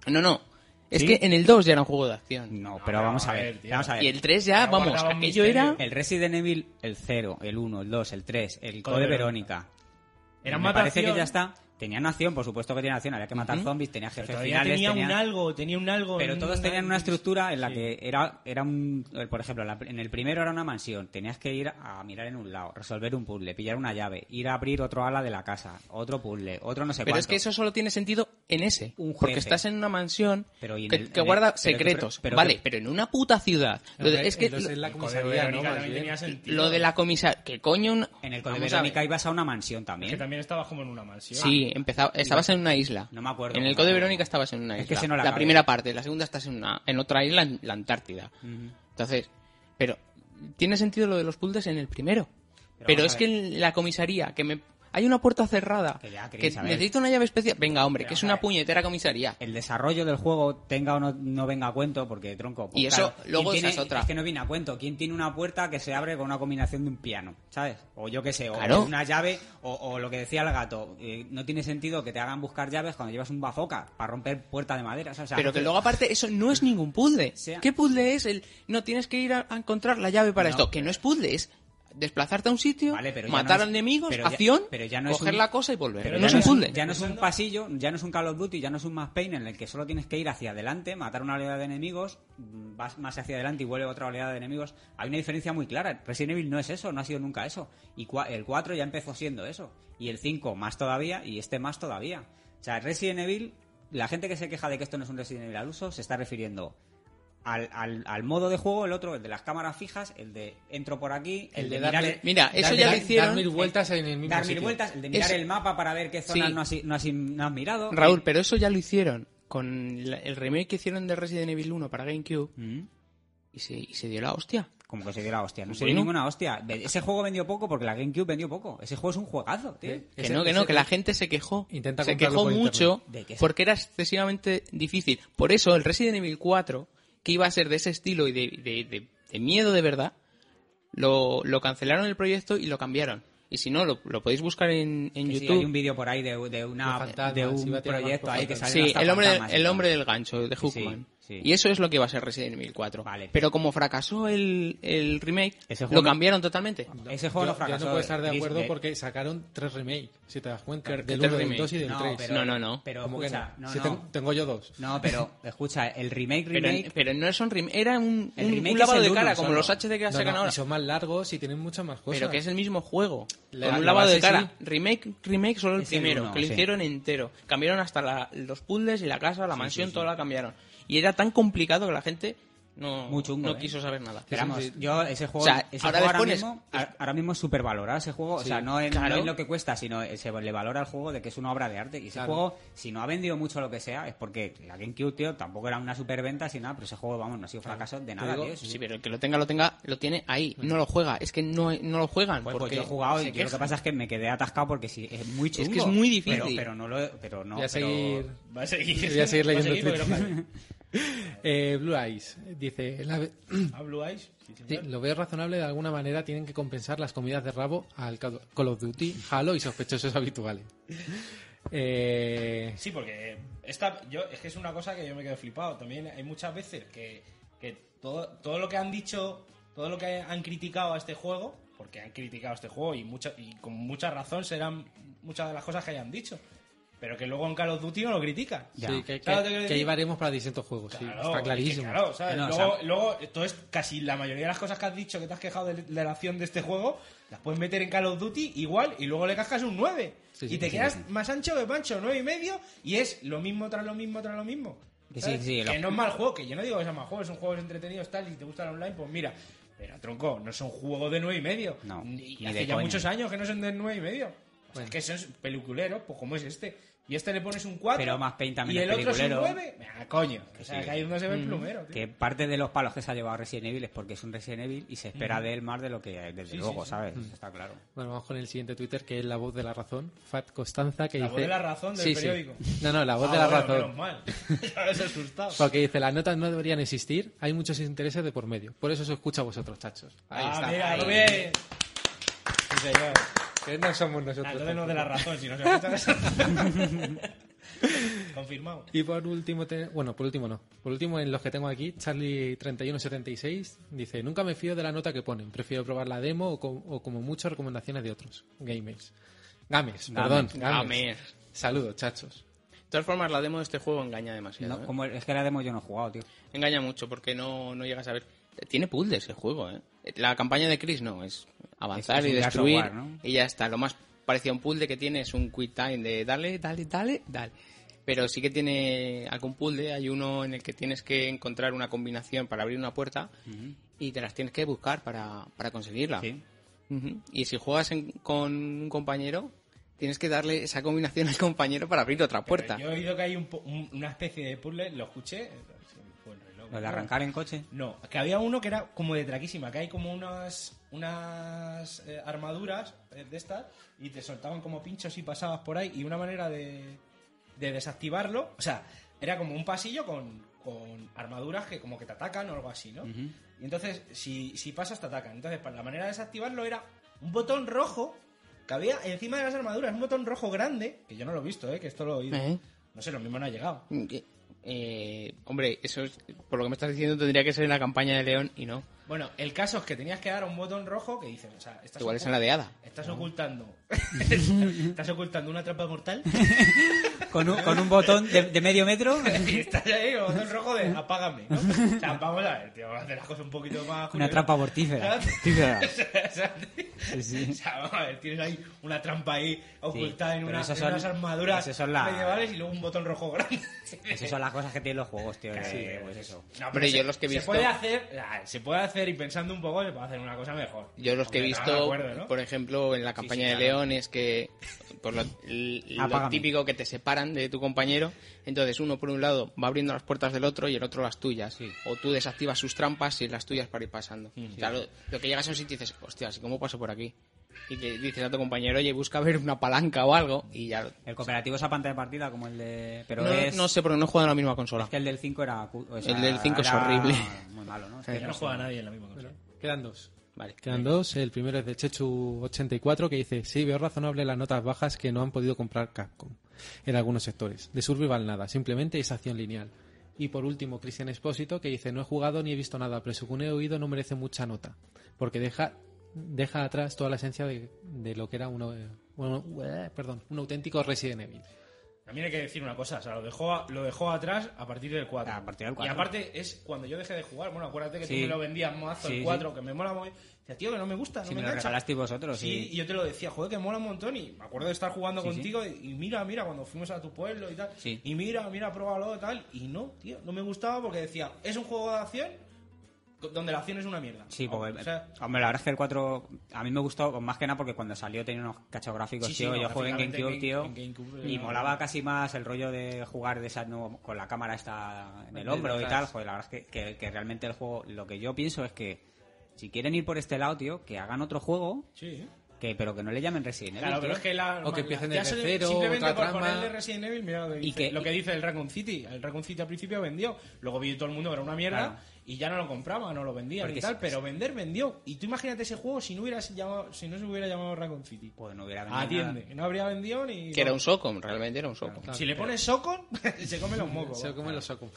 Speaker 9: No, no. Es
Speaker 2: ¿Sí? Mm,
Speaker 9: que en el 2 ya era un juego de acción.
Speaker 2: No, pero vamos a ver,
Speaker 6: tío.
Speaker 2: vamos a ver.
Speaker 9: Y el 3 ya,
Speaker 6: Pero
Speaker 9: vamos,
Speaker 6: guardaba un
Speaker 9: aquello
Speaker 6: misterio.
Speaker 9: era...
Speaker 2: El Resident Evil, el 0, el 1, el 2, el 3, el
Speaker 6: Code
Speaker 2: Code
Speaker 6: Verónica.
Speaker 2: Verónica.
Speaker 6: Eran
Speaker 2: me
Speaker 6: más
Speaker 2: parece
Speaker 6: acción,
Speaker 2: que ya está. Tenían acción, por supuesto que tenían acción. Había que matar zombies, tenía jefes
Speaker 14: Todavía
Speaker 2: finales,
Speaker 14: tenía un
Speaker 2: tenían-
Speaker 14: algo, tenía un algo.
Speaker 2: Pero
Speaker 14: en
Speaker 2: todos tenían una estructura en la
Speaker 14: Sí.
Speaker 2: que era, era un... Por ejemplo, la- en el primero era una mansión. Tenías que ir a mirar en un lado, resolver un puzzle, pillar una llave, ir a abrir otro ala de la casa, otro puzzle, otro no sé
Speaker 9: Pero
Speaker 2: cuánto.
Speaker 9: es que eso solo tiene sentido en ese.
Speaker 2: Un
Speaker 9: porque
Speaker 2: jefe.
Speaker 9: estás en una mansión
Speaker 2: Pero y en
Speaker 9: que,
Speaker 2: el- en
Speaker 9: que
Speaker 2: el-
Speaker 9: guarda
Speaker 2: pero que-
Speaker 9: secretos.
Speaker 2: pero- pero
Speaker 9: vale,
Speaker 2: que-
Speaker 9: pero en una puta ciudad. Lo de- es que
Speaker 7: Entonces, en
Speaker 9: lo,
Speaker 7: la
Speaker 6: Code
Speaker 7: comisaría, ¿no?
Speaker 6: Verónica
Speaker 7: Más
Speaker 6: también
Speaker 7: bien.
Speaker 6: tenía sentido.
Speaker 9: lo de la comisaría. Que coño. un-
Speaker 2: En el Código
Speaker 9: Vamos a
Speaker 2: Verónica
Speaker 9: ver.
Speaker 2: ibas a una mansión
Speaker 6: Que
Speaker 2: también.
Speaker 6: también estabas como en una mansión.
Speaker 9: Sí, empezaba, estabas en una isla.
Speaker 2: No me acuerdo
Speaker 9: En el
Speaker 2: cómo
Speaker 9: Code
Speaker 2: era.
Speaker 9: Verónica estabas en una
Speaker 2: Es
Speaker 9: isla.
Speaker 2: que ese no la
Speaker 9: la
Speaker 2: acabé.
Speaker 9: primera parte, la segunda estás en una, en otra isla, en la Antártida. Entonces, pero tiene sentido lo de los puzzles en el primero. Pero,
Speaker 2: vamos
Speaker 9: es
Speaker 2: a
Speaker 9: que en la comisaría, que me hay una puerta cerrada,
Speaker 2: Que ya,
Speaker 9: que
Speaker 2: Chris, a ver.
Speaker 9: necesito una llave especial. Venga, hombre, que es
Speaker 2: vamos a
Speaker 9: una
Speaker 2: ver.
Speaker 9: puñetera comisaría.
Speaker 2: el desarrollo del juego tenga o no, no venga a cuento, porque tronco. pues,
Speaker 9: Y eso,
Speaker 2: ¿quién
Speaker 9: luego esa
Speaker 2: tiene-
Speaker 9: es otra.
Speaker 2: que no viene a cuento. ¿Quién tiene una puerta que se abre con una combinación de un piano? ¿Sabes? O yo qué sé, o
Speaker 9: Claro.
Speaker 2: una llave, o, o lo que decía el gato. eh, no tiene sentido que te hagan buscar llaves cuando llevas un bazoca para romper puerta de madera. ¿sabes? O sea,
Speaker 9: pero que luego aparte eso no es ningún puzzle.
Speaker 2: Sea-
Speaker 9: ¿Qué puzzle es el no tienes que ir a, a encontrar la llave para
Speaker 2: No,
Speaker 9: esto? Que no es puzzle, es desplazarte a un sitio,
Speaker 2: Vale, pero ya
Speaker 9: matar
Speaker 2: no
Speaker 9: a
Speaker 2: es-
Speaker 9: enemigos,
Speaker 2: pero ya-
Speaker 9: acción,
Speaker 2: pero ya no es
Speaker 9: coger
Speaker 2: un-
Speaker 9: la cosa y volver.
Speaker 2: Pero
Speaker 9: no es
Speaker 2: ya
Speaker 9: un puzzle.
Speaker 2: Ya no es un pasillo, ya no es un Call of Duty, ya no es un Mass Pain en el que solo tienes que ir hacia adelante, matar una oleada de enemigos, mm, vas más hacia adelante y vuelve otra oleada de enemigos. Hay una diferencia muy clara. Resident Evil no es eso, no ha sido nunca eso. Y cua- el 4 ya empezó siendo eso. Y el 5 más todavía y este más todavía. O sea, Resident Evil, la gente que se queja de que esto no es un Resident Evil al uso, se está refiriendo al, al- al modo de juego, el otro, el de las cámaras fijas, el de entro por aquí, el,
Speaker 7: El
Speaker 2: de,
Speaker 7: de darle-
Speaker 2: mirar-
Speaker 9: Mira, eso
Speaker 7: Dar-
Speaker 9: ya
Speaker 7: dar-
Speaker 9: lo hicieron.
Speaker 7: Dar mil vueltas en el mismo
Speaker 2: eh, dar mil
Speaker 7: sitio.
Speaker 2: vueltas, el de mirar
Speaker 9: Ese-
Speaker 2: el mapa para ver qué zonas
Speaker 9: Sí.
Speaker 2: no, has, i- no, has, i- no has mirado.
Speaker 9: Raúl, pero eso ya lo hicieron con la- el remake que hicieron de Resident Evil 1 para GameCube
Speaker 2: Mm,
Speaker 9: y se, y se dio la hostia.
Speaker 2: Como que se dio la hostia. No se
Speaker 9: Bueno.
Speaker 2: dio ninguna hostia. Ve- Ese juego vendió poco porque la GameCube vendió poco. Ese juego es un juegazo, tío.
Speaker 9: Que
Speaker 7: Ese-
Speaker 9: no, que no,
Speaker 7: ese-
Speaker 9: que la gente se quejó.
Speaker 7: Intenta
Speaker 9: se
Speaker 7: comprarlo
Speaker 9: quejó
Speaker 7: por
Speaker 9: mucho
Speaker 2: internet. ¿De qué?
Speaker 9: porque era excesivamente difícil. Por eso el Resident Evil 4, que iba a ser de ese estilo y de, de- de- de miedo de verdad, lo, lo cancelaron el proyecto y lo cambiaron. Y si no, lo, lo podéis buscar en, en
Speaker 2: Que sí,
Speaker 9: YouTube.
Speaker 2: hay un vídeo por ahí de, de una,
Speaker 7: Los fantasmas,
Speaker 2: de un
Speaker 7: iba a tirar
Speaker 2: proyecto
Speaker 7: más
Speaker 2: ahí que sale
Speaker 9: Sí, el hombre, del, el hombre del gancho, de
Speaker 2: Sí, sí,
Speaker 9: Hookman.
Speaker 2: sí.
Speaker 9: Y eso es lo que va a ser Resident Evil 4.
Speaker 2: Vale.
Speaker 9: Pero como fracasó el, el remake,
Speaker 2: Ese juego
Speaker 9: lo
Speaker 2: no-
Speaker 9: cambiaron totalmente.
Speaker 2: Ese juego
Speaker 7: Yo-
Speaker 2: no fracasó. eh.
Speaker 7: Yo no puedo estar de
Speaker 2: Chris,
Speaker 7: acuerdo
Speaker 2: de-
Speaker 7: porque sacaron tres remake, si te das cuenta.
Speaker 9: Claro, que
Speaker 7: Del
Speaker 9: tres
Speaker 7: 1, del
Speaker 9: remake.
Speaker 7: 2 y del
Speaker 2: No,
Speaker 7: 3.
Speaker 2: pero-
Speaker 9: No, no, no.
Speaker 2: Pero
Speaker 7: ¿Cómo que no?
Speaker 2: escucha, no,
Speaker 7: Si
Speaker 2: no.
Speaker 7: ten- tengo yo dos.
Speaker 2: No, pero escucha, el remake,
Speaker 9: Pero,
Speaker 2: remake...
Speaker 9: pero no son rem- era un,
Speaker 2: El
Speaker 9: un-
Speaker 2: remake
Speaker 9: un
Speaker 2: es
Speaker 9: lavado
Speaker 2: el
Speaker 9: de
Speaker 2: uno
Speaker 9: cara, como
Speaker 2: solo.
Speaker 9: los HD que
Speaker 7: No,
Speaker 9: sacan
Speaker 7: no,
Speaker 9: ahora.
Speaker 7: y son más largos y tienen muchas más cosas.
Speaker 9: Pero que es el mismo juego.
Speaker 7: La-
Speaker 9: con un
Speaker 7: la
Speaker 9: lavado de
Speaker 7: base
Speaker 9: cara. Remake, remake solo el
Speaker 2: Es el
Speaker 9: primero,
Speaker 2: uno,
Speaker 9: que lo
Speaker 2: sí.
Speaker 9: hicieron entero. Cambiaron hasta la- los puzzles y la casa, la mansión, todo la cambiaron. Y era tan complicado que la gente no,
Speaker 2: Muy chungo,
Speaker 9: no
Speaker 2: ¿eh?
Speaker 9: quiso saber nada.
Speaker 2: Pero vamos, yo ese juego,
Speaker 9: O sea,
Speaker 2: ese
Speaker 9: ahora
Speaker 2: juego
Speaker 9: les pones-
Speaker 2: mismo, a- ahora mismo es súper valorado ese juego, o sea, no en, no
Speaker 9: claro.
Speaker 2: en lo que cuesta, sino eh, se le valora al juego de que es una obra de arte. Y ese
Speaker 7: Claro.
Speaker 2: juego, si no ha vendido mucho lo que sea, es porque la GameCube, tío, tampoco era una superventa, sin nada, pero ese juego, vamos, no ha sido fracaso de nada,
Speaker 7: digo,
Speaker 2: tío. sí,
Speaker 9: ah, Sí, pues,
Speaker 2: sí.
Speaker 9: pero el que lo tenga, lo tenga, lo tiene ahí. No lo juega. Es que no, no lo juegan.
Speaker 2: Pues, pues
Speaker 9: porque
Speaker 2: yo he jugado
Speaker 9: se
Speaker 2: y yo lo que
Speaker 9: quejan.
Speaker 2: pasa es que me quedé atascado porque sí, es muy chungo.
Speaker 9: que es muy difícil.
Speaker 2: Pero, pero no lo... Pero no,
Speaker 7: Voy a
Speaker 2: pero-
Speaker 7: seguir,
Speaker 6: Va a seguir.
Speaker 7: voy a seguir
Speaker 6: va
Speaker 7: leyendo
Speaker 6: seguir porque no
Speaker 7: tweets.
Speaker 6: para.
Speaker 7: Eh, Blue Eyes dice: la ve-
Speaker 6: Ah, Blue Eyes. sí,
Speaker 7: Sí,
Speaker 6: señor.
Speaker 7: lo veo razonable de alguna manera. Tienen que compensar las comidas de rabo al Call Call of Duty, Halo y sospechosos habituales. Eh,
Speaker 6: Sí, porque esta, yo, es que es una cosa que yo me quedo flipado. También hay muchas veces que, que todo, todo lo que han dicho, todo lo que han criticado a este juego, porque han criticado a este juego y, mucha, y con mucha razón serán muchas de las cosas que hayan dicho. Pero que luego en Call of Duty no lo critican.
Speaker 2: Ya.
Speaker 7: sí, que,
Speaker 6: Claro, te
Speaker 7: que-
Speaker 6: quiero
Speaker 7: que
Speaker 6: decir.
Speaker 7: ahí varemos para distintos juegos.
Speaker 2: Pues
Speaker 7: sí,
Speaker 6: Claro,
Speaker 7: está
Speaker 6: es que
Speaker 7: clarísimo.
Speaker 6: claro, ¿sabes?
Speaker 2: No, no,
Speaker 6: luego,
Speaker 2: o sea-
Speaker 6: luego, entonces, casi la mayoría de las cosas que has dicho, que te has quejado de, de la acción de este juego, las puedes meter en Call of Duty igual y luego le cascas un 9.
Speaker 7: Sí,
Speaker 6: y
Speaker 7: sí,
Speaker 6: te
Speaker 7: sí,
Speaker 6: quedas más ancho que Pancho, 9 y medio, y es lo mismo tras lo mismo tras lo mismo.
Speaker 2: Que sí,
Speaker 6: ¿sabes?
Speaker 2: sí, lo-
Speaker 6: Que no es mal juego, que yo no digo que sea mal juego, son juegos entretenidos, tal, y si te gusta el online, pues mira. Pero tronco, no son juegos de 9 y medio.
Speaker 2: No,
Speaker 6: Ni-
Speaker 2: ni
Speaker 6: hace
Speaker 2: de
Speaker 6: ya
Speaker 2: coña.
Speaker 6: muchos años que no son de 9 y medio. O sea, que son peliculeros, pues como es este. Y este le pones un 4.
Speaker 2: Pero más Pain
Speaker 6: Y
Speaker 2: también es
Speaker 6: el otro es un
Speaker 2: peliculero.
Speaker 6: 9. Ah, coño. O sea,
Speaker 2: sí.
Speaker 6: que ahí es donde se ve el
Speaker 7: Mm.
Speaker 6: plumero. tío.
Speaker 2: que parte de los palos que se ha llevado Resident Evil es porque es un Resident Evil y se espera de él más de lo que desde luego, ¿sabes? Eso Está claro.
Speaker 7: Bueno, vamos con el siguiente Twitter, que es la voz de la razón, Fat Constanza, que
Speaker 6: La
Speaker 7: dice...
Speaker 6: voz de la razón del
Speaker 7: Sí, sí.
Speaker 6: periódico.
Speaker 7: No, no, la voz
Speaker 6: Ah,
Speaker 7: de la
Speaker 6: bueno,
Speaker 7: razón.
Speaker 6: Menos mal. Ya me has asustado.
Speaker 7: Porque dice, las notas no deberían existir, hay muchos intereses de por medio. Por eso se escucha a vosotros, chachos.
Speaker 6: ah, mira, lo bien. Sí, señor.
Speaker 7: Que no somos
Speaker 6: Ah,
Speaker 7: nosotros.
Speaker 6: entonces no
Speaker 7: tampoco.
Speaker 6: de la razón, si no se escucha eso. Confirmado.
Speaker 7: Y por último, te- bueno, por último no. Por último, en los que tengo aquí, Charlie3176 dice: Nunca me fío de la nota que ponen. Prefiero probar la demo o, co- o como mucho recomendaciones de otros gamers.
Speaker 4: Games,
Speaker 2: Games.
Speaker 4: perdón. Games.
Speaker 9: Gamer.
Speaker 4: Saludos, chachos.
Speaker 9: De todas formas, la demo de este juego engaña demasiado.
Speaker 2: No,
Speaker 9: ¿eh?
Speaker 2: como el- es que la demo yo no he jugado, tío.
Speaker 9: Engaña mucho porque no, no llegas a ver. Tiene puzzles el juego, ¿eh? La campaña de Chris no, es avanzar
Speaker 2: Es- es
Speaker 9: y
Speaker 2: un Gears of
Speaker 9: destruir.
Speaker 2: War, ¿no?
Speaker 9: Y ya está. Lo más parecido a un puzzle que tiene es un quick time de dale, dale, dale, dale. Pero sí que tiene algún puzzle. Hay uno en el que tienes que encontrar una combinación para abrir una puerta y te las tienes que buscar para, para conseguirla.
Speaker 2: Sí.
Speaker 9: Ujú. Y si juegas en- con un compañero, tienes que darle esa combinación al compañero para abrir otra puerta.
Speaker 6: Yo he oído que hay un po- un- una especie de puzzle, lo escuché. bueno, lo-
Speaker 2: Lo de arrancar en coche.
Speaker 6: No, que había uno que era como de traquísima, que hay como unas unas eh, armaduras eh, de estas y te soltaban como pinchos y pasabas por ahí y una manera de, de desactivarlo, o sea, era como un pasillo con, con armaduras que como que te atacan o algo así, ¿no? Y entonces, si, si pasas te atacan. Entonces, para la manera de desactivarlo era un botón rojo que había encima de las armaduras, un botón rojo grande, que yo no lo he visto, ¿eh? Que esto lo he oído.
Speaker 9: ¿Eh?
Speaker 6: No sé, lo mismo no ha llegado.
Speaker 9: Mm, Eh, hombre, eso es- por lo que me estás diciendo tendría que ser en la campaña de León y no.
Speaker 6: Bueno, el caso es que tenías que dar a un botón rojo que dices, o sea, estás
Speaker 9: Igual es en
Speaker 6: ocult-
Speaker 9: la de Hada.
Speaker 6: Estás ocultando. estás ocultando una trampa mortal
Speaker 2: Con un, con un botón de, de medio metro.
Speaker 6: y estás ahí con botón rojo de apágame, ¿no? O sea, vamos a ver, tío, vamos a hacer las cosas un poquito más.
Speaker 2: Una
Speaker 6: culeras.
Speaker 2: trampa mortífera.
Speaker 6: O
Speaker 2: Pues
Speaker 6: sea, o sea, vamos a ver, tienes ahí una trampa ahí ocultada en,
Speaker 2: pero
Speaker 6: una- en
Speaker 2: esas son-
Speaker 6: unas armaduras
Speaker 2: esas son las-
Speaker 6: medievales y luego un botón rojo grande.
Speaker 2: Esas son las cosas que tienen los juegos, tío.
Speaker 6: Sí,
Speaker 2: eh, pues eso.
Speaker 6: No,
Speaker 9: Hombre, yo
Speaker 6: se-
Speaker 9: los que he
Speaker 6: se
Speaker 9: visto-
Speaker 6: puede hacer, ah, se puede hacer y pensando un poco se puede hacer una cosa mejor.
Speaker 9: Yo los que he
Speaker 6: Aunque
Speaker 9: visto,
Speaker 6: no me acuerdo, ¿no?
Speaker 9: por ejemplo, en la campaña
Speaker 6: sí,
Speaker 9: de
Speaker 6: claro.
Speaker 9: León es que por lo, l- lo
Speaker 2: Apágame.
Speaker 9: típico que te separan de tu compañero, entonces uno por un lado va abriendo las puertas del otro y el otro las tuyas. O tú desactivas sus trampas y las tuyas para ir pasando. Claro, lo que llegas a un sitio y dices, hostias, ¿y cómo paso por aquí? Y le dices a tu compañero, oye, busca ver una palanca o algo y ya... lo-
Speaker 2: El cooperativo es a pantalla de partida, como el de. Pero
Speaker 9: no,
Speaker 2: es.
Speaker 9: no sé, porque no juegan a la misma consola.
Speaker 2: es que el del 5 era. cu- o
Speaker 9: El del 5 es
Speaker 2: era
Speaker 9: horrible.
Speaker 2: Muy malo, ¿no? Es
Speaker 6: Ya
Speaker 2: que
Speaker 6: no
Speaker 2: no
Speaker 6: juega nadie en la misma cosa.
Speaker 4: Quedan dos.
Speaker 9: Vale.
Speaker 4: Quedan dos. El primero es de Chechu84 que dice: Sí, veo razonable las notas bajas que no han podido comprar Capcom en algunos sectores. De Survival nada, simplemente es acción lineal. Y por último, Cristian Espósito que dice: No he jugado ni he visto nada, pero según he oído no merece mucha nota. Porque deja, deja atrás toda la esencia de, de lo que era uno, eh, uno- eh, perdón, un auténtico Resident Evil.
Speaker 6: También hay que decir una cosa, o sea, lo dejó, a- lo dejó atrás a partir del 4.
Speaker 2: A partir del 4.
Speaker 6: Y aparte es cuando yo dejé de jugar, bueno, acuérdate que
Speaker 2: Sí.
Speaker 6: tú me lo vendías mazo
Speaker 2: Sí,
Speaker 6: el
Speaker 2: sí.
Speaker 6: 4, que me mola muy... Decía, tío, que no me gusta, no me,
Speaker 2: Si me lo
Speaker 6: engancha".
Speaker 2: regalasteis vosotros,
Speaker 6: Sí,
Speaker 2: sí.
Speaker 6: y yo te lo decía, joder, que mola un montón y me acuerdo de estar jugando
Speaker 2: Sí, sí.
Speaker 6: contigo y, y mira, mira, cuando fuimos a tu pueblo y tal,
Speaker 2: Sí.
Speaker 6: y mira, mira, pruébalo y tal, y no, tío, no me gustaba porque decía, es un juego de acción co- donde la acción es una mierda.
Speaker 2: Sí, porque.
Speaker 6: O sea,
Speaker 2: hombre, la verdad es que el 4. A mí me gustó, pues, más que nada porque cuando salió tenía unos cachos gráficos,
Speaker 6: Sí, sí,
Speaker 2: tío.
Speaker 6: no,
Speaker 2: yo jugué en GameCube,
Speaker 6: gráficamente
Speaker 2: tío.
Speaker 6: en Game- en GameCube eh,
Speaker 2: y
Speaker 6: era-
Speaker 2: molaba casi más el rollo de jugar de esa, no, con la cámara esta en el hombro y tal. Joder, la verdad es que, que- que realmente el juego. Lo que yo pienso es que. Si quieren ir por este lado, tío, que hagan otro juego,
Speaker 6: sí. ¿eh?
Speaker 2: que pero que no le llamen Resident Evil.
Speaker 6: Claro, pero
Speaker 2: tío.
Speaker 6: es que la,
Speaker 4: O que
Speaker 6: la-
Speaker 4: empiecen
Speaker 6: ya
Speaker 4: desde
Speaker 6: se-
Speaker 4: cero,
Speaker 6: simplemente
Speaker 4: otra
Speaker 6: por
Speaker 4: trama.
Speaker 6: ponerle Resident Evil, mira lo que,
Speaker 2: Y
Speaker 6: dice,
Speaker 2: que-
Speaker 6: lo que
Speaker 2: y-
Speaker 6: dice el Raccoon City. El Raccoon City al principio vendió, luego vio todo el mundo que era una mierda
Speaker 2: Claro.
Speaker 6: y ya no lo compraba, no lo vendía
Speaker 2: Porque
Speaker 6: y tal,
Speaker 2: si-
Speaker 6: pero vender vendió. Y tú imagínate ese juego si no hubiera llamado, si no se hubiera llamado Raccoon City.
Speaker 2: Pues no hubiera venido
Speaker 6: Atiende, no habría vendido ni
Speaker 9: Que era un socom, realmente era un socom.
Speaker 6: Si le pones Socon, se come los mocos.
Speaker 4: Se come los socos.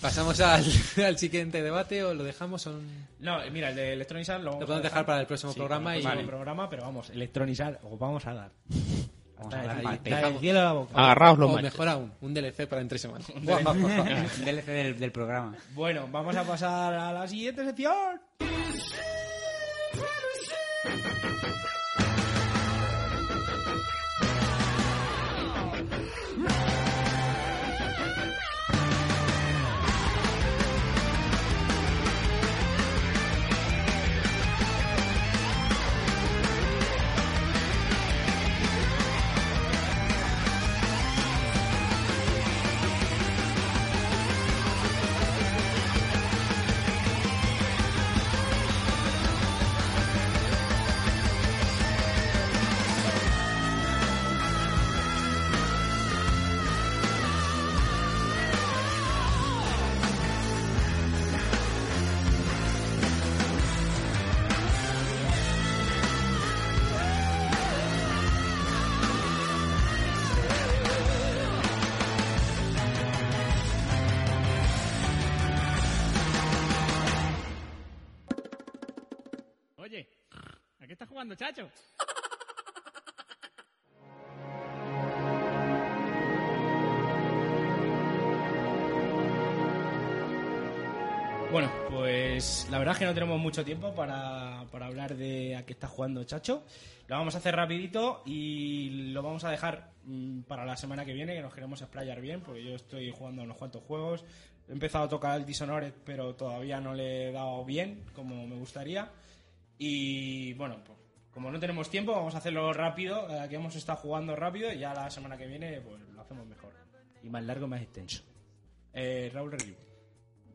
Speaker 4: Pasamos al, al siguiente debate o lo dejamos. Son...
Speaker 6: No, mira, el de Electronic Arts lo, vamos
Speaker 4: podemos
Speaker 6: a
Speaker 4: dejar para el próximo programa
Speaker 6: para el
Speaker 4: y-
Speaker 6: próximo
Speaker 4: Vale.
Speaker 6: programa, pero vamos, Electronic Arts os vamos a dar.
Speaker 2: nada. Vamos a dar
Speaker 6: Ahí,
Speaker 2: parte.
Speaker 6: da el cielo a la boca.
Speaker 9: Agarraos los
Speaker 4: O
Speaker 9: machos.
Speaker 4: mejor aún, un DLC para entre semanas.
Speaker 2: Un DLC del, del programa.
Speaker 6: Bueno, vamos a pasar a la siguiente sección.
Speaker 15: Oye, ¿a qué estás jugando, chacho?
Speaker 6: Bueno, pues la verdad es que no tenemos mucho tiempo para, para hablar de a qué está jugando Chacho. Lo vamos a hacer rapidito y lo vamos a dejar mm, para la semana que viene, que nos queremos explayar bien, porque yo estoy jugando a unos cuantos juegos. He empezado a tocar el Dishonored, pero todavía no le he dado bien como me gustaría. Y bueno, pues, como no tenemos tiempo, vamos a hacerlo rápido, eh, que hemos estado jugando rápido y ya la semana que viene pues lo hacemos mejor. Y más largo, más extenso. Eh, Raúl Review.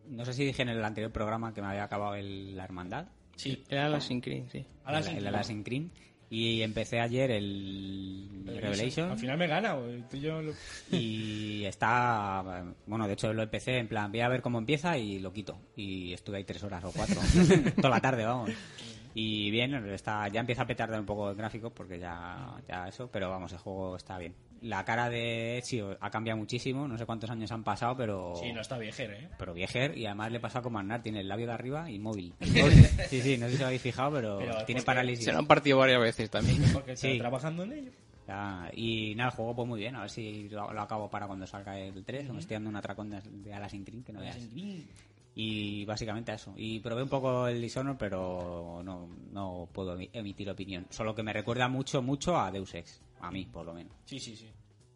Speaker 2: No sé si dije en el anterior programa que me había acabado el- la hermandad.
Speaker 6: Sí.
Speaker 9: Era Assassin's Creed, sí.
Speaker 6: Ahora
Speaker 2: el,
Speaker 6: sí.
Speaker 2: el Assassin's Creed. Y empecé ayer el Revelation.
Speaker 6: Al final me gana, güey. Tú y yo lo-
Speaker 2: Y está. Bueno, de hecho lo empecé en plan, voy a ver cómo empieza y lo quito. Y estuve ahí tres horas o cuatro. toda la tarde, vamos. Y bien, está, ya empieza a petardar un poco el gráfico porque ya, ya eso, pero vamos, el juego está bien. La cara de Ezio ha cambiado muchísimo, no sé cuántos años han pasado, pero.
Speaker 6: Sí, no está viejero, ¿eh?
Speaker 2: Pero viejer, y además le pasa como a Aznar, tiene el labio de arriba y móvil. Sí, sí, no sé si lo habéis fijado, pero,
Speaker 6: Pero
Speaker 2: tiene
Speaker 6: porque-
Speaker 2: parálisis.
Speaker 9: Se lo han partido varias veces también.
Speaker 6: Porque está
Speaker 2: Sí.
Speaker 6: trabajando en ello.
Speaker 2: Ya, y nada, el juego pues muy bien, a ver si lo, lo acabo para cuando salga el 3, o me estoy dando un atracón de, de Assassin's Creed que no veas. Y básicamente eso. Y probé un poco el Dishonored, pero no, no puedo emi- emitir opinión. Solo que me recuerda mucho, mucho a Deus Ex, a mí por lo menos.
Speaker 6: Sí, sí, sí.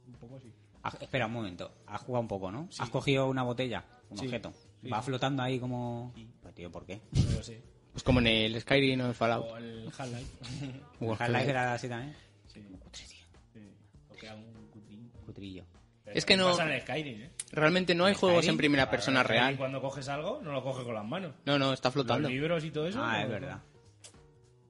Speaker 6: Un poco sí.
Speaker 2: Ah, espera un momento, has jugado un poco, ¿no? Has cogido una botella, un
Speaker 6: Sí,
Speaker 2: objeto.
Speaker 6: sí.
Speaker 2: Va flotando ahí como... Pues tío, ¿por qué?
Speaker 6: Pero sí.
Speaker 9: Pues como en el Skyrim o el Fallout.
Speaker 6: O el Half-Life.
Speaker 2: ¿El Half-Life era así también?
Speaker 6: sí.
Speaker 2: Cutre, tío,
Speaker 6: sí. O que haga un cutrín.
Speaker 2: cutrillo.
Speaker 6: Pero
Speaker 9: Es que no-
Speaker 6: Pasa en el Skyrim, ¿eh?
Speaker 9: Realmente no hay juegos en primera
Speaker 6: Claro,
Speaker 9: persona
Speaker 6: Skyrim
Speaker 9: real.
Speaker 6: Cuando coges algo, no lo coges con las manos.
Speaker 9: No, no, está
Speaker 6: Los
Speaker 9: flotando.
Speaker 6: libros y todo eso. no
Speaker 2: Ah, es
Speaker 6: lo-
Speaker 2: verdad.
Speaker 6: Eso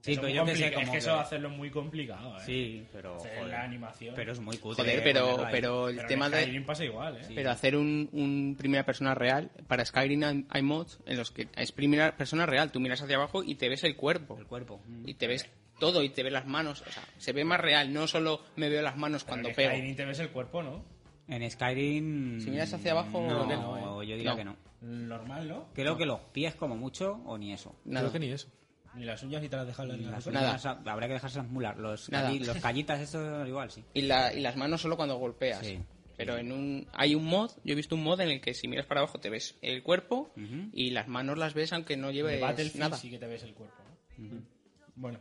Speaker 2: Sí,
Speaker 6: es
Speaker 2: pero
Speaker 6: muy
Speaker 2: yo que
Speaker 6: compli-
Speaker 2: sé
Speaker 6: Es
Speaker 2: cómo
Speaker 6: que
Speaker 2: que-
Speaker 6: eso va a hacerlo muy complicado, ¿eh?
Speaker 2: Sí, pero...
Speaker 6: Hacer
Speaker 2: joder.
Speaker 6: la animación.
Speaker 2: Pero es muy cutre.
Speaker 9: Joder, pero,
Speaker 2: ponerlo ahí.
Speaker 9: pero el
Speaker 6: Pero en
Speaker 9: tema de...
Speaker 6: Skyrim pasa igual, ¿eh?
Speaker 9: Pero hacer un, un primera persona real, para Skyrim hay, hay mods en los que es primera persona real, tú miras hacia abajo y te ves el cuerpo,
Speaker 2: El cuerpo.
Speaker 9: y te ves todo, y te ves las manos, o sea, se ve más real, no solo me veo las manos
Speaker 6: Pero en
Speaker 9: cuando pego.
Speaker 6: Skyrim te ves el cuerpo, ¿no?
Speaker 2: En Skyrim...
Speaker 9: Si miras hacia abajo,
Speaker 2: No,
Speaker 9: no, ¿eh?
Speaker 2: yo diría
Speaker 9: No.
Speaker 2: que no.
Speaker 6: Normal, ¿no?
Speaker 2: Creo que los pies como mucho o ni eso.
Speaker 9: Nada.
Speaker 7: Creo que ni eso.
Speaker 6: Ni las uñas ni te las dejas en la
Speaker 2: Las
Speaker 9: Nada.
Speaker 2: uñas, ah, habrá que dejárselas mulas. Los,
Speaker 9: Nada.
Speaker 2: calli- los callitas, eso igual, sí.
Speaker 9: Y, la- y las manos solo cuando golpeas.
Speaker 2: Sí.
Speaker 9: Pero en un hay un mod, yo he visto un mod en el que si miras para abajo te ves el cuerpo
Speaker 2: Ujú.
Speaker 9: y las manos las ves aunque no
Speaker 6: En el
Speaker 9: lleves
Speaker 6: Battlefield
Speaker 9: nada.
Speaker 6: sí que te ves el cuerpo, ¿no? Bueno,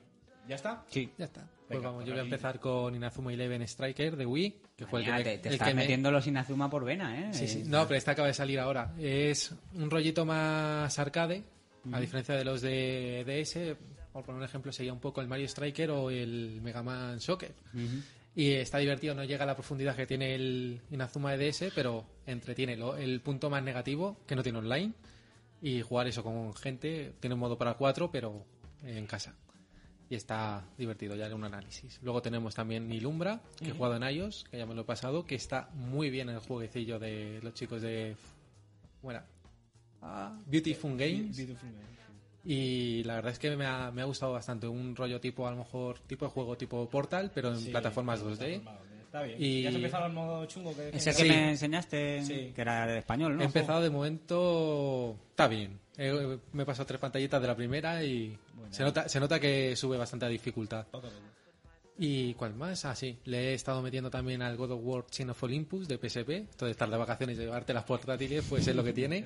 Speaker 6: ¿ya está?
Speaker 2: Sí.
Speaker 7: Ya está. Pues
Speaker 6: Venga,
Speaker 7: vamos, yo voy
Speaker 6: Raúl.
Speaker 7: a empezar con Inazuma Eleven Striker de Wii, que fue el que
Speaker 2: Mira,
Speaker 7: me-
Speaker 2: te, te
Speaker 7: el
Speaker 2: estás
Speaker 7: que me-
Speaker 2: metiendo los Inazuma por vena, ¿eh?
Speaker 7: Sí, sí.
Speaker 2: Es-
Speaker 7: No, pero esta acaba de salir ahora. Es un rollito más arcade, a diferencia de los de DS. Por poner un ejemplo, sería un poco el Mario Striker o el Mega Man Soccer. Y está divertido, no llega a la profundidad que tiene el Inazuma de DS, pero entretiene. Lo- El punto más negativo, que no tiene online. Y jugar eso con gente, tiene un modo para cuatro, pero en casa. Y está divertido, ya haré un análisis. Luego tenemos también Nilumbra, que he jugado en iOS, que ya me lo he pasado, que está muy bien el jueguecillo de los chicos de... Bueno, Ah. Beautiful Games.
Speaker 6: Beautiful Game.
Speaker 7: Y la verdad es que me ha, me ha gustado bastante. Un rollo tipo, a lo mejor, tipo de juego tipo Portal, pero en
Speaker 6: Sí,
Speaker 7: plataformas 2D.
Speaker 6: plataforma, Está bien.
Speaker 7: Y-
Speaker 6: ¿Ya has empezado el modo chungo? Que
Speaker 2: Es el
Speaker 6: decías?
Speaker 2: que
Speaker 7: Sí.
Speaker 2: me enseñaste,
Speaker 6: Sí.
Speaker 2: que era de español, ¿no?
Speaker 7: He empezado de momento... Está bien. Eh, me he pasado tres pantallitas de la primera y se nota, se nota que sube bastante la dificultad.
Speaker 6: Poco a poco.
Speaker 7: ¿Y cuál más? Ah, sí. Le he estado metiendo también al God of War Chain of Olympus de PSP. Entonces, estar de vacaciones y llevarte las portátiles, pues es lo que tiene.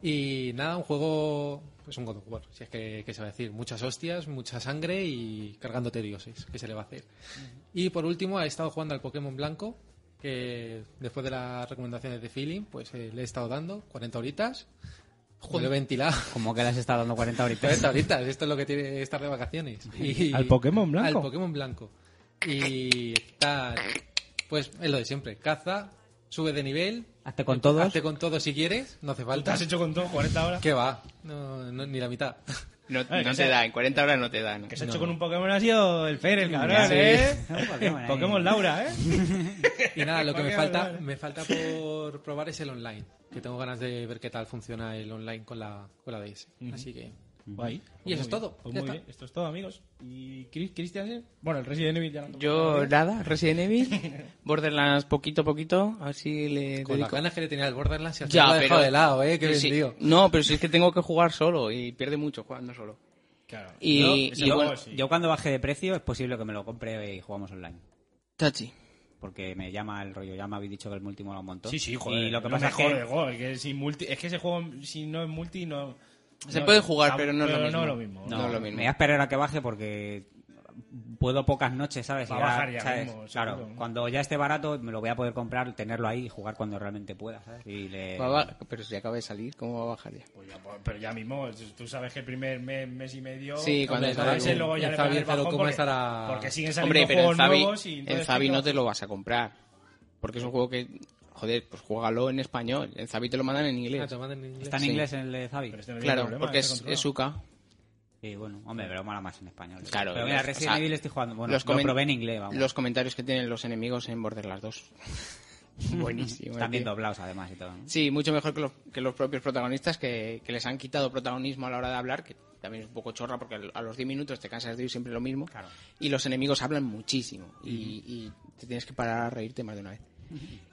Speaker 7: Y nada, un juego, pues un God of War, si es que, que se va a decir. Muchas hostias, mucha sangre y cargándote dioses, que se le va a hacer. Y por último, he estado jugando al Pokémon Blanco, que después de las recomendaciones de Feeling, pues eh, le he estado dando 40 horitas. Me lo he ventilado.
Speaker 2: Como que le has estado dando 40 horitas.
Speaker 7: 40 horitas, esto es lo que tiene estar de vacaciones. Y-
Speaker 6: ¿Al Pokémon blanco?
Speaker 7: Al Pokémon blanco. Y está, pues es lo de siempre, caza, sube de nivel.
Speaker 2: Hazte con todos.
Speaker 7: Hazte con todos si quieres, no hace
Speaker 6: ¿Tú te
Speaker 7: falta.
Speaker 6: has hecho con todo 40 horas?
Speaker 7: ¿Qué va? No, no, ni la mitad.
Speaker 9: No,
Speaker 7: Ah,
Speaker 6: que
Speaker 9: no
Speaker 6: sea-
Speaker 9: te da, en 40 horas no te da. ¿no?
Speaker 6: Que se ha hecho con un Pokémon ha sido el Fer, el cabrón,
Speaker 2: Sí.
Speaker 6: ¿eh?
Speaker 2: Un Pokémon ahí.
Speaker 6: Pokémon Laura, ¿eh?
Speaker 7: Y nada, lo que
Speaker 6: Vale,
Speaker 7: me falta,
Speaker 6: vale.
Speaker 7: me falta por probar es el online. Que tengo ganas de ver qué tal funciona el online con la, con la DS. Así que.
Speaker 6: Guay.
Speaker 7: Y eso
Speaker 6: Muy
Speaker 7: es
Speaker 6: bien.
Speaker 7: todo.
Speaker 6: Pues muy
Speaker 7: Ya está.
Speaker 6: bien. Esto es todo, amigos. ¿Y Chris, Christian? Bueno, el Resident Evil ya no.
Speaker 9: Yo nada, Resident Evil, Borderlands poquito a poquito, a ver si le
Speaker 7: Con las
Speaker 9: dedico-
Speaker 7: ganas que le tenía al Borderlands y al final lo he dejado de lado, ¿eh? Qué
Speaker 9: pero sí-
Speaker 7: vendido.
Speaker 9: no, pero si es que tengo que jugar solo y pierde mucho jugando solo.
Speaker 6: Claro.
Speaker 9: Y,
Speaker 2: Yo,
Speaker 9: y
Speaker 2: yo-
Speaker 9: bueno,
Speaker 6: sí.
Speaker 2: yo cuando baje de precio es posible que me lo compre y jugamos online.
Speaker 9: Chachi,
Speaker 2: porque me llama el rollo. Ya me habéis dicho que el multi mola un montón.
Speaker 1: Sí, sí, joder.
Speaker 2: Y lo que
Speaker 1: lo
Speaker 2: pasa es
Speaker 1: mejor
Speaker 2: que
Speaker 1: de gol, que sin multi, es que ese juego, si no es multi, no.
Speaker 9: Se
Speaker 1: no-
Speaker 9: puede jugar,
Speaker 1: tam-
Speaker 9: pero no es lo mismo.
Speaker 1: No.
Speaker 9: No es lo mismo.
Speaker 2: Me voy a esperar a que baje porque puedo pocas noches, ¿sabes?
Speaker 1: Va a
Speaker 2: Y ahora,
Speaker 1: bajar ya
Speaker 2: ¿sabes?
Speaker 1: mismo,
Speaker 2: claro,
Speaker 1: seguro.
Speaker 2: cuando ya esté barato me lo voy a poder comprar, tenerlo ahí y jugar cuando realmente pueda, ¿sabes? Y le...
Speaker 9: Va a ba- Pero si acaba de salir, ¿cómo va a bajar ya?
Speaker 1: Pues ya, pues- pero ya mismo, tú sabes que el primer mes, mes y medio.
Speaker 9: Sí, cuando
Speaker 1: hombre,
Speaker 9: salga
Speaker 1: ese
Speaker 9: el-
Speaker 1: luego ya
Speaker 4: el
Speaker 1: le pega
Speaker 4: Zabi
Speaker 1: el bajón
Speaker 4: Zarocuma
Speaker 1: porque,
Speaker 4: estará-
Speaker 1: porque siguen saliendo
Speaker 9: Hombre, pero el
Speaker 1: juegos
Speaker 9: Zabi,
Speaker 1: nuevos y
Speaker 9: el
Speaker 1: entonces,
Speaker 9: Zabi
Speaker 1: ¿qué
Speaker 9: no
Speaker 1: haces?
Speaker 9: te lo vas a comprar. Porque es un juego que, joder, pues juégalo en español. El Zabi te lo mandan en
Speaker 4: Ah,
Speaker 9: inglés.
Speaker 4: te lo mandan en inglés.
Speaker 2: ¿Está en
Speaker 9: Sí.
Speaker 2: inglés en el de Zabi?
Speaker 1: Pero este no tiene
Speaker 9: Claro,
Speaker 1: problema,
Speaker 9: porque
Speaker 1: este
Speaker 9: es,
Speaker 1: controla.
Speaker 9: es UCA.
Speaker 2: Sí, bueno, hombre, pero mola más en español. sí.
Speaker 9: Claro,
Speaker 2: pero mira,
Speaker 9: los-
Speaker 2: Resident
Speaker 9: o sea,
Speaker 2: Evil estoy jugando. Bueno,
Speaker 9: los
Speaker 2: lo
Speaker 9: comen-
Speaker 2: probé en inglés, vamos.
Speaker 9: Los comentarios que tienen los enemigos en Borderlands 2. Buenísimo.
Speaker 2: Están bien
Speaker 9: tío.
Speaker 2: doblados además y todo. ¿no?
Speaker 9: Sí, mucho mejor que los, que los propios protagonistas que, que les han quitado protagonismo a la hora de hablar, que también es un poco chorra porque al- a los 10 minutos te cansas de oír siempre lo mismo. Y los enemigos hablan muchísimo y, y te tienes que parar a reírte más de una vez.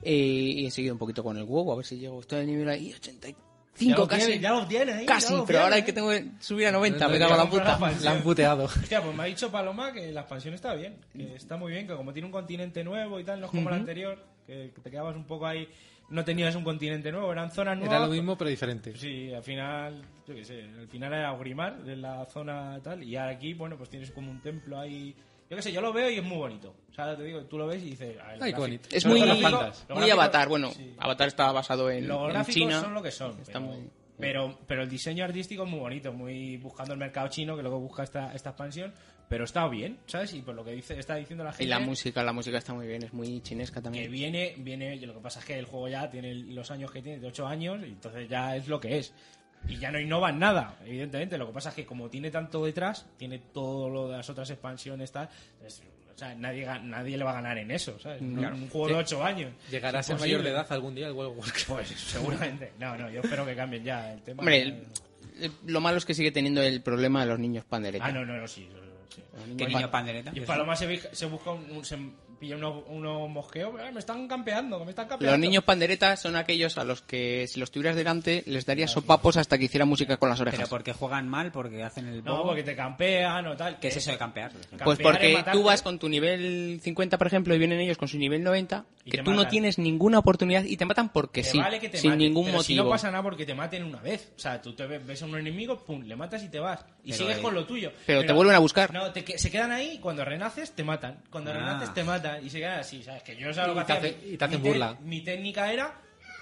Speaker 9: Eh, y he seguido un poquito con el huevo, a ver si llego. Estoy al nivel ahí, 85
Speaker 6: Ya lo
Speaker 9: casi.
Speaker 6: tiene, ya lo tiene. ahí,
Speaker 9: casi,
Speaker 6: ya lo
Speaker 9: pero ahora
Speaker 6: tiene.
Speaker 9: hay que tengo que subir a 90,
Speaker 6: no,
Speaker 9: me cago
Speaker 6: ya
Speaker 9: en la puta.
Speaker 6: compras la
Speaker 4: La han puteado.
Speaker 6: Hostia, pues me ha dicho Paloma que la expansión está bien,
Speaker 9: Mm.
Speaker 6: que está muy bien, que como tiene un continente nuevo y tal, no es como la anterior, que que te quedabas un poco ahí, no tenías un continente nuevo, eran zonas nuevas.
Speaker 4: Era lo mismo, pero diferente.
Speaker 6: Sí, al final, yo qué sé, al final era Ogrimar, de la zona tal, y aquí, bueno, pues tienes como un templo ahí. Yo qué sé, yo lo veo y es muy bonito. O sea, te digo, tú lo ves y dices, "Ah, el
Speaker 4: Ay, qué
Speaker 6: gráfico-
Speaker 4: bonito.
Speaker 9: Es
Speaker 4: Son
Speaker 9: muy,
Speaker 4: las
Speaker 9: muy
Speaker 4: fantas.
Speaker 6: gráficos-
Speaker 9: avatar, bueno,
Speaker 6: sí.
Speaker 9: avatar está basado en,
Speaker 6: Los
Speaker 9: en
Speaker 6: gráficos
Speaker 9: China.
Speaker 6: son lo que son.
Speaker 9: Está
Speaker 6: pero,
Speaker 9: muy-
Speaker 6: pero, pero el diseño artístico es muy bonito, muy buscando el mercado chino, que luego busca esta, esta expansión. Pero está bien, ¿sabes? Y por lo que dice, está diciendo la gente.
Speaker 9: Y la música, la música está muy bien, es muy chinesca
Speaker 6: Que
Speaker 9: también.
Speaker 6: viene, viene. Lo que pasa es que el juego ya tiene los años que tiene, de 8 años, y entonces ya es lo que es. Y ya no innovan nada, evidentemente. Lo que pasa es que como tiene tanto detrás, tiene todo lo de las otras expansiones, tal. es- o sea, nadie, ga- nadie le va a ganar en eso, ¿sabes? Un- Un juego de 8 años.
Speaker 4: Llegará a
Speaker 6: Es
Speaker 4: ser mayor de
Speaker 6: imposible.
Speaker 4: edad algún día el World of Warcraft.
Speaker 6: Pues seguramente. No, no, yo espero que cambien ya el tema.
Speaker 9: Hombre, el- el- lo malo es que sigue teniendo el problema de los niños panderetas.
Speaker 6: Ah, no, no, no, sí. eso- sí.
Speaker 2: ¿Qué niño
Speaker 4: Ah,
Speaker 2: pandereta?
Speaker 6: Y Paloma se, vi- se busca un, un- se pilla unos unos mosqueos. "Ay, Me están campeando, que me están campeando.
Speaker 9: Los niños panderetas son aquellos a los que si los tuvieras delante les darías sopapos hasta que hiciera música con las
Speaker 2: Pero
Speaker 9: orejas.
Speaker 2: porque juegan mal, porque hacen el
Speaker 6: No,
Speaker 2: bobo.
Speaker 6: porque eh, te campean o tal.
Speaker 2: ¿Qué es eso de campear? por ejemplo?
Speaker 9: Pues
Speaker 6: campear es
Speaker 9: porque
Speaker 6: matarte.
Speaker 9: tú vas con tu nivel 50, por ejemplo, y vienen ellos con su nivel 90,
Speaker 6: Y
Speaker 9: que
Speaker 6: te
Speaker 9: tú no
Speaker 6: matan.
Speaker 9: tienes ninguna oportunidad y te matan porque
Speaker 6: Te
Speaker 9: sí,
Speaker 6: vale que te
Speaker 9: sin
Speaker 6: maten,
Speaker 9: ningún
Speaker 6: pero
Speaker 9: motivo.
Speaker 6: si no pasa nada porque te maten una vez. O sea, tú te ves ves a un enemigo, pum, le matas y te vas. Y
Speaker 2: Pero,
Speaker 6: sigues
Speaker 2: eh,
Speaker 6: con lo tuyo.
Speaker 9: pero te vuelven a buscar.
Speaker 6: No, te que- se quedan ahí y cuando renaces te matan. Cuando
Speaker 2: Ah.
Speaker 6: renaces te matan. Y se quedan así, ¿sabes? Que yo sabía lo
Speaker 4: Y
Speaker 6: que
Speaker 4: te
Speaker 6: hacía.
Speaker 4: hace- y te hacen
Speaker 6: mi
Speaker 4: burla.
Speaker 6: Mi técnica era,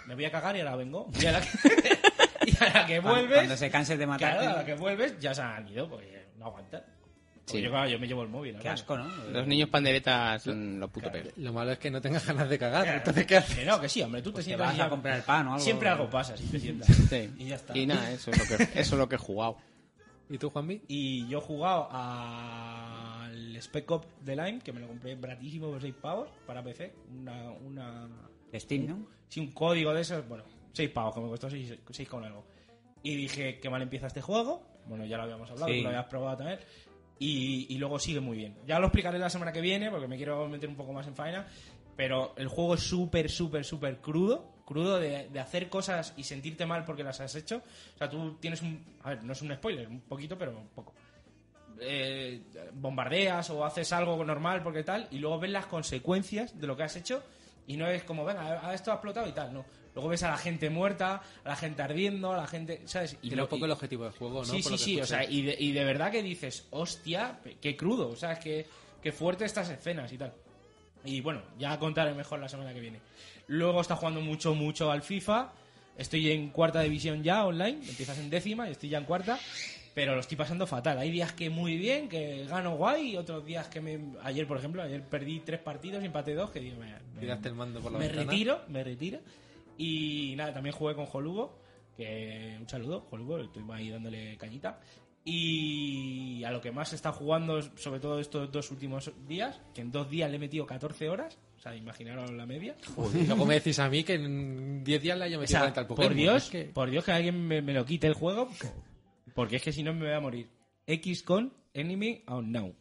Speaker 6: me voy a cagar y ahora vengo. Y a la que, y a la que
Speaker 2: Cuando-
Speaker 6: vuelves...
Speaker 2: Cuando se canse de matarte.
Speaker 6: Claro, a la que vuelves ya se han ido, pues eh, no aguantan. Porque
Speaker 9: Sí.
Speaker 6: Yo, claro, yo me llevo el móvil.
Speaker 2: Qué
Speaker 6: hermano.
Speaker 2: asco, ¿no?
Speaker 9: Los niños panderetas son lo puto peor.
Speaker 4: Lo malo es que no tengas ganas de cagar.
Speaker 6: Claro.
Speaker 4: Entonces, ¿qué haces?
Speaker 6: Que no, que sí, hombre, tú te
Speaker 2: Te
Speaker 6: sientas
Speaker 2: vas
Speaker 6: y ya-
Speaker 2: a comprar el pan o algo.
Speaker 6: Siempre algo pasa si te sientas.
Speaker 9: Sí.
Speaker 6: Y ya está.
Speaker 9: Y nada, eso es lo que, eso es lo que he jugado.
Speaker 4: ¿Y tú, Juanvi?
Speaker 6: Y yo he jugado al Spec Ops de Lime, que me lo compré baratísimo por 6 pavos para PC. Una, una,
Speaker 2: De Steam, ¿no?
Speaker 6: sí, un código de esos, bueno, 6 pavos, que me costó 6, con algo. Y dije, qué mal empieza este juego. Bueno, ya lo habíamos hablado,
Speaker 2: Sí.
Speaker 6: tú lo habías probado también. Y, y luego sigue muy bien. Ya lo explicaré la semana que viene, porque me quiero meter un poco más en faena. Pero el juego es súper, súper, súper crudo. Crudo de, de hacer cosas y sentirte mal porque las has hecho. O sea, tú tienes un... A ver, no es un spoiler, un poquito, pero un poco eh, bombardeas o haces algo normal porque tal, y luego ves las consecuencias de lo que has hecho y no es como, venga, a esto ha explotado y tal, no. Luego ves a la gente muerta, a la gente ardiendo, a la gente, ¿sabes? Y
Speaker 4: Que era
Speaker 6: lo-
Speaker 4: un poco
Speaker 6: y-
Speaker 4: el objetivo del juego, ¿no?
Speaker 6: Sí,
Speaker 4: Por
Speaker 6: sí,
Speaker 4: lo que
Speaker 6: sí, o
Speaker 4: escuché.
Speaker 6: sea, y de, y de verdad que dices, hostia, qué crudo, o sea, es que, qué fuerte estas escenas y tal. Y bueno, ya contaré mejor la semana que viene. Luego está jugando mucho, mucho al FIFA. Estoy en cuarta división ya online. Empiezas en décima y estoy ya en cuarta. Pero lo estoy pasando fatal. Hay días que muy bien, que gano guay. Y otros días que me. Ayer, por ejemplo, ayer perdí tres partidos y empaté dos. Que digo, me, me-
Speaker 4: Tiraste el mando por la
Speaker 6: me
Speaker 4: ventana.
Speaker 6: retiro, me retiro. Y nada, también jugué con Jolugo, que un saludo, Jolugo, estuvimos ahí dándole cañita. Y a lo que más está jugando, sobre todo estos dos últimos días, que en dos días le he metido 14 horas, o sea, imaginaros la media.
Speaker 4: Pues Y Luego me decís a mí que en 10 días la haya
Speaker 6: O
Speaker 4: metido
Speaker 6: sea,
Speaker 4: a tal Pokémon.
Speaker 6: por Dios,
Speaker 4: Es que-
Speaker 6: por Dios que alguien me, me lo quite el juego, porque es que si no me voy a morir. X con Enemy on Now.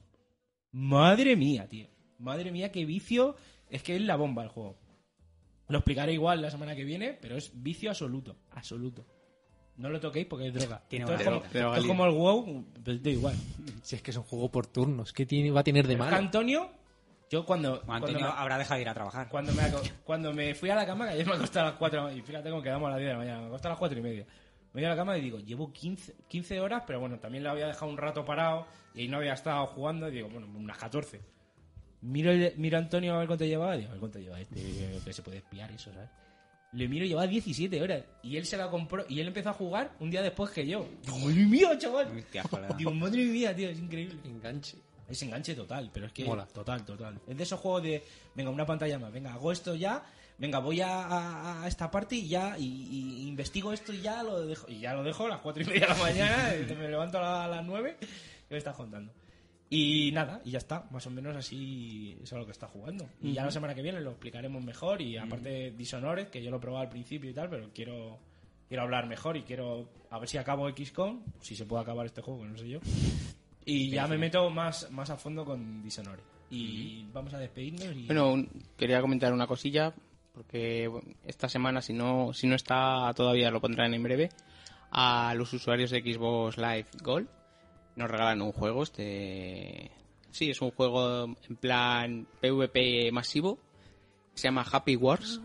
Speaker 6: Madre mía, tío. Madre mía, qué vicio. Es que es la bomba el juego. Lo explicaré igual la semana que viene, pero es vicio absoluto. Absoluto. No lo toquéis porque es droga.
Speaker 2: Tiene
Speaker 6: Esto es
Speaker 2: buena
Speaker 6: como, esto es como el WoW, pero da igual.
Speaker 4: Si es que es un juego por turnos, ¿qué tiene, va a tener de
Speaker 6: Es que
Speaker 4: malo?
Speaker 6: Antonio Yo cuando...
Speaker 2: Bueno,
Speaker 6: cuando
Speaker 2: Antonio
Speaker 6: me-
Speaker 2: habrá dejado de ir a trabajar.
Speaker 6: Cuando me, aco- cuando me fui a la cama, que ayer me acosté a las 4 de la mañana, y fíjate cómo quedamos a las 10 de la mañana, me acosté a las 4 y media. Me voy a la cama y digo, llevo 15, 15 horas, pero bueno, también la había dejado un rato parado y ahí no había estado jugando, y digo, bueno, unas 14. Miro, el- miro a Antonio a ver cuánto llevaba, digo, a ver cuánto lleva este, que se puede espiar eso, ¿sabes? Le miro, llevaba 17 horas y él se la compró y él empezó a jugar un día después que yo. Digo, madre mía, chaval!
Speaker 2: Hostia, colega.
Speaker 6: Digo, madre mía, tío, es increíble.
Speaker 4: Enganche.
Speaker 6: Es enganche total, pero es que.
Speaker 4: Mola.
Speaker 6: Total, total. Es de esos juegos de. Venga, una pantalla más. Venga, hago esto ya. Venga, voy a, a- a esta parte y ya. Y, y investigo esto y ya lo dejo. Y ya lo dejo a las cuatro y media de la mañana. y me levanto a, la- a las nueve. ¿Qué me estás contando? Y nada, y ya está. Más o menos así es a lo que está jugando. Y ya la semana que viene lo explicaremos mejor. Y aparte, Dishonored, que yo lo he probado al principio y tal, pero quiero. Quiero hablar mejor y quiero. A ver si acabo XCOM. Si se puede acabar este juego, que no sé yo. Y ya me meto más, más a fondo con Dishonored. Y vamos a despedirnos y...
Speaker 9: Bueno, un- quería comentar una cosilla, porque bueno, esta semana, si no, si no está todavía, lo pondrán en breve, a los usuarios de Xbox Live Gold nos regalan un juego, este... Sí, es un juego en plan PvP masivo, se llama Happy Wars.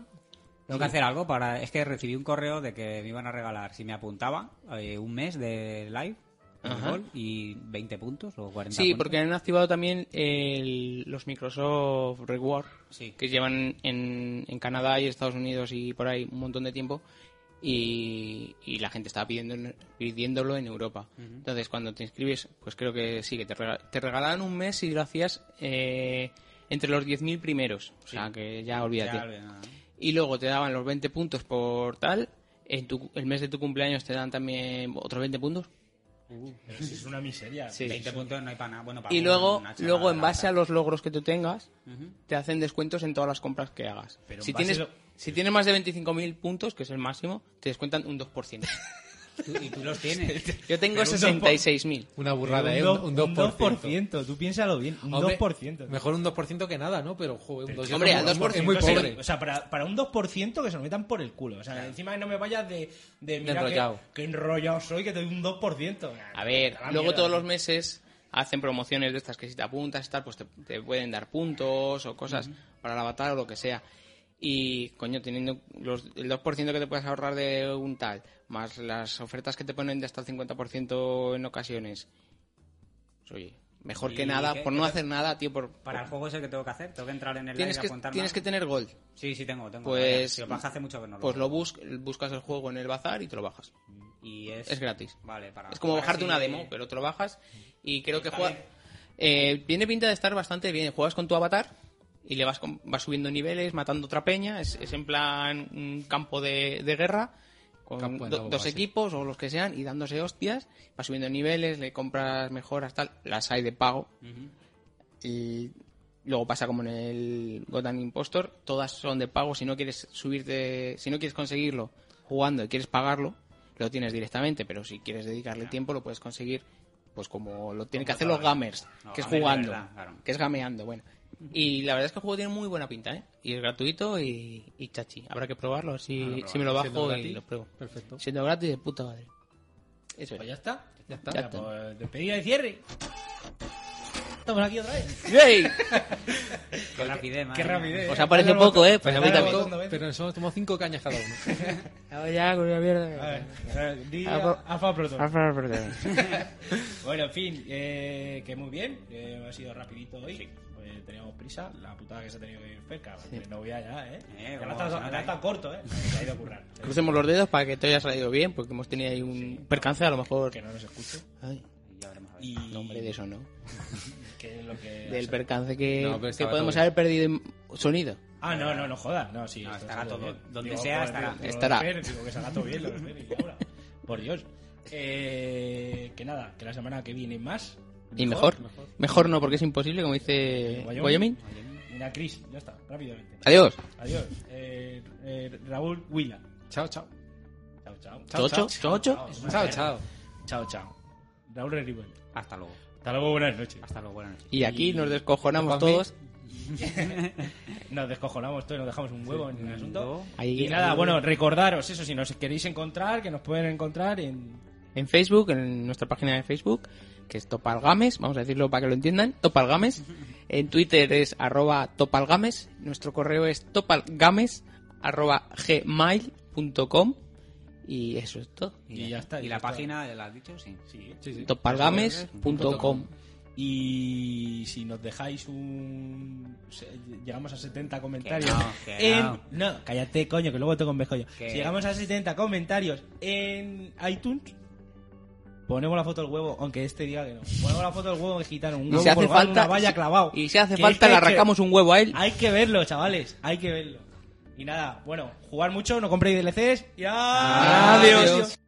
Speaker 2: Tengo que hacer algo para. Es que recibí un correo de que me iban a regalar, si me apuntaba, eh, un mes de live de
Speaker 9: Ajá.
Speaker 2: gol, y 20 puntos o 40
Speaker 9: Sí,
Speaker 2: puntos.
Speaker 9: porque han activado también el- los Microsoft Reward,
Speaker 2: Sí.
Speaker 9: que llevan en, en Canadá y Estados Unidos y por ahí un montón de tiempo, y, y la gente estaba pidiendo, pidiéndolo en Europa. Entonces, cuando te inscribes, pues creo que sí, que te, rega- te regalaban un mes y lo hacías eh, entre los 10.000 primeros. O sea, que ya olvídate
Speaker 2: Ya, bien, nada.
Speaker 9: y luego te daban los 20 puntos por tal. En tu- el mes de tu cumpleaños te dan también otros 20 puntos.
Speaker 6: Pero si es una miseria.
Speaker 2: 20 puntos no hay para nada. Bueno, para
Speaker 9: Y
Speaker 2: algunos,
Speaker 9: luego,
Speaker 2: una chorrada,
Speaker 9: luego en
Speaker 2: la
Speaker 9: base a
Speaker 2: verdad.
Speaker 9: los logros que tú tengas, te hacen descuentos en todas las compras que hagas.
Speaker 6: Pero en
Speaker 9: si,
Speaker 6: base
Speaker 9: tienes,
Speaker 6: a lo-
Speaker 9: si tienes más de 25.000 puntos, que es el máximo, te descuentan un 2%.
Speaker 2: Tú- y tú los tienes.
Speaker 9: Yo tengo
Speaker 6: Pero un
Speaker 9: 66.000.
Speaker 4: Una burrada, ¿eh?
Speaker 6: un, do-
Speaker 4: Un, un 2%.
Speaker 6: tú piénsalo bien, un
Speaker 4: Hombre,
Speaker 6: 2%.
Speaker 4: Mejor un 2% que nada, ¿no? Pero, joder, un 2%.
Speaker 9: Hombre, al
Speaker 4: es muy-
Speaker 9: 2%
Speaker 4: Es muy
Speaker 6: O sea,
Speaker 4: pobre.
Speaker 6: O sea, para, para un 2% que se lo metan por el culo. O sea, encima no me vayas de... de mira
Speaker 9: enrollado.
Speaker 6: Que, que enrollado soy, que te doy un 2%.
Speaker 9: A ver,
Speaker 6: Te da
Speaker 9: luego
Speaker 6: mierda,
Speaker 9: todos
Speaker 6: ¿no?
Speaker 9: los meses hacen promociones de estas que si te apuntas y tal, pues te, te pueden dar puntos o cosas para la batalla o lo que sea. Y, coño, teniendo los, el 2% que te puedes ahorrar de un tal, más las ofertas que te ponen de hasta el 50% en ocasiones. Pues, oye, mejor que
Speaker 2: ¿Y
Speaker 9: nada,
Speaker 2: qué-
Speaker 9: por
Speaker 2: qué
Speaker 9: no
Speaker 2: te-
Speaker 9: hacer nada, tío, por...
Speaker 2: Para el juego ese que tengo que hacer, tengo que entrar en el
Speaker 9: tienes
Speaker 2: live
Speaker 9: que,
Speaker 2: y apuntarme.
Speaker 9: tienes que tener gold.
Speaker 2: Sí, sí, tengo. tengo
Speaker 9: Pues-
Speaker 2: Si lo bajas hace mucho que no lo
Speaker 9: Pues lo
Speaker 2: hago.
Speaker 9: bus, buscas el juego en el bazar y te lo bajas.
Speaker 2: Y es...
Speaker 9: es gratis.
Speaker 2: Vale, para.
Speaker 9: Es como
Speaker 2: jugar
Speaker 9: bajarte
Speaker 2: así
Speaker 9: una
Speaker 2: de-
Speaker 9: demo, pero te lo bajas y creo que juega... Eh, tiene pinta de estar bastante bien. Juegas con tu avatar y le vas, con- vas subiendo niveles, matando otra peña. Es, es en plan un campo de, de guerra con
Speaker 4: Campo de
Speaker 9: do-
Speaker 4: la
Speaker 9: dos
Speaker 4: boba, sí.
Speaker 9: equipos o los que sean y dándose hostias. Vas subiendo niveles, le compras mejoras, tal. Las hay de pago. Y luego pasa como en el Gotham Impostor. Todas son de pago. Si no quieres subirte, si no quieres conseguirlo jugando y quieres pagarlo, lo tienes directamente. Pero si quieres dedicarle tiempo, lo puedes conseguir. Pues como lo tienen que hacer los gamers,
Speaker 2: No,
Speaker 9: que es
Speaker 2: gamers de
Speaker 9: jugando,
Speaker 2: verdad, claro.
Speaker 9: que es gameando, bueno. Y la verdad es que el juego tiene muy buena pinta, ¿eh? Y es gratuito y, y chachi. Habrá que probarlo, a ver si, si me lo
Speaker 4: Siendo
Speaker 9: bajo y
Speaker 4: gratis,
Speaker 9: lo pruebo.
Speaker 4: Perfecto.
Speaker 9: Siendo gratis de puta madre. Eso
Speaker 6: Pues
Speaker 9: es.
Speaker 6: ya está.
Speaker 4: Ya está.
Speaker 9: Ya está.
Speaker 6: Pues despedida de cierre. Estamos aquí otra vez.
Speaker 9: ¡Yay!
Speaker 2: Qué rapidez, madre
Speaker 6: Qué
Speaker 2: mía.
Speaker 6: rapidez.
Speaker 9: Os ha parecido poco, ¿eh? Pues a mí
Speaker 6: Dale al
Speaker 9: también.
Speaker 6: botón, ¿no ves?
Speaker 4: Pero nos hemos tomado 5 cañas cada uno.
Speaker 9: Ahora ya, con una
Speaker 6: A
Speaker 9: mierda.
Speaker 6: ver, a ver, di
Speaker 9: Alfa-
Speaker 6: Alfa Proton.
Speaker 9: Alfa, perdón.
Speaker 6: Bueno, en fin, eh, que muy bien, eh, ha sido rapidito hoy. Pues teníamos prisa, la putada que se ha tenido que ir cerca. No voy allá, ¿eh?
Speaker 2: Eh,
Speaker 6: ya
Speaker 2: como
Speaker 6: está,
Speaker 2: se nota,
Speaker 6: ya
Speaker 2: eh.
Speaker 6: está corto, ¿eh? Se ha ido a currar.
Speaker 9: Crucemos los dedos para que todo haya salido bien, porque hemos tenido ahí un percance, a lo mejor.
Speaker 6: Que no nos escuche.
Speaker 9: Ay,
Speaker 2: Ya veremos, a ver.
Speaker 6: Y
Speaker 9: no, hombre, de eso no.
Speaker 6: que es lo que...
Speaker 9: Del percance que,
Speaker 4: No, pero
Speaker 9: que
Speaker 4: estaba
Speaker 9: podemos
Speaker 4: todo
Speaker 9: haber perdido en sonido.
Speaker 6: Ah, no, no, no jodas. No, sí.
Speaker 2: No,
Speaker 6: esto
Speaker 2: estará
Speaker 6: está
Speaker 2: todo-
Speaker 6: bien.
Speaker 2: donde sea,
Speaker 6: por-
Speaker 2: estará.
Speaker 6: por lo de
Speaker 9: Estará.
Speaker 6: Fer, digo que salga todo bien lo de Fer y ahora. Por Dios. Eh, que nada, que la semana que viene más.
Speaker 9: Y mejor, mejor no, porque es imposible, como dice
Speaker 6: Wyoming.
Speaker 9: Wyoming.
Speaker 6: Mira, Chris, ya está, rápidamente.
Speaker 9: Adiós.
Speaker 6: Adiós. Eh, eh, Raúl Huila.
Speaker 4: Chao, chao.
Speaker 6: Chao, chao.
Speaker 9: Chocho, chocho.
Speaker 4: Chao, chao.
Speaker 6: Chao, chao. Raúl Reribuel.
Speaker 2: Hasta luego.
Speaker 6: Hasta luego, buenas noches.
Speaker 2: Hasta luego, buenas noches.
Speaker 9: Y aquí nos descojonamos
Speaker 4: Juanmi.
Speaker 9: todos.
Speaker 6: Nos descojonamos todos, nos dejamos un huevo en el asunto.
Speaker 9: Ahí-
Speaker 6: y nada,
Speaker 9: ahí-
Speaker 6: bueno, recordaros eso, si nos queréis encontrar, que nos pueden encontrar en...
Speaker 9: En en Facebook, en nuestra página de Facebook, que es Topalgames, vamos a decirlo para que lo entiendan, Topalgames. En Twitter es arroba Topalgames, nuestro correo es topalgames arroba gmail.com y eso es todo.
Speaker 2: Y ya está. ¿Y la página, la has dicho? Sí.
Speaker 9: Topalgames.com.
Speaker 6: Y si nos dejáis un. se- Llegamos a 70 comentarios.
Speaker 2: no, que
Speaker 6: en...
Speaker 2: no.
Speaker 6: cállate, coño, que luego te convejo yo.
Speaker 2: Que-
Speaker 6: Si llegamos a 70 comentarios en iTunes, ponemos la foto del huevo, aunque este diga que no. Ponemos la foto del huevo gitano. Un
Speaker 9: Y
Speaker 6: huevo
Speaker 9: si hace
Speaker 6: colgado en
Speaker 9: falta-
Speaker 6: una valla clavado.
Speaker 9: Y si hace
Speaker 6: Que este
Speaker 9: falta
Speaker 6: es
Speaker 9: le
Speaker 6: que-
Speaker 9: arrancamos un huevo a él.
Speaker 6: Hay que verlo, chavales. Hay que verlo. Y nada, bueno, jugar mucho, no compréis DLCs. Y adiós.
Speaker 9: Adiós.